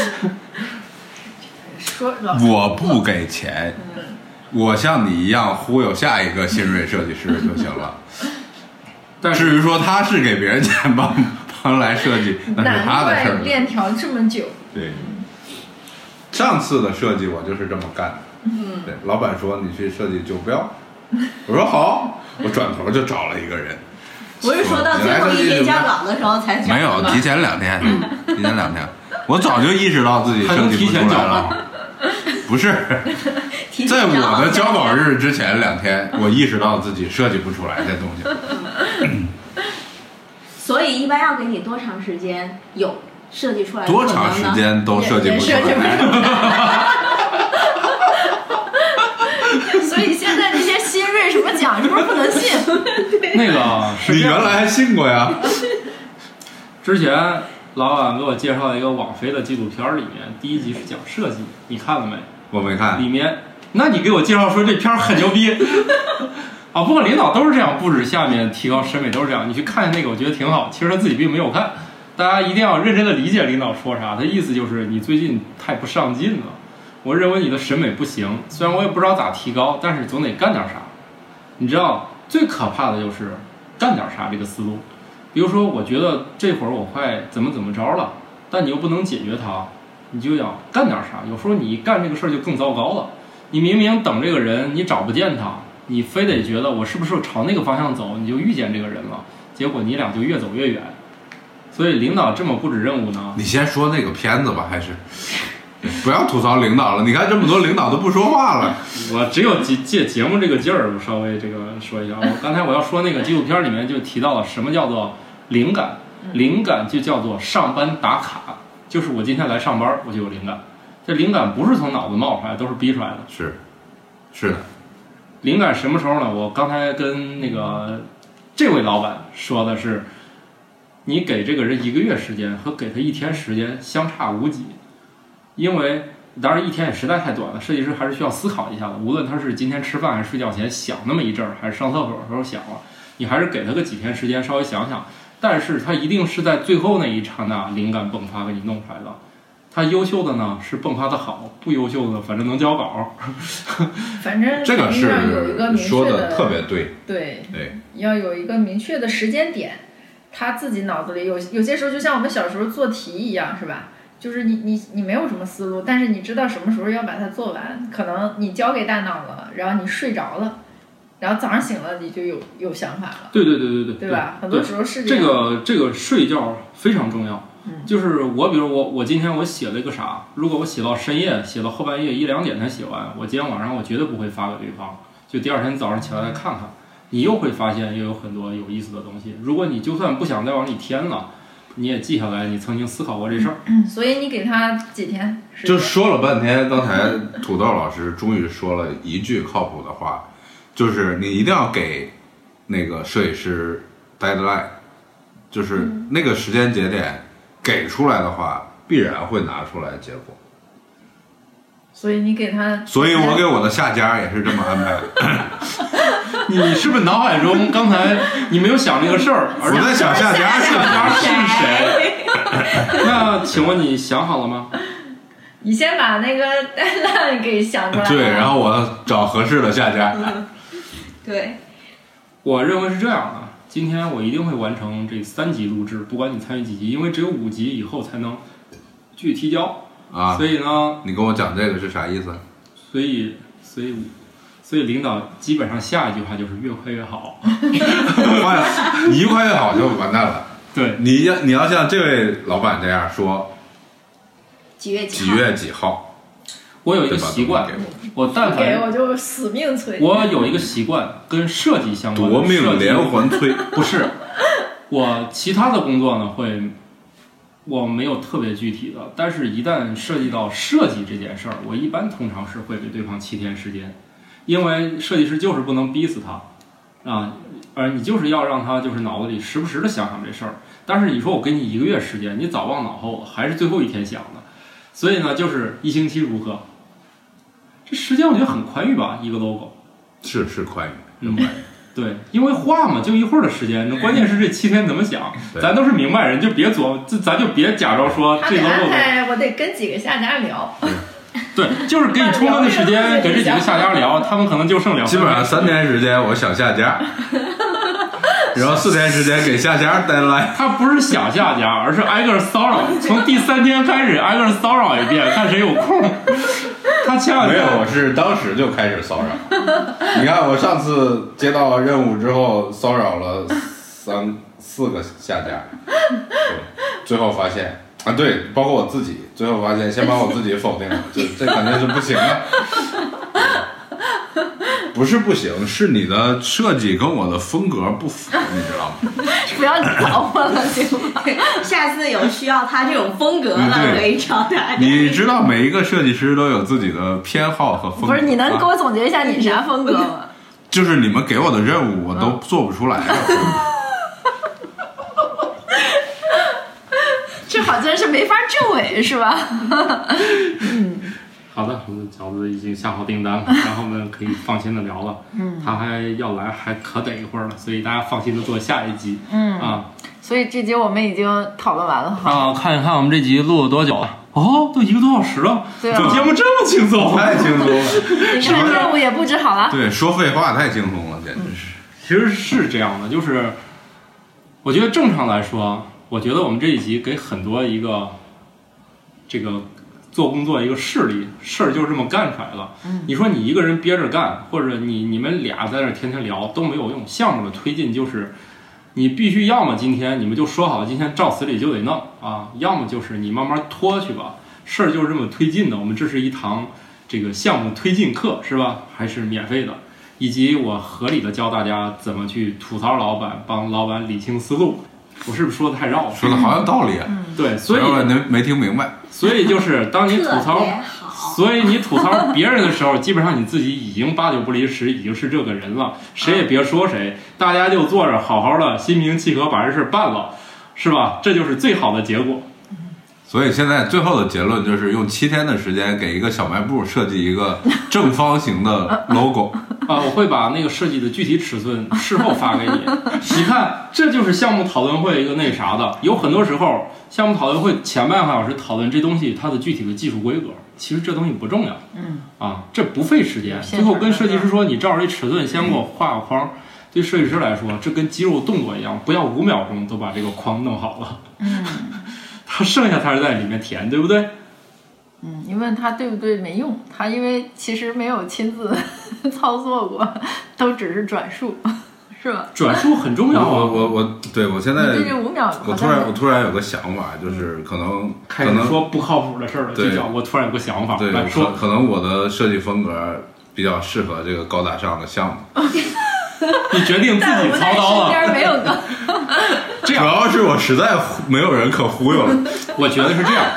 Speaker 4: 说老
Speaker 5: 我不给钱，我像你一样忽悠下一个新锐设计师就行了。
Speaker 2: 但是
Speaker 5: 至于说他是给别人钱帮帮来设计，那是
Speaker 4: 难
Speaker 5: 他的
Speaker 4: 怪
Speaker 5: 事儿了。
Speaker 4: 链条这么久，
Speaker 5: 对，上次的设计我就是这么干的。嗯，对，老板说你去设计酒标，我说好，我转头就找了一个人，
Speaker 6: 不是说到最后一天交稿的时候才
Speaker 5: 没有
Speaker 6: 吗
Speaker 5: 提前两天，提前两天，我早就意识到自己
Speaker 2: 还
Speaker 5: 设
Speaker 2: 能
Speaker 5: 计
Speaker 2: 提
Speaker 5: 不
Speaker 2: 前
Speaker 5: 出
Speaker 2: 交
Speaker 5: 来
Speaker 2: 吗
Speaker 5: 了。不是，
Speaker 6: 提前
Speaker 5: 在
Speaker 6: 交稿
Speaker 5: 我的交稿
Speaker 6: 前
Speaker 5: 日之前两 天，我意识到自己设计不出来这东西。
Speaker 6: 所以一般要给你多长时间有设计出来？
Speaker 5: 多长时？间都设计不出
Speaker 4: 也也设计不
Speaker 5: 来。
Speaker 4: 所以现在这些新锐什么奖是不是不能信？
Speaker 2: 那个是
Speaker 5: 你
Speaker 2: 这样
Speaker 5: 原来还信过 呀？
Speaker 2: 之前老板给我介绍一个网飞的纪录片儿，里面第一集是讲设计，你看了没？
Speaker 5: 我没看
Speaker 2: 里，面，那你给我介绍说这片儿很牛逼 啊！不过领导都是这样，不止下面提高审美都是这样。你去看那个，我觉得挺好。其实他自己并没有看，大家一定要认真的理解领导说啥。他意思就是你最近太不上进了，我认为你的审美不行。虽然我也不知道咋提高，但是总得干点啥。你知道最可怕的就是干点啥这个思路。比如说，我觉得这会儿我快怎么怎么着了，但你又不能解决它，你就要干点啥。有时候你一干这个事儿就更糟糕了。你明明等这个人，你找不见他，你非得觉得我是不是朝那个方向走，你就遇见这个人了，结果你俩就越走越远。所以领导这么布置任务呢，
Speaker 5: 你先说那个片子吧，还是 不要吐槽领导了。你看这么多领导都不说话了，
Speaker 2: 我只有借借节目这个劲儿，我稍微这个说一下。我刚才我要说那个纪录片里面就提到了什么叫做灵感，灵感就叫做上班打卡，就是我今天来上班我就有灵感。这灵感不是从脑子冒出来，都是逼出来的。
Speaker 5: 是是的，
Speaker 2: 灵感什么时候呢？我刚才跟那个这位老板说的是，你给这个人一个月时间和给他一天时间相差无几，因为当然一天也实在太短了，设计师还是需要思考一下的。无论他是今天吃饭还是睡觉前想那么一阵儿，还是上厕所的时候想了，你还是给他个几天时间稍微想想。但是他一定是在最后那一刹那灵感迸发给你弄出来的。他优秀的呢是迸发的好，不优秀的反正能交稿。
Speaker 4: 反正
Speaker 5: 这个
Speaker 4: 肯定要有一个
Speaker 5: 是
Speaker 4: 明确
Speaker 5: 说的特别对，
Speaker 4: 对，
Speaker 5: 对，
Speaker 4: 要有一个明确的时间点，他自己脑子里有有些时候就像我们小时候做题一样，是吧？就是你你你没有什么思路，但是你知道什么时候要把它做完，可能你交给大脑了，然后你睡着了，然后早上醒了你就有有想法了，
Speaker 2: 对对对对对
Speaker 4: 对吧？很
Speaker 2: 对
Speaker 4: 多时候是
Speaker 2: 这
Speaker 4: 样。
Speaker 2: 个这个睡觉非常重要。
Speaker 4: 嗯
Speaker 2: 就是我，比如我，我今天我写了一个啥，如果我写到深夜，写到后半夜一两点才写完，我今天晚上我绝对不会发给对方，就第二天早上起来再看看，你又会发现又有很多有意思的东西。如果你就算不想再往里添了，你也记下来，你曾经思考过这事儿。
Speaker 4: 所以你给他几天时间？
Speaker 5: 就说了半天，刚才土豆老师终于说了一句靠谱的话，就是你一定要给那个设计师 deadline，就是那个时间节点给出来的话，必然会拿出来结果。
Speaker 4: 所以你给他，
Speaker 5: 所以我给我的下家也是这么安排的。
Speaker 2: 你是不是脑海中刚才你没有想这个事儿，而
Speaker 5: 我在想下家是
Speaker 2: 大家是谁？那请问你想好了吗？
Speaker 4: 你先把那个 deadline 给想出来。啊
Speaker 5: 对，然后我找合适的下家。
Speaker 6: 对，
Speaker 2: 我认为是这样的，今天我一定会完成这三集录制，不管你参与几集，因为只有五集以后才能去提交，
Speaker 5: 啊
Speaker 2: 所，以呢，
Speaker 5: 你跟我讲这个是啥意 思？
Speaker 2: 所以所以所以领导基本上下一句话就是越快越 好。
Speaker 5: 哇，你一块越好就完蛋了。
Speaker 2: 对，
Speaker 5: 你要你要像这位老板这样说，
Speaker 6: 几月
Speaker 5: 几
Speaker 6: 号？
Speaker 5: 月几号，
Speaker 2: 我有一
Speaker 5: 对
Speaker 2: 个
Speaker 5: 吧？
Speaker 2: 习惯
Speaker 5: 给，我
Speaker 2: 我但
Speaker 4: 不给
Speaker 2: 凡
Speaker 4: 我就死命催。
Speaker 2: 我有一个习惯跟设计相关的
Speaker 5: 夺
Speaker 2: 设
Speaker 5: 命
Speaker 2: 计
Speaker 5: 连 环催。
Speaker 2: 不是，我其他的工作呢会，我没有特别具体的，但是一旦涉及到设计这件事儿，我一般通常是会给对方七天时间，因为设计师就是不能逼死他，啊，而你就是要让他就是脑子里时不时的想想这事儿。但是你说我给你一个月时间，你早忘脑后了，还是最后一天想的，所以呢，就是一星期如何？这时间我觉得很宽裕吧，一个 logo。
Speaker 5: 是是宽裕，
Speaker 2: 明白。对，因为画嘛，就一会儿的时间。那关键是这七天怎么想，
Speaker 5: 对
Speaker 2: 咱都是明白人，就别琢，这咱就别假装说
Speaker 4: 他
Speaker 2: 这
Speaker 4: 得安
Speaker 2: logo
Speaker 4: 排，我得跟几个下家 聊。
Speaker 2: 对，就是给你充分的时间，给这几个下家聊，他们可能就剩两。
Speaker 5: 基本上三，天时间我想下家， 然后四天时间给下家 deadline。
Speaker 2: 他不是想下家，而是挨个儿骚扰，从第三天开始挨个儿骚扰一遍，看谁有空。 他前两
Speaker 5: 没
Speaker 2: 天
Speaker 5: 有，我是当时就开始骚扰。 你看，我上次接到任务之后，骚扰了三四个下家，对最后发现啊，对，包括我自己，最后发现先把我自己否 定了，就这肯定是不行的。不是不行，是你的设计跟我的风格不符，你知道吗？
Speaker 4: 不要找我了，行吗？
Speaker 6: 下次有需要他这种风格
Speaker 5: 嗯
Speaker 6: 了，
Speaker 5: 对
Speaker 6: 可以找他。
Speaker 5: 你知道每一个设计师都有自己的偏好和风格，
Speaker 4: 不是，你能给
Speaker 5: 啊
Speaker 4: 我总结一下你啥风格吗？
Speaker 5: 就是你们给我的任务我都做不出来了。
Speaker 4: 这好像是没法证伪，是吧？
Speaker 2: 好的，我们饺子已经下好订 单了，然后我们可以放心的聊了。嗯，他还要来，还可等一会儿了，所以大家放心的做下一集。嗯啊。
Speaker 4: 所以这集我们已经讨论完了 哈。
Speaker 2: 啊，看一看我们这集录了多久啊？哦，都一个多小时了，
Speaker 4: 对啊
Speaker 2: 这节目这么轻松。啊
Speaker 5: 太轻松了。
Speaker 4: 你看任务也布置好 了，
Speaker 5: 对，说废话太轻松了，简直是。
Speaker 2: 其实是这样的，就是我觉得正常来说，我觉得我们这一集给很多一个这个做工作一个势力，事儿就是这么干出来了。你说你一个人憋着干，或者你你们俩在那儿天天聊都没有用，项目的推进就是。你必须要么今天你们就说好，今天照死里就得弄啊，要么就是你慢慢拖去吧，事儿就是这么推进的。我们这是一堂这个项目推进课，是吧？还是免费的。以及我合理的教大家怎么去吐槽老板，帮老板理清思路。我是不是说的太绕了？
Speaker 4: 嗯
Speaker 5: 说的好有道理啊，
Speaker 2: 对，所以
Speaker 5: 要不然您没听明白。
Speaker 2: 所以就是当你吐
Speaker 6: 特
Speaker 2: 槽
Speaker 6: 别好，
Speaker 2: 所以你吐槽别人的时候，基本上你自己已经八九不离十，已经是这个人了，谁也别说谁，大家就坐着好好的，心平气和把这事办了，是吧？这就是最好的结果。
Speaker 5: 所以现在最后的结论就是用七天的时间给一个小卖部设计一个正方形
Speaker 4: 呃
Speaker 5: 的 logo，
Speaker 2: 啊，我会把那个设计的具体尺寸事后发给你。你看，这就是项目讨论会一个那啥的。有很多时候，项目讨论会前半个小时讨论这东西它的具体的技术规格，其实这东西不重要。
Speaker 4: 嗯，
Speaker 2: 啊，这不费时间。
Speaker 4: 现
Speaker 2: 最后
Speaker 4: 成
Speaker 2: 跟
Speaker 4: 的嗯
Speaker 2: 设计师说，你照着这尺寸先给我画个框。对设计师来说，这跟肌肉动作一样，不要五秒钟都把这个框弄好了。 嗯，他剩下他是在里面填，对不对？
Speaker 4: 嗯，你问他对不对没用，他因为其实没有亲自 操作过，都只是转述，是吧？
Speaker 2: 转述很重要
Speaker 5: 我
Speaker 2: 啊。
Speaker 5: 我我我，对我现
Speaker 4: 你
Speaker 5: 在
Speaker 4: 对这五秒好
Speaker 5: 我
Speaker 4: 像嗯
Speaker 5: 突然我突然有个想法，就是可能可
Speaker 2: 开始
Speaker 5: 能
Speaker 2: 说不靠谱的事儿了，
Speaker 5: 对
Speaker 2: 就讲我突然有个想法，
Speaker 5: 对
Speaker 2: 来
Speaker 5: 可
Speaker 2: 说
Speaker 5: 可能我的设计风格比较适合这个高大上的项目，
Speaker 2: 你决定自
Speaker 4: 但
Speaker 2: 己
Speaker 4: 我
Speaker 2: 操
Speaker 4: 在
Speaker 2: 刀
Speaker 4: 身
Speaker 2: 了。
Speaker 4: 边没有个，
Speaker 2: 这
Speaker 5: 主
Speaker 2: 样，
Speaker 5: 要是我实在忽没有人可忽悠了。
Speaker 2: 我觉得是这样，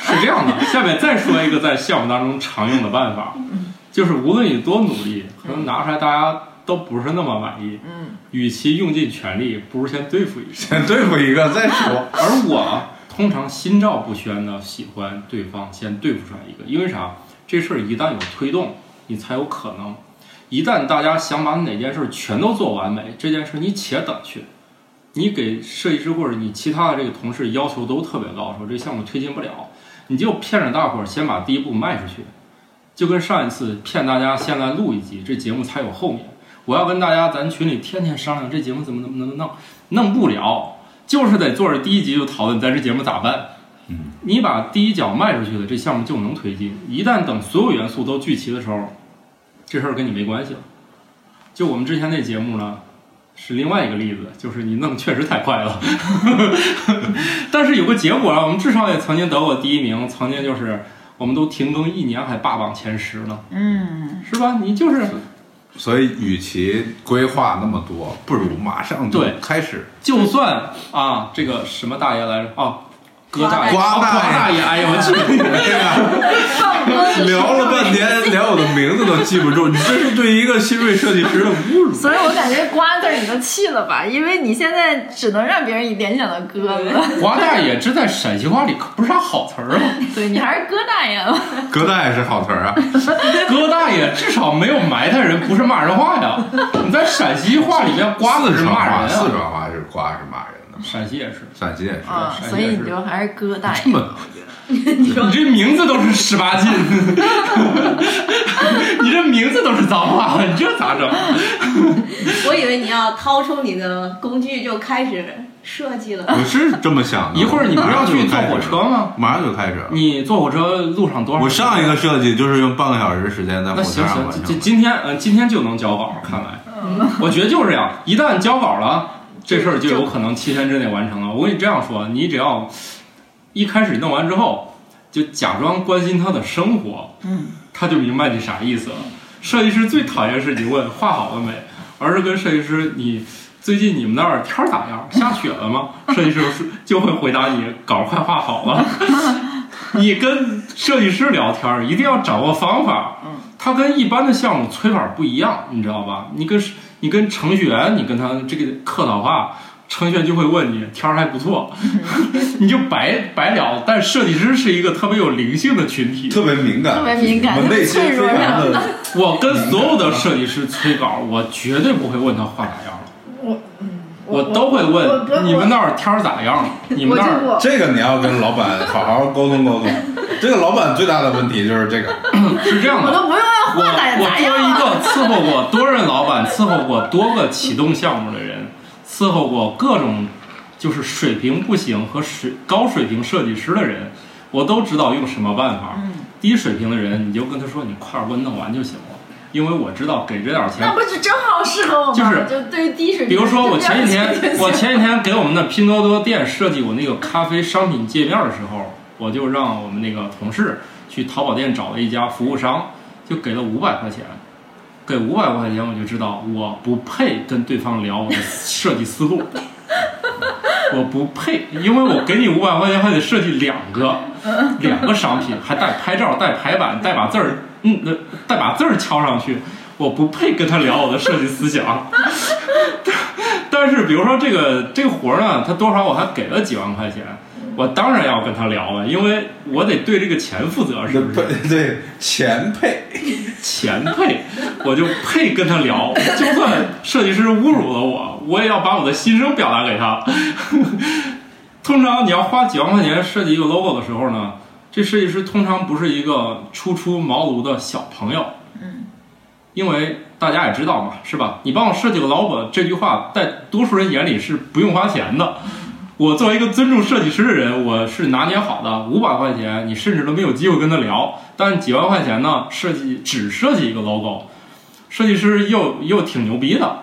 Speaker 2: 是这样的。下面再说一个在项目当中常用的办法，就是无论你多努力，可能拿出来大家都不是那么满意。
Speaker 4: 嗯，
Speaker 2: 与其用尽全力，不如先对付一下。
Speaker 5: 先对付一个再说。
Speaker 2: 而我通常心照不宣的喜欢对方先对付出来一个，因为啥？这事儿一旦有推动，你才有可能。一旦大家想把哪件事儿全都做完美，这件事儿你且等去。你给设计师或者你其他的这个同事要求都特别高，说这项目推进不了，你就骗着大伙儿先把第一步迈出去，就跟上一次骗大家先来录一集，这节目才有后面。我要跟大家咱群里天天商量这节目怎么怎么怎么弄，弄不了，就是得坐着第一集就讨论咱这节目咋办。
Speaker 5: 嗯，
Speaker 2: 你把第一脚迈出去了，这项目就能推进。一旦等所有元素都聚齐的时候，这事儿跟你没关系了。就我们之前那节目呢，是另外一个例子，就是你弄确实太快了， 但是有个结果啊，我们至少也曾经得过第一名，曾经就是我们都停更一年还霸榜前十呢，
Speaker 4: 嗯，
Speaker 2: 是吧？你就是
Speaker 5: 所以，与其规划那么多，不如马上就
Speaker 2: 对
Speaker 5: 开始。
Speaker 2: 就算啊，这个什么大爷来着啊，哥大爷，
Speaker 5: 瓜大
Speaker 2: 啊
Speaker 5: 爷
Speaker 2: 瓜大爷，哎呦我去！
Speaker 5: 对呀，
Speaker 4: 放歌 的
Speaker 5: 聊了半天，连我的名字都记不住，你这是对一个新锐设计师的侮辱。
Speaker 4: 所以我感觉瓜字儿你都弃了吧，因为你现在只能让别人一联想到鸽子，
Speaker 2: 瓜大爷这在陕西话里可不是啥好词儿啊，
Speaker 4: 对你还是鸽大爷吧。
Speaker 5: 哥大爷是好词儿啊，
Speaker 2: 哥大爷至少没有埋汰人，不是骂人话呀。你在陕西话里面，瓜子
Speaker 5: 四
Speaker 2: 是
Speaker 5: 川
Speaker 2: 骂
Speaker 5: 话，
Speaker 2: 人啊，
Speaker 5: 四川话是瓜是骂人的，
Speaker 2: 陕西也是。
Speaker 5: 陕西也是。
Speaker 4: 啊，
Speaker 2: 是
Speaker 4: 所以你就还是鸽大
Speaker 5: 这
Speaker 4: 爷。
Speaker 5: 么
Speaker 2: 你这名字都是十八禁， 你这名字都是脏话，你这咋整？
Speaker 6: 我以为你要掏出你的工具就开始设计了。
Speaker 5: 我是这么想的。
Speaker 2: 一会儿你不是要去
Speaker 5: 马
Speaker 2: 坐
Speaker 5: 上
Speaker 2: 火
Speaker 5: 就开始
Speaker 2: 车吗？
Speaker 5: 马上就开始了。
Speaker 2: 你坐火车路上多少？
Speaker 5: 我上一个设计就是用半个小时时间在火
Speaker 2: 那
Speaker 5: 车
Speaker 2: 行
Speaker 5: 上
Speaker 2: 行
Speaker 5: 完，
Speaker 2: 今
Speaker 5: 成。
Speaker 2: 今天嗯、呃今天就能交稿，看来， 我觉得就是这样，一旦交稿了，这事儿就有可能七天之内完成了。我跟你这样说，你只要一开始弄完之后，就假装关心他的生活，
Speaker 4: 嗯，
Speaker 2: 他就明白你啥意思了。设计师最讨厌是你问画好了没，而是跟设计师你。最近你们那儿天儿咋样？下雪了吗？设计师就会回答你稿快画好了。你跟设计师聊天儿一定要掌握方法，它跟一般的项目催法不一样，你知道吧？你跟你跟程序员，你跟他这个客套话，程序员就会问你天儿还不错， 你就白白聊。但设计师是一个特别有灵性的群体，
Speaker 5: 特别敏感，
Speaker 4: 特别敏感
Speaker 5: 我内心
Speaker 4: 脆弱
Speaker 5: 非常
Speaker 4: 呀
Speaker 5: 的
Speaker 2: 我跟所有的设计师催稿，我绝对不会问他画咋样了， 我都会
Speaker 4: 我我
Speaker 2: 问你们那儿天儿咋样了，你们那儿
Speaker 4: 我
Speaker 5: 这个你要跟老板好好沟通沟通。这个老板最大的问题就是这个，
Speaker 2: 是这样的。
Speaker 4: 我都不用问
Speaker 2: 我我
Speaker 4: 画咋咋
Speaker 2: 作为
Speaker 4: 样
Speaker 2: 一
Speaker 4: 了。
Speaker 2: 个伺候过多任老板、伺候过多个启动项目的人，伺候过各种就是水平不行和水高水平设计师的人，我都知道用什么办法。
Speaker 4: 嗯
Speaker 2: 低水平的人，你就跟他说你快点给我弄完就行了，因为我知道给这点钱
Speaker 4: 那不是正哦好适合我吗？
Speaker 2: 就是
Speaker 4: 就对于低水平，
Speaker 2: 比如说我前几天
Speaker 4: 就这样，
Speaker 2: 我 前几天给我们的拼多多店设计我那个咖啡商品界面的时候，我就让我们那个同事去淘宝店找了一家服务商，就给了五百块钱。给五百块钱，我就知道我不配跟对方聊我的设计思路。 我不配，因为我给你五百块钱还得设计两个，两个商品，还带拍照、带排版、带把字儿，嗯，那带把字儿敲上去，我不配跟他聊我的设计思想。 但是比如说这个这个活儿呢，他多少我还给了几万块钱，我当然要跟他聊了，因为我得对这个钱负责，是不是？
Speaker 5: 对对，钱配
Speaker 2: 钱配，我就配跟他聊， 就算设计师侮辱了我，我也要把我的心声表达给他。 通常你要花几万块钱设计一个 logo 的时候呢，这设计师通常不是一个初出茅庐的小朋友，
Speaker 4: 嗯，
Speaker 2: 因为大家也知道嘛，是吧？你帮我设计个 logo 这句话，在多数人眼里是不用花钱的。我作为一个尊重设计师的人，我是拿捏好的。五百块钱，你甚至都没有机会跟他聊。但几万块钱呢，设计只设计一个 logo，设计师又又挺牛逼的，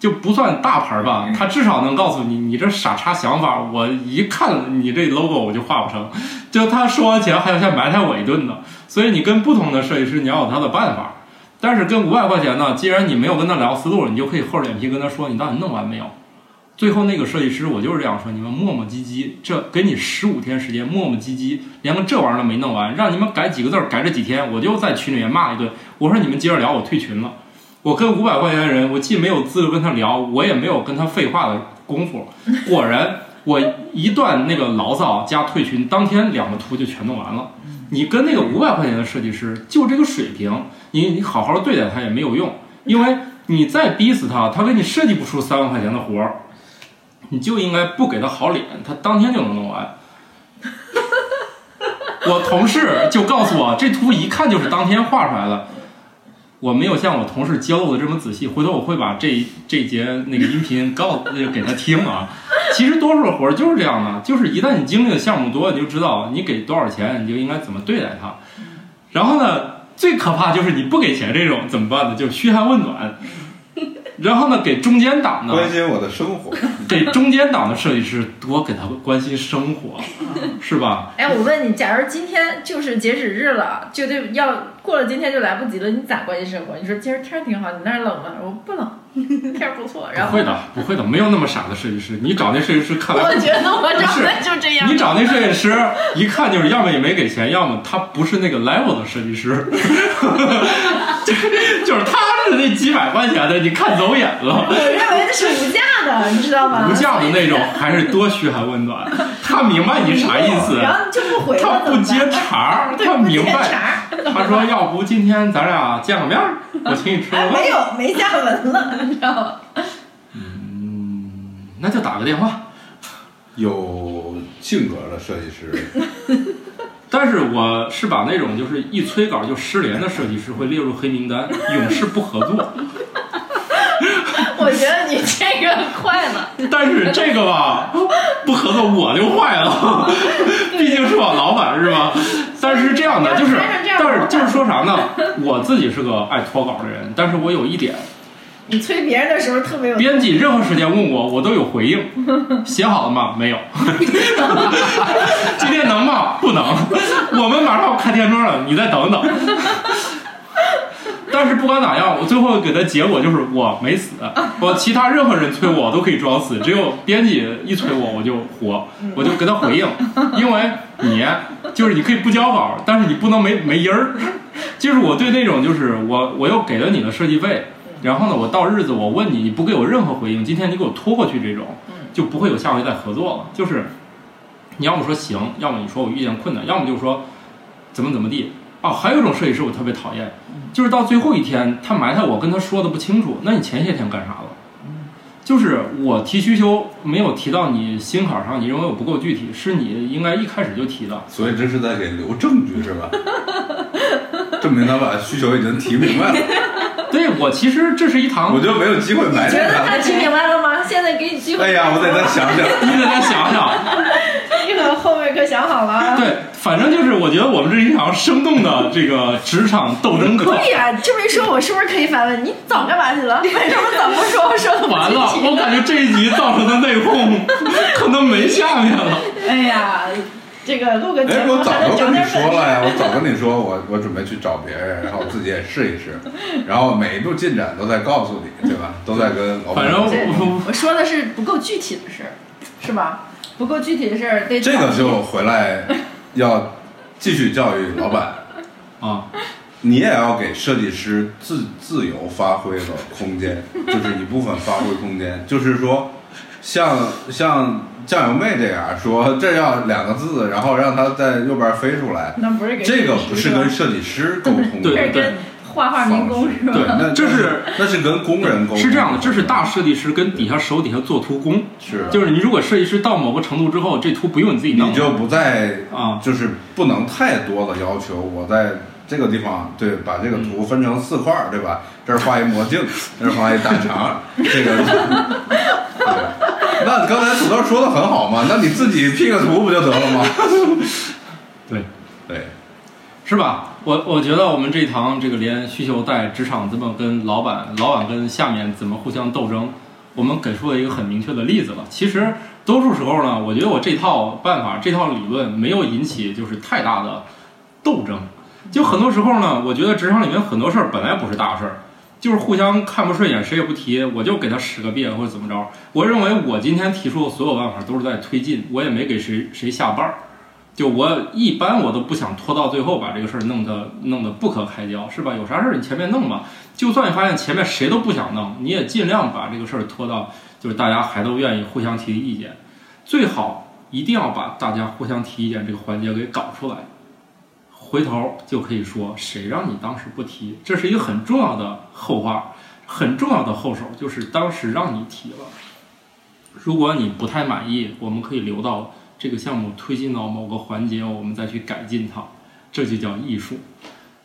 Speaker 2: 就不算大牌儿吧，他至少能告诉你，你这傻叉想法，我一看你这 logo 我就画不成。就他收完钱还要先埋汰我一顿呢。所以你跟不同的设计师，你要有他的办法。但是跟五百块钱呢，既然你没有跟他聊思路，你就可以厚着脸皮跟他说，你到底弄完没有？最后那个设计师，我就是这样说，你们磨磨唧唧，这给你十五天时间磨磨唧唧，连个这玩意儿都没弄完，让你们改几个字儿，改这几天，我就在群里面骂一顿，我说你们接着聊，我退群了。我跟五百块钱的人，我既没有资格跟他聊，我也没有跟他废话的功夫。果然，我一段那个牢骚加退群，当天两个图就全弄完了。你跟那个五百块钱的设计师，就这个水平，你你好好对待他也没有用，因为你再逼死他，他给你设计不出三万块钱的活儿。你就应该不给他好脸，他当天就能弄完。我同事就告诉我，这图一看就是当天画出来的。我没有向我同事揭露的这么仔细，回头我会把这这一节那个音频告呃给他听啊。其实多数活儿就是这样的，就是一旦你经历的项目多，你就知道你给多少钱，你就应该怎么对待它。然后呢，最可怕就是你不给钱这种怎么办呢？就嘘寒问暖。然后呢，给中间档呢，
Speaker 5: 关心我的生活，
Speaker 2: 给中间档的设计师多给他关心生活， 是吧？
Speaker 4: 哎，我问你，假如今天就是截止日了，就对，要过了今天就来不及了，你咋关心生活？你说今儿天儿挺好，你那儿冷吗？我说不冷， 天儿不错。然
Speaker 2: 不
Speaker 4: 后
Speaker 2: 会的，不会的，没有那么傻的设计师。你找那设计师，看
Speaker 4: 我
Speaker 2: 来
Speaker 4: 觉得我长得就这样
Speaker 2: 你。找那设计师，一看就是要么也没给钱，要么他不是那个 level 的设计 师，就就是他是那几百块钱的，你看走眼了。
Speaker 4: 我认为那是无价的，你知道吗？
Speaker 2: 无价的那种，还是多嘘寒问暖。他明白你啥意思，啊
Speaker 4: 然后就不回
Speaker 2: 他
Speaker 4: 了，
Speaker 2: 不接茬儿，他明
Speaker 4: 接茬
Speaker 2: 白。
Speaker 4: 儿。
Speaker 2: 他说：“要不今天咱俩见个面儿，我请你吃个
Speaker 4: 哎，
Speaker 2: 饭。”
Speaker 4: 没有没下文了，你知道吗？
Speaker 2: 那就打个电话。
Speaker 5: 有性格的设计师，
Speaker 2: 但是我是把那种就是一催稿就失联的设计师会列入黑名单，永世不合 作。
Speaker 4: 我觉得你这个快了，
Speaker 2: 但是这个吧，不合作我就坏了， 毕竟是我老板是吧？但是这样的啊就是，但是就是说啥呢？我自己是个爱拖稿的人，但是我有一点，
Speaker 4: 你催别人的时候特别有。
Speaker 2: 编辑任何时间问我，我都有回应。写好了吗？没有。 今天能吗？不能。我们马上要开天窗了，你再等等。但是不管咋样，我最后给的结果就是我没死，我其他任何人催我我都可以装死，只有编辑一催我我就活，我就给他回应，因为你就是你可以不交稿，但是你不能没没音儿。就是我对那种就是我我又给了你的设计费，然后呢我到日子我问你你不给我任何回应，今天你给我拖过去这种，就不会有下回再合作了。就是你要么说行，要么你说我遇见困难，要么就说怎么怎么地。啊，还有一种设计师我特别讨厌，就是到最后一天他埋汰我，跟他说的不清楚，那你前些天干啥了？就是我提需求没有提到你心坎儿上，你认为我不够具体，是你应该一开始就提的。
Speaker 5: 所以这是在给留证据是吧？证明他把需求已经提明白了，
Speaker 2: 对我其实这是一堂
Speaker 5: 我就没有机会埋
Speaker 4: 觉
Speaker 5: 汰
Speaker 4: 得
Speaker 5: 他。
Speaker 4: 他听明白了吗？现在给你机会。
Speaker 5: 哎呀，我得再想想。
Speaker 2: 你得再想想。
Speaker 4: 你可后面可想好了 啊。
Speaker 2: 对，反正就是我觉得我们这是一场生动的这个职场斗争课。
Speaker 4: 对呀、啊这么一说，我是不是可以反问你早干嘛去了？为什么早不 说？我说的
Speaker 2: 完了，我感觉这一集造成的内讧可能没下面了。
Speaker 4: 哎呀，这个录个节
Speaker 5: 哎，
Speaker 4: 目
Speaker 5: 我
Speaker 4: 还
Speaker 5: 早
Speaker 4: 能
Speaker 5: 都
Speaker 4: 整
Speaker 5: 跟你
Speaker 4: 点
Speaker 5: 说
Speaker 4: 本
Speaker 5: 了
Speaker 4: 事。
Speaker 5: 呀，我早跟你说，我我准备去找别人，然后我自己也试一试，然后每一步进展都在告诉你，对吧？都在跟老板
Speaker 2: 反正
Speaker 5: 说
Speaker 2: 我
Speaker 4: 我说的是不够具体的事儿，是吧？不过具体的事儿得
Speaker 5: 这
Speaker 4: 找
Speaker 5: 个
Speaker 4: 你
Speaker 5: 就回来要继续教育老板，
Speaker 2: 啊，
Speaker 5: 你也要给设计师自自由发挥的空间，就是一部分发挥空间，就是说，像像酱油妹这样说这要两个字，然后让它在右边飞出来，
Speaker 4: 那不是给
Speaker 5: 这个
Speaker 4: 设计
Speaker 5: 不
Speaker 4: 师
Speaker 5: 是
Speaker 4: 吧
Speaker 5: 跟设计师沟通的
Speaker 2: 对
Speaker 4: 这
Speaker 5: 方
Speaker 4: 是
Speaker 5: 式，
Speaker 4: 跟画画民工是吧？
Speaker 2: 对
Speaker 5: 那
Speaker 2: 这是
Speaker 5: 是那是跟工人沟通，
Speaker 2: 是这样的，这是大设计师跟底下手底下做图工，
Speaker 5: 是啊
Speaker 2: 就是你如果设计师到某个程度之后，这图不用你自己弄
Speaker 5: 你
Speaker 2: 了，
Speaker 5: 就不再
Speaker 2: 啊
Speaker 5: 就是不能太多的要求。我在这个地方，对，把这个
Speaker 2: 嗯
Speaker 5: 图分成四块儿，对吧？这儿画一魔镜，这儿画一大肠，这 个。对那刚才土豆说的很好嘛，那你自己 P 个图不就得了吗？
Speaker 2: 对，
Speaker 5: 对，
Speaker 2: 是吧？我我觉得我们这一堂这个连需求带、职场怎么跟老板、老板跟下面怎么互相斗争，我们给出了一个很明确的例子了。其实多数时候呢，我觉得我这套办法、这套理论没有引起就是太大的斗争。就很多时候呢，我觉得职场里面很多事儿本来不是大事儿，就是互相看不顺眼，谁也不提，我就给他使个遍或者怎么着。我认为我今天提出的所有办法都是在推进，我也没给谁谁下绊儿。就我一般我都不想拖到最后把这个事儿弄得弄得不可开交，是吧？有啥事儿你前面弄吧，就算你发现前面谁都不想弄，你也尽量把这个事儿拖到就是大家还都愿意互相提意见，最好一定要把大家互相提意见这个环节给搞出来，回头就可以说谁让你当时不提，这是一个很重要的后话，很重要的后手，就是当时让你提了。如果你不太满意，我们可以留到这个项目推进到某个环节，我们再去改进它，这就叫艺术。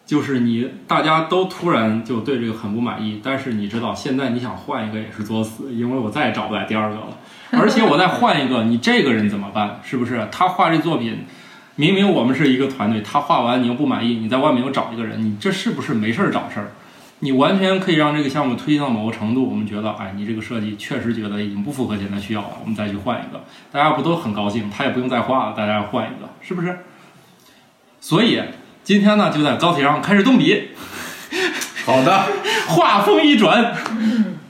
Speaker 2: 就是你大家都突然就对这个很不满意，但是你知道现在你想换一个也是作死，因为我再也找不来第二个了。而且我再换一个，你这个人怎么办？是不是？他画这作品， 明明我们是一个团队，他画完你又不满意，你在外面又找一个人，你这是不是没事儿找事儿？你完全可以让这个项目推进到某个程度，我们觉得，哎，你这个设计确实觉得已经不符合现在需要了，我们再去换一个。大家不都很高兴，他也不用再画了，大家换一个，是不是？所以今天呢，就在高铁上开始动笔，
Speaker 5: 好的，
Speaker 2: 话锋一转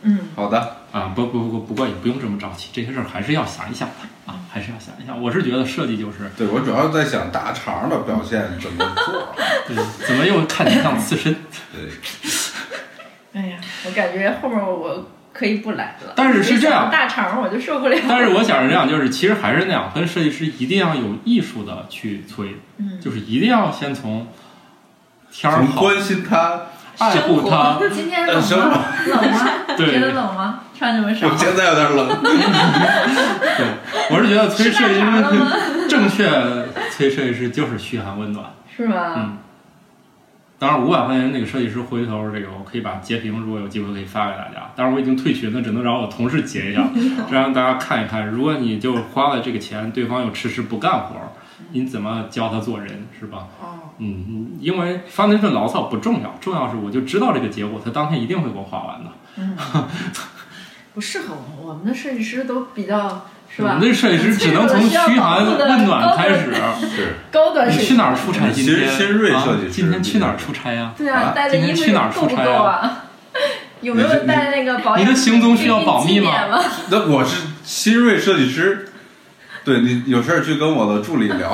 Speaker 4: 嗯
Speaker 5: 好的，
Speaker 2: 啊，不不不不过也不用这么着急，这些事儿还是要想一想的啊，还是要想一想。我是觉得设计就是，
Speaker 5: 对我主要在想大肠的表现怎么做。
Speaker 2: 对，怎么又看你像刺身？
Speaker 5: 对，
Speaker 4: 哎呀，我感觉后面我可以不来了。
Speaker 2: 但是是这样
Speaker 4: 大肠我就受不了。
Speaker 2: 但是我想是这样，就是其实还是那样，跟设计师一定要有艺术的去推，
Speaker 4: 嗯
Speaker 2: 就是一定要先从天儿
Speaker 5: 从
Speaker 2: 好，
Speaker 5: 关心他，
Speaker 2: 爱护 它，
Speaker 4: 今天
Speaker 5: 呃，
Speaker 4: 冷
Speaker 5: 生
Speaker 4: 吗？
Speaker 5: 活，
Speaker 4: 冷吗？
Speaker 2: 对
Speaker 4: 觉得冷吗？穿这么少
Speaker 5: 我，现在有点冷。
Speaker 2: 对，我是觉得推
Speaker 4: 吃
Speaker 2: 设
Speaker 4: 大
Speaker 2: 计
Speaker 4: 肠了
Speaker 2: 师
Speaker 4: 吗？
Speaker 2: 正确推设计师就是嘘寒问暖。
Speaker 4: 是吗？
Speaker 2: 当然，五百块钱那个设计师回头这个，我可以把截屏，如果有机会可以发给大家。当然，我已经退群了，只能找我同事截一 下，这样大家看一看。如果你就花了这个钱，对方又迟迟不干活，你怎么教他做人，是吧？
Speaker 4: 哦，
Speaker 2: 嗯，因为发那份牢骚不重要，重要是我就知道这个结果，他当天一定会给我画完的。
Speaker 4: 嗯，不适合我们，我们的设计师都比较是
Speaker 2: 我
Speaker 4: 吧
Speaker 2: 们？这设计师只能从嘘寒问暖开始。
Speaker 5: 是，
Speaker 4: 高端
Speaker 2: 你
Speaker 4: 设计
Speaker 2: 去
Speaker 4: 师。
Speaker 2: 哪儿出差？今天
Speaker 5: 新新锐设计
Speaker 2: 啊
Speaker 5: 师
Speaker 2: 今天去哪儿出差呀、
Speaker 4: 对
Speaker 5: 啊
Speaker 4: 啊，带的衣服
Speaker 2: 今天去哪儿
Speaker 4: 够不
Speaker 2: 出差
Speaker 4: 够啊？ 有没有带那个保
Speaker 2: 你
Speaker 4: 养？
Speaker 2: 的行踪需要保密吗
Speaker 4: 避免吗？
Speaker 5: 那我是新锐设计师，对你有事儿去跟我的助理 聊。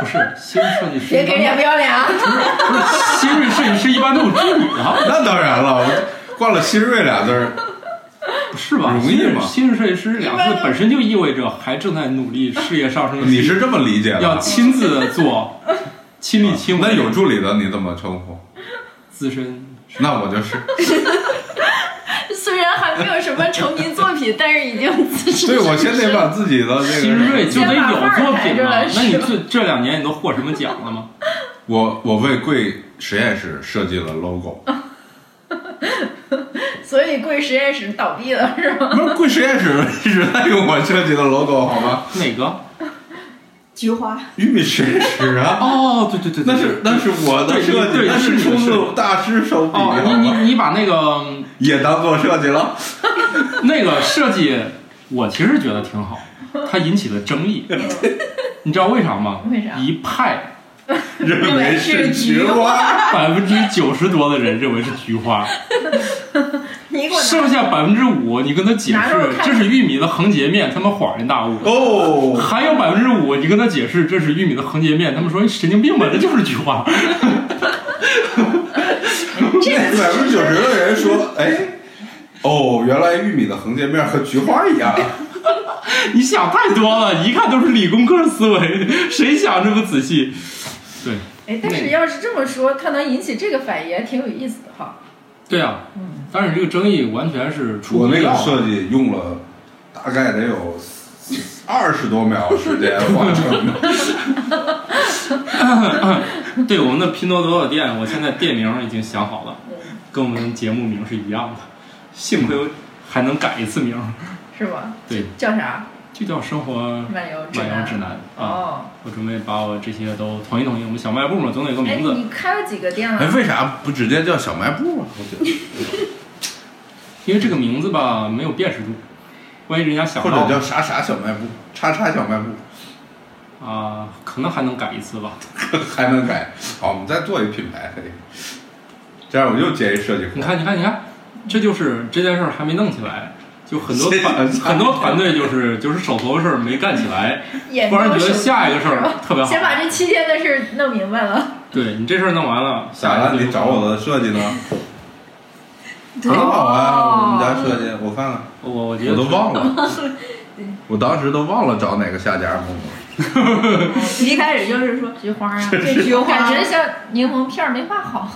Speaker 2: 不是新设计师，
Speaker 4: 别给脸不要脸啊！
Speaker 2: 不是新锐设计师一般都有助理啊，
Speaker 5: 那当然了，我挂了“新锐”俩字儿，
Speaker 2: 不是吧？
Speaker 5: 容易吗
Speaker 2: 新锐设计师两个字本身就意味着还正在努力事业上升的，
Speaker 5: 你是这么理解的？啊
Speaker 2: 要亲自做，亲力亲为。
Speaker 5: 那有助理的你怎么称呼？
Speaker 2: 资深，
Speaker 5: 那我 就是。
Speaker 4: 虽然还没有什么成名作品，但是已经自知
Speaker 5: 对，我先得把自己的 这
Speaker 2: 新锐
Speaker 5: 个，
Speaker 2: 就得有作
Speaker 4: 先把范儿抬
Speaker 2: 品
Speaker 4: 着
Speaker 2: 嘛
Speaker 4: 来。
Speaker 2: 那你
Speaker 4: 是吧
Speaker 2: 这这两年你都获什么奖了吗？
Speaker 5: 我我为贵实验室设计了 logo，
Speaker 4: 所以贵实验室倒闭了是吗？
Speaker 5: 不是贵实验室一直在用我设计的 logo 好吗？
Speaker 2: 哪个？
Speaker 6: 菊花，
Speaker 5: 玉米实验室 啊，
Speaker 2: 哦，对对对，对
Speaker 5: 那
Speaker 2: 对
Speaker 5: 是那是我的
Speaker 2: 对
Speaker 5: 设计，
Speaker 2: 对
Speaker 5: 那
Speaker 2: 是你的
Speaker 5: 出
Speaker 2: 设
Speaker 5: 自大师手笔，
Speaker 2: 哦，
Speaker 5: 好
Speaker 2: 你
Speaker 5: 吗
Speaker 2: 你你把那个嗯
Speaker 5: 也当做设计了。
Speaker 2: 那个设计，我其实觉得挺好，它引起了争 议，你知道为啥吗？
Speaker 4: 为啥
Speaker 2: 一派
Speaker 5: 认为是菊 花，
Speaker 2: 百分之九十多的人认为是菊花，
Speaker 4: 你
Speaker 6: 你给我拿
Speaker 2: 剩下百分之五，你跟他解
Speaker 4: 拿着我
Speaker 2: 释
Speaker 4: 看
Speaker 2: 这是玉米的横截面，他们恍然大悟。
Speaker 5: 哦，
Speaker 2: 还有百分之五，你跟他解释这是玉米的横截面，他们说神经病吧，这就是菊花。
Speaker 5: 那百分之九十的人说，哎，哦，原来玉米的横截面和菊花一样。啊
Speaker 2: 你想太多了，一看都是理工科思维，谁想这么仔细？对，
Speaker 4: 哎，但是要是这么说，它能引起这个反应也挺有意思的哈。
Speaker 2: 对啊，
Speaker 4: 嗯
Speaker 2: 但是这个争议完全是出乎
Speaker 5: 我那
Speaker 2: 意料
Speaker 5: 个
Speaker 2: 的
Speaker 5: 设计用了大概得有二十多秒时间完成的。
Speaker 2: 对我们的拼多多的店，我现在店名已经想好了，跟我们节目名是一样的。幸亏还能改一次名，
Speaker 4: 是吗？
Speaker 2: 对，
Speaker 4: 叫啥？
Speaker 2: 就叫生活
Speaker 4: 漫游指
Speaker 2: 漫游
Speaker 4: 南。
Speaker 2: 指南啊！
Speaker 4: 哦，
Speaker 2: 我准备把我这些都统一统一，我们小卖部嘛，总得有个
Speaker 4: 哎，
Speaker 2: 名字，
Speaker 4: 你开了几个店
Speaker 5: 哎
Speaker 4: 了？，
Speaker 5: 为啥不直接叫小卖部啊？我觉得，
Speaker 2: 因为这个名字吧没有辨识度，万一人家想
Speaker 5: 或
Speaker 2: 到
Speaker 5: 者叫啥啥小卖部、叉叉小卖部，
Speaker 2: 啊，可能还能改一次吧。
Speaker 5: 还能改。好，我们再做一品牌，嘿这样我又接一设计活
Speaker 2: 你。看，你看，你看，这就是这件事儿还没弄起来，就很多团
Speaker 5: 这
Speaker 2: 很多团队就是就是手头的事儿没干起来，
Speaker 4: 也
Speaker 2: 突
Speaker 4: 没
Speaker 2: 然
Speaker 4: 有
Speaker 2: 觉得
Speaker 4: 手
Speaker 2: 下一个事 儿特别好
Speaker 4: 哎先。把这七天的事儿弄明白了。
Speaker 2: 对你这事儿弄完了，
Speaker 5: 咋
Speaker 2: 下一
Speaker 5: 了？
Speaker 2: 个
Speaker 5: 你找我的设计 呢？很好
Speaker 2: 哦
Speaker 5: 啊，我们家设计，我看看，
Speaker 2: 我我觉
Speaker 5: 我
Speaker 2: 得
Speaker 5: 都 忘了，我当时都忘了找哪个下家木了。
Speaker 6: 一开始就是说
Speaker 4: 菊花啊，
Speaker 6: 这菊花
Speaker 4: 感觉像柠檬片儿没画好。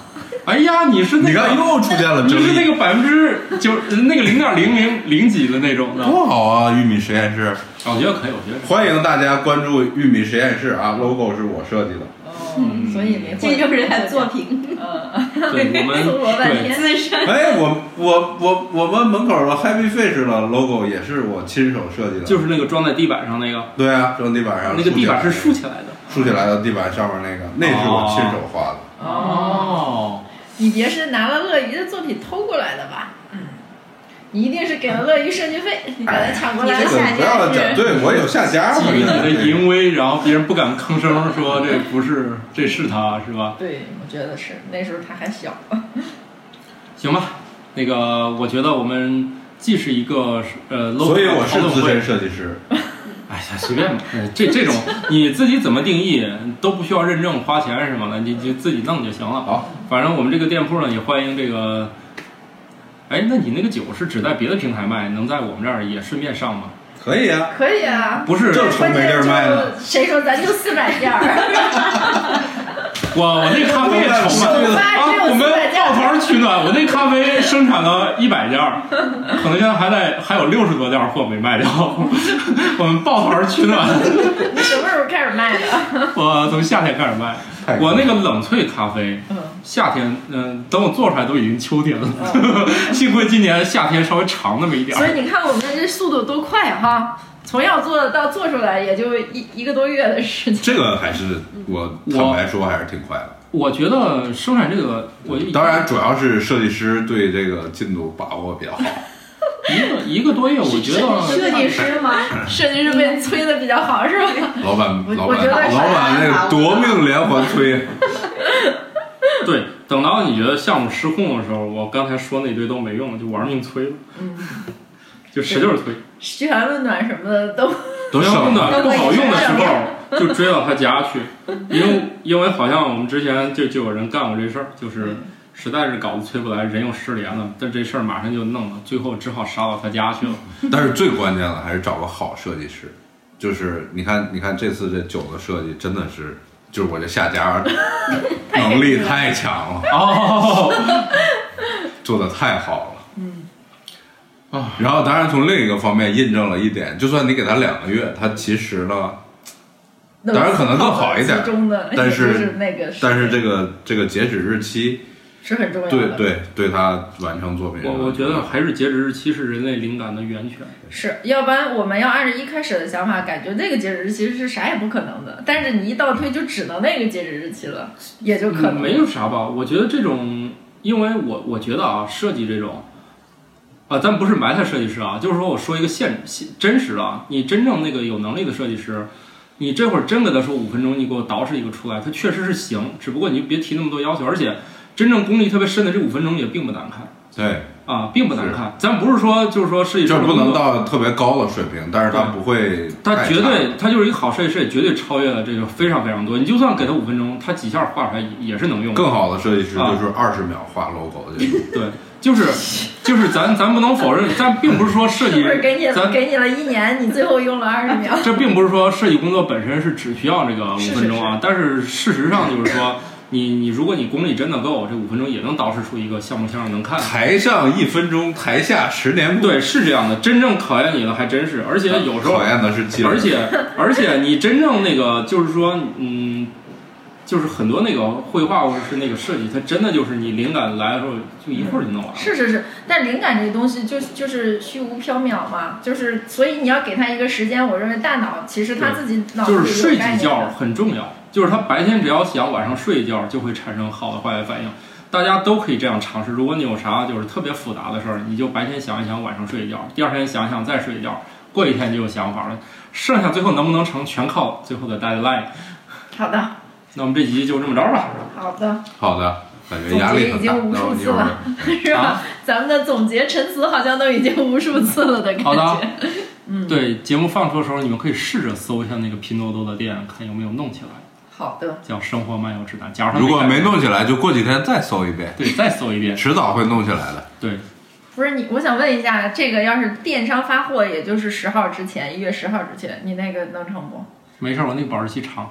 Speaker 2: 哎呀，你是那
Speaker 5: 你看
Speaker 2: 个
Speaker 5: 又出现 了
Speaker 2: 你
Speaker 5: 争
Speaker 2: 是那
Speaker 5: 议，
Speaker 2: 个百分之九那个零点零零零几的那种的，啊
Speaker 5: 多好啊！玉米实验室，
Speaker 2: 我觉得可以，我觉得可以
Speaker 5: 欢迎大家关注玉米实验室啊，logo 是我设计 的。
Speaker 2: 嗯
Speaker 4: 哦， 所以没画。
Speaker 6: 这就是他作品，
Speaker 4: 嗯，
Speaker 2: 对我们
Speaker 4: 搜罗半
Speaker 2: 对
Speaker 4: 天。
Speaker 6: 资深
Speaker 5: 哎，我我我我们门口的 Happy Fish 的 logo 也是我亲手设计的，
Speaker 2: 就是那个装在地板上那个，
Speaker 5: 对啊，装地板上，
Speaker 2: 那个地板是
Speaker 5: 竖
Speaker 2: 竖
Speaker 5: 起
Speaker 2: 起来的。
Speaker 5: 来竖起来的地板上面那个，那是我亲手画的。
Speaker 4: 哦，，你别是拿了乐于的作品偷过来的吧？你一定是给了乐于设计费，你把它抢过来
Speaker 6: 哎
Speaker 5: 这
Speaker 4: 了。
Speaker 5: 个不要整，对我有下家，
Speaker 2: 基于你的
Speaker 5: 我
Speaker 2: 淫威，然后别人不敢吭声说这不是，这是他是吧？
Speaker 4: 对，我觉得是那时候他还小。
Speaker 2: 行吧，那个我觉得我们既是一个呃，
Speaker 5: 这个所以
Speaker 2: local
Speaker 5: 我
Speaker 2: 讨
Speaker 5: 是
Speaker 2: 论
Speaker 5: 资
Speaker 2: 会
Speaker 5: 深设计师。
Speaker 2: 哎呀，随便吧， 哎这这种你自己怎么定义都不需要认证、花钱什么的，你就自己弄就行了。
Speaker 5: 好，
Speaker 2: 反正我们这个店铺呢也欢迎这个。哎，那你那个酒是只在别的平台卖，能在我们这儿也顺便上吗？
Speaker 5: 可以啊，
Speaker 4: 可以啊，
Speaker 2: 不是，
Speaker 5: 这愁
Speaker 4: 关
Speaker 5: 没
Speaker 4: 键
Speaker 5: 地
Speaker 4: 就
Speaker 5: 儿
Speaker 4: 是
Speaker 5: 卖了。
Speaker 4: 谁说咱就四百件儿？
Speaker 2: 我我那咖啡也愁嘛。
Speaker 5: 首
Speaker 4: 发
Speaker 2: 啊
Speaker 4: 只有，
Speaker 2: 我们
Speaker 4: 400件
Speaker 2: 抱团取暖，我那咖啡生产了一百件 儿，可能现在还在还有六十多件儿货没卖掉。 我们抱团取 暖，
Speaker 4: 你什么时候开始卖的？
Speaker 2: 我从夏天开始卖。
Speaker 5: 太
Speaker 2: 我那个冷萃咖啡，夏天，嗯、等我做出来都已经秋天了， 幸亏今年夏天稍微长那么一点
Speaker 4: 嗯所
Speaker 2: 儿。
Speaker 4: 以你看我们这速度多快啊哈！从要做到做出来，也就一一个多月的时间。
Speaker 5: 这个还是我坦白说还是挺快的。
Speaker 2: 我觉得生产这个，我
Speaker 5: 当然，主要是设计师对这个进度把握比较 好。
Speaker 2: 一个一个多月，我觉得
Speaker 6: 设计师吗？
Speaker 4: 设计师被催的比较好是吧？
Speaker 5: 老板，
Speaker 4: 我
Speaker 5: 老
Speaker 4: 我
Speaker 5: 板，
Speaker 4: 觉得是
Speaker 5: 老板那个夺命连环催。
Speaker 2: 对。等到你觉得项目失控的时候，我刚才说那堆都没用，就玩命催了，
Speaker 4: 嗯
Speaker 2: 就使劲儿催。
Speaker 4: 嘘寒问暖什么的都
Speaker 5: 都
Speaker 2: 然后
Speaker 5: 上
Speaker 2: 呢，
Speaker 5: 了，
Speaker 2: 不好用的时候就追到他家 去，因为因为好像我们之前就就有人干过这事儿，就是实在是稿子催不来，人又失联了，但这事儿马上就弄了，最后只好杀到他家去了。
Speaker 5: 但是最关键的还是找个好设计师。就是你看，你看这次这酒的设计真的是，就是我这下家能力 太强了，
Speaker 2: 哦，
Speaker 5: 做的太好了。嗯，啊，然后当然从另一个方面印证了一点，就算你给他两个月，他其实呢，
Speaker 4: 当
Speaker 5: 然可能更好一点
Speaker 4: 中的
Speaker 5: 但是
Speaker 4: 也就是那个，
Speaker 5: 但是这个这个截止日期，
Speaker 4: 是很重要
Speaker 5: 对
Speaker 4: 的。
Speaker 5: 对对他完成作品
Speaker 2: 我
Speaker 5: 上的
Speaker 2: 我觉得还是截止日期是人类灵感的源泉。
Speaker 4: 是要不然我们要按照一开始的想法，感觉那个截止日期是啥也不可能的。但是你一倒推，就只能那个截止日期了，也就可能、
Speaker 2: 嗯没有啥吧。我觉得这种，因为我我觉得啊，设计这种，啊，咱不是埋汰设计师啊，就是说我说一个现现真实的啊，你真正那个有能力的设计师，你这会儿真给他说五分钟，你给我捯饬一个出来，他确实是行，只不过你就别提那么多要求，而且真正功力特别深的这五分钟也并不难看。
Speaker 5: 对
Speaker 2: 啊，并不难看。咱不是说就是说设计
Speaker 5: 就
Speaker 2: 师
Speaker 5: 不
Speaker 2: 的工
Speaker 5: 能
Speaker 2: 作，
Speaker 5: 到特别高的水平，但是它
Speaker 2: 对
Speaker 5: 不会太差，
Speaker 2: 他绝对他就是一个好设计师，也绝对超越了这个非常非常多。你就算给他五分钟，他几下画出来也也是能用的。
Speaker 5: 更好的设计师
Speaker 2: 啊
Speaker 5: 就是二十秒画 logo 这种，
Speaker 2: 对，就是就是咱咱不能否认，咱并不是说设
Speaker 4: 是
Speaker 2: 计
Speaker 4: 不是给你
Speaker 2: 咱
Speaker 4: 给你了一年，你最后用了二十秒？
Speaker 2: 这并不是说设计工作本身是只需要这个五分钟啊，但是事实上就是说，你你如果你功力真的够，这五分钟也能捯饬出一个项目向上能看的。
Speaker 5: 台上一分钟，台下十年功。
Speaker 2: 对，是这样的，真正考验你的还真是，而且有时候
Speaker 5: 考，验的是技能，
Speaker 2: 而 且而且你真正那个就是说，嗯，就是很多那个绘画或者是那个设计，它真的就是你灵感来的时候就一会儿就弄完了。
Speaker 4: 是是是，但灵感这东西就就是虚无缥缈嘛，就是所以你要给他一个时间，我认为大脑其实他自己脑子
Speaker 2: 就是
Speaker 4: 里
Speaker 2: 睡
Speaker 4: 有概
Speaker 2: 几
Speaker 4: 念
Speaker 2: 觉
Speaker 4: 的。
Speaker 2: 很重要，就是他白天只要想晚上睡一觉，就会产生好的坏的反应。大家都可以这样尝试。如果你有啥就是特别复杂的事儿，你就白天想一想，晚上睡一觉，第二天想一想再睡一觉，过一天就有想法了。剩下最后能不能成，全靠最后的 deadline。
Speaker 4: 好的，
Speaker 2: 那我们这集就这么着吧。
Speaker 4: 好
Speaker 2: 啊
Speaker 4: 的，
Speaker 5: 好的，感觉压力很大。
Speaker 4: 总结已经无
Speaker 5: 那我
Speaker 4: 数
Speaker 5: 一
Speaker 4: 次
Speaker 5: 会儿
Speaker 4: 了是吧？
Speaker 2: 啊
Speaker 4: 咱们的总结陈词好像都已经无数次了的感觉。
Speaker 2: 好的，对，节目放出的时候，你们可以试着搜一下那个拼多多的店，看有没有弄起来，
Speaker 4: 好的，
Speaker 2: 叫《生活漫游指南》。假如他
Speaker 5: 如果
Speaker 2: 改
Speaker 5: 没，弄起来，就过几天再搜一遍，
Speaker 2: 对，再搜一遍。
Speaker 5: 迟早会弄起来的。
Speaker 2: 对，
Speaker 4: 不是你，我想问一下，这个要是电商发货，也就是十号之前，一月十号之前，你那个能成不？
Speaker 2: 没事儿，我那个保质期长。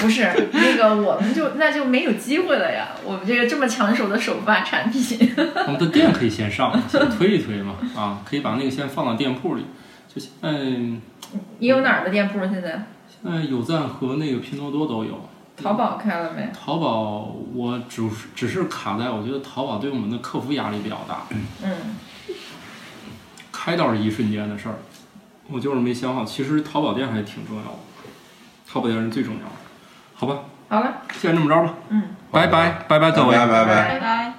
Speaker 4: 不是那个，我们就那就没有机会了呀。我们这个这么抢手的首发产品，
Speaker 2: 我们的店可以先上，先推一推嘛，啊，可以把那个先放到店铺里。就现在，
Speaker 4: 你有哪儿的店铺现在？
Speaker 2: 现在有赞和那个拼多多都有。
Speaker 4: 淘宝开了没？
Speaker 2: 淘宝我只是只是卡在，我觉得淘宝对我们的客服压力比较大，
Speaker 4: 嗯，
Speaker 2: 开倒是一瞬间的事儿，我就是没想好，其实淘宝店还挺重要的，淘宝店是最重要的，好吧，
Speaker 4: 好了，
Speaker 2: 先这么着吧，
Speaker 4: 嗯，
Speaker 2: 拜拜拜拜各位。
Speaker 5: 拜拜拜。
Speaker 6: 拜拜。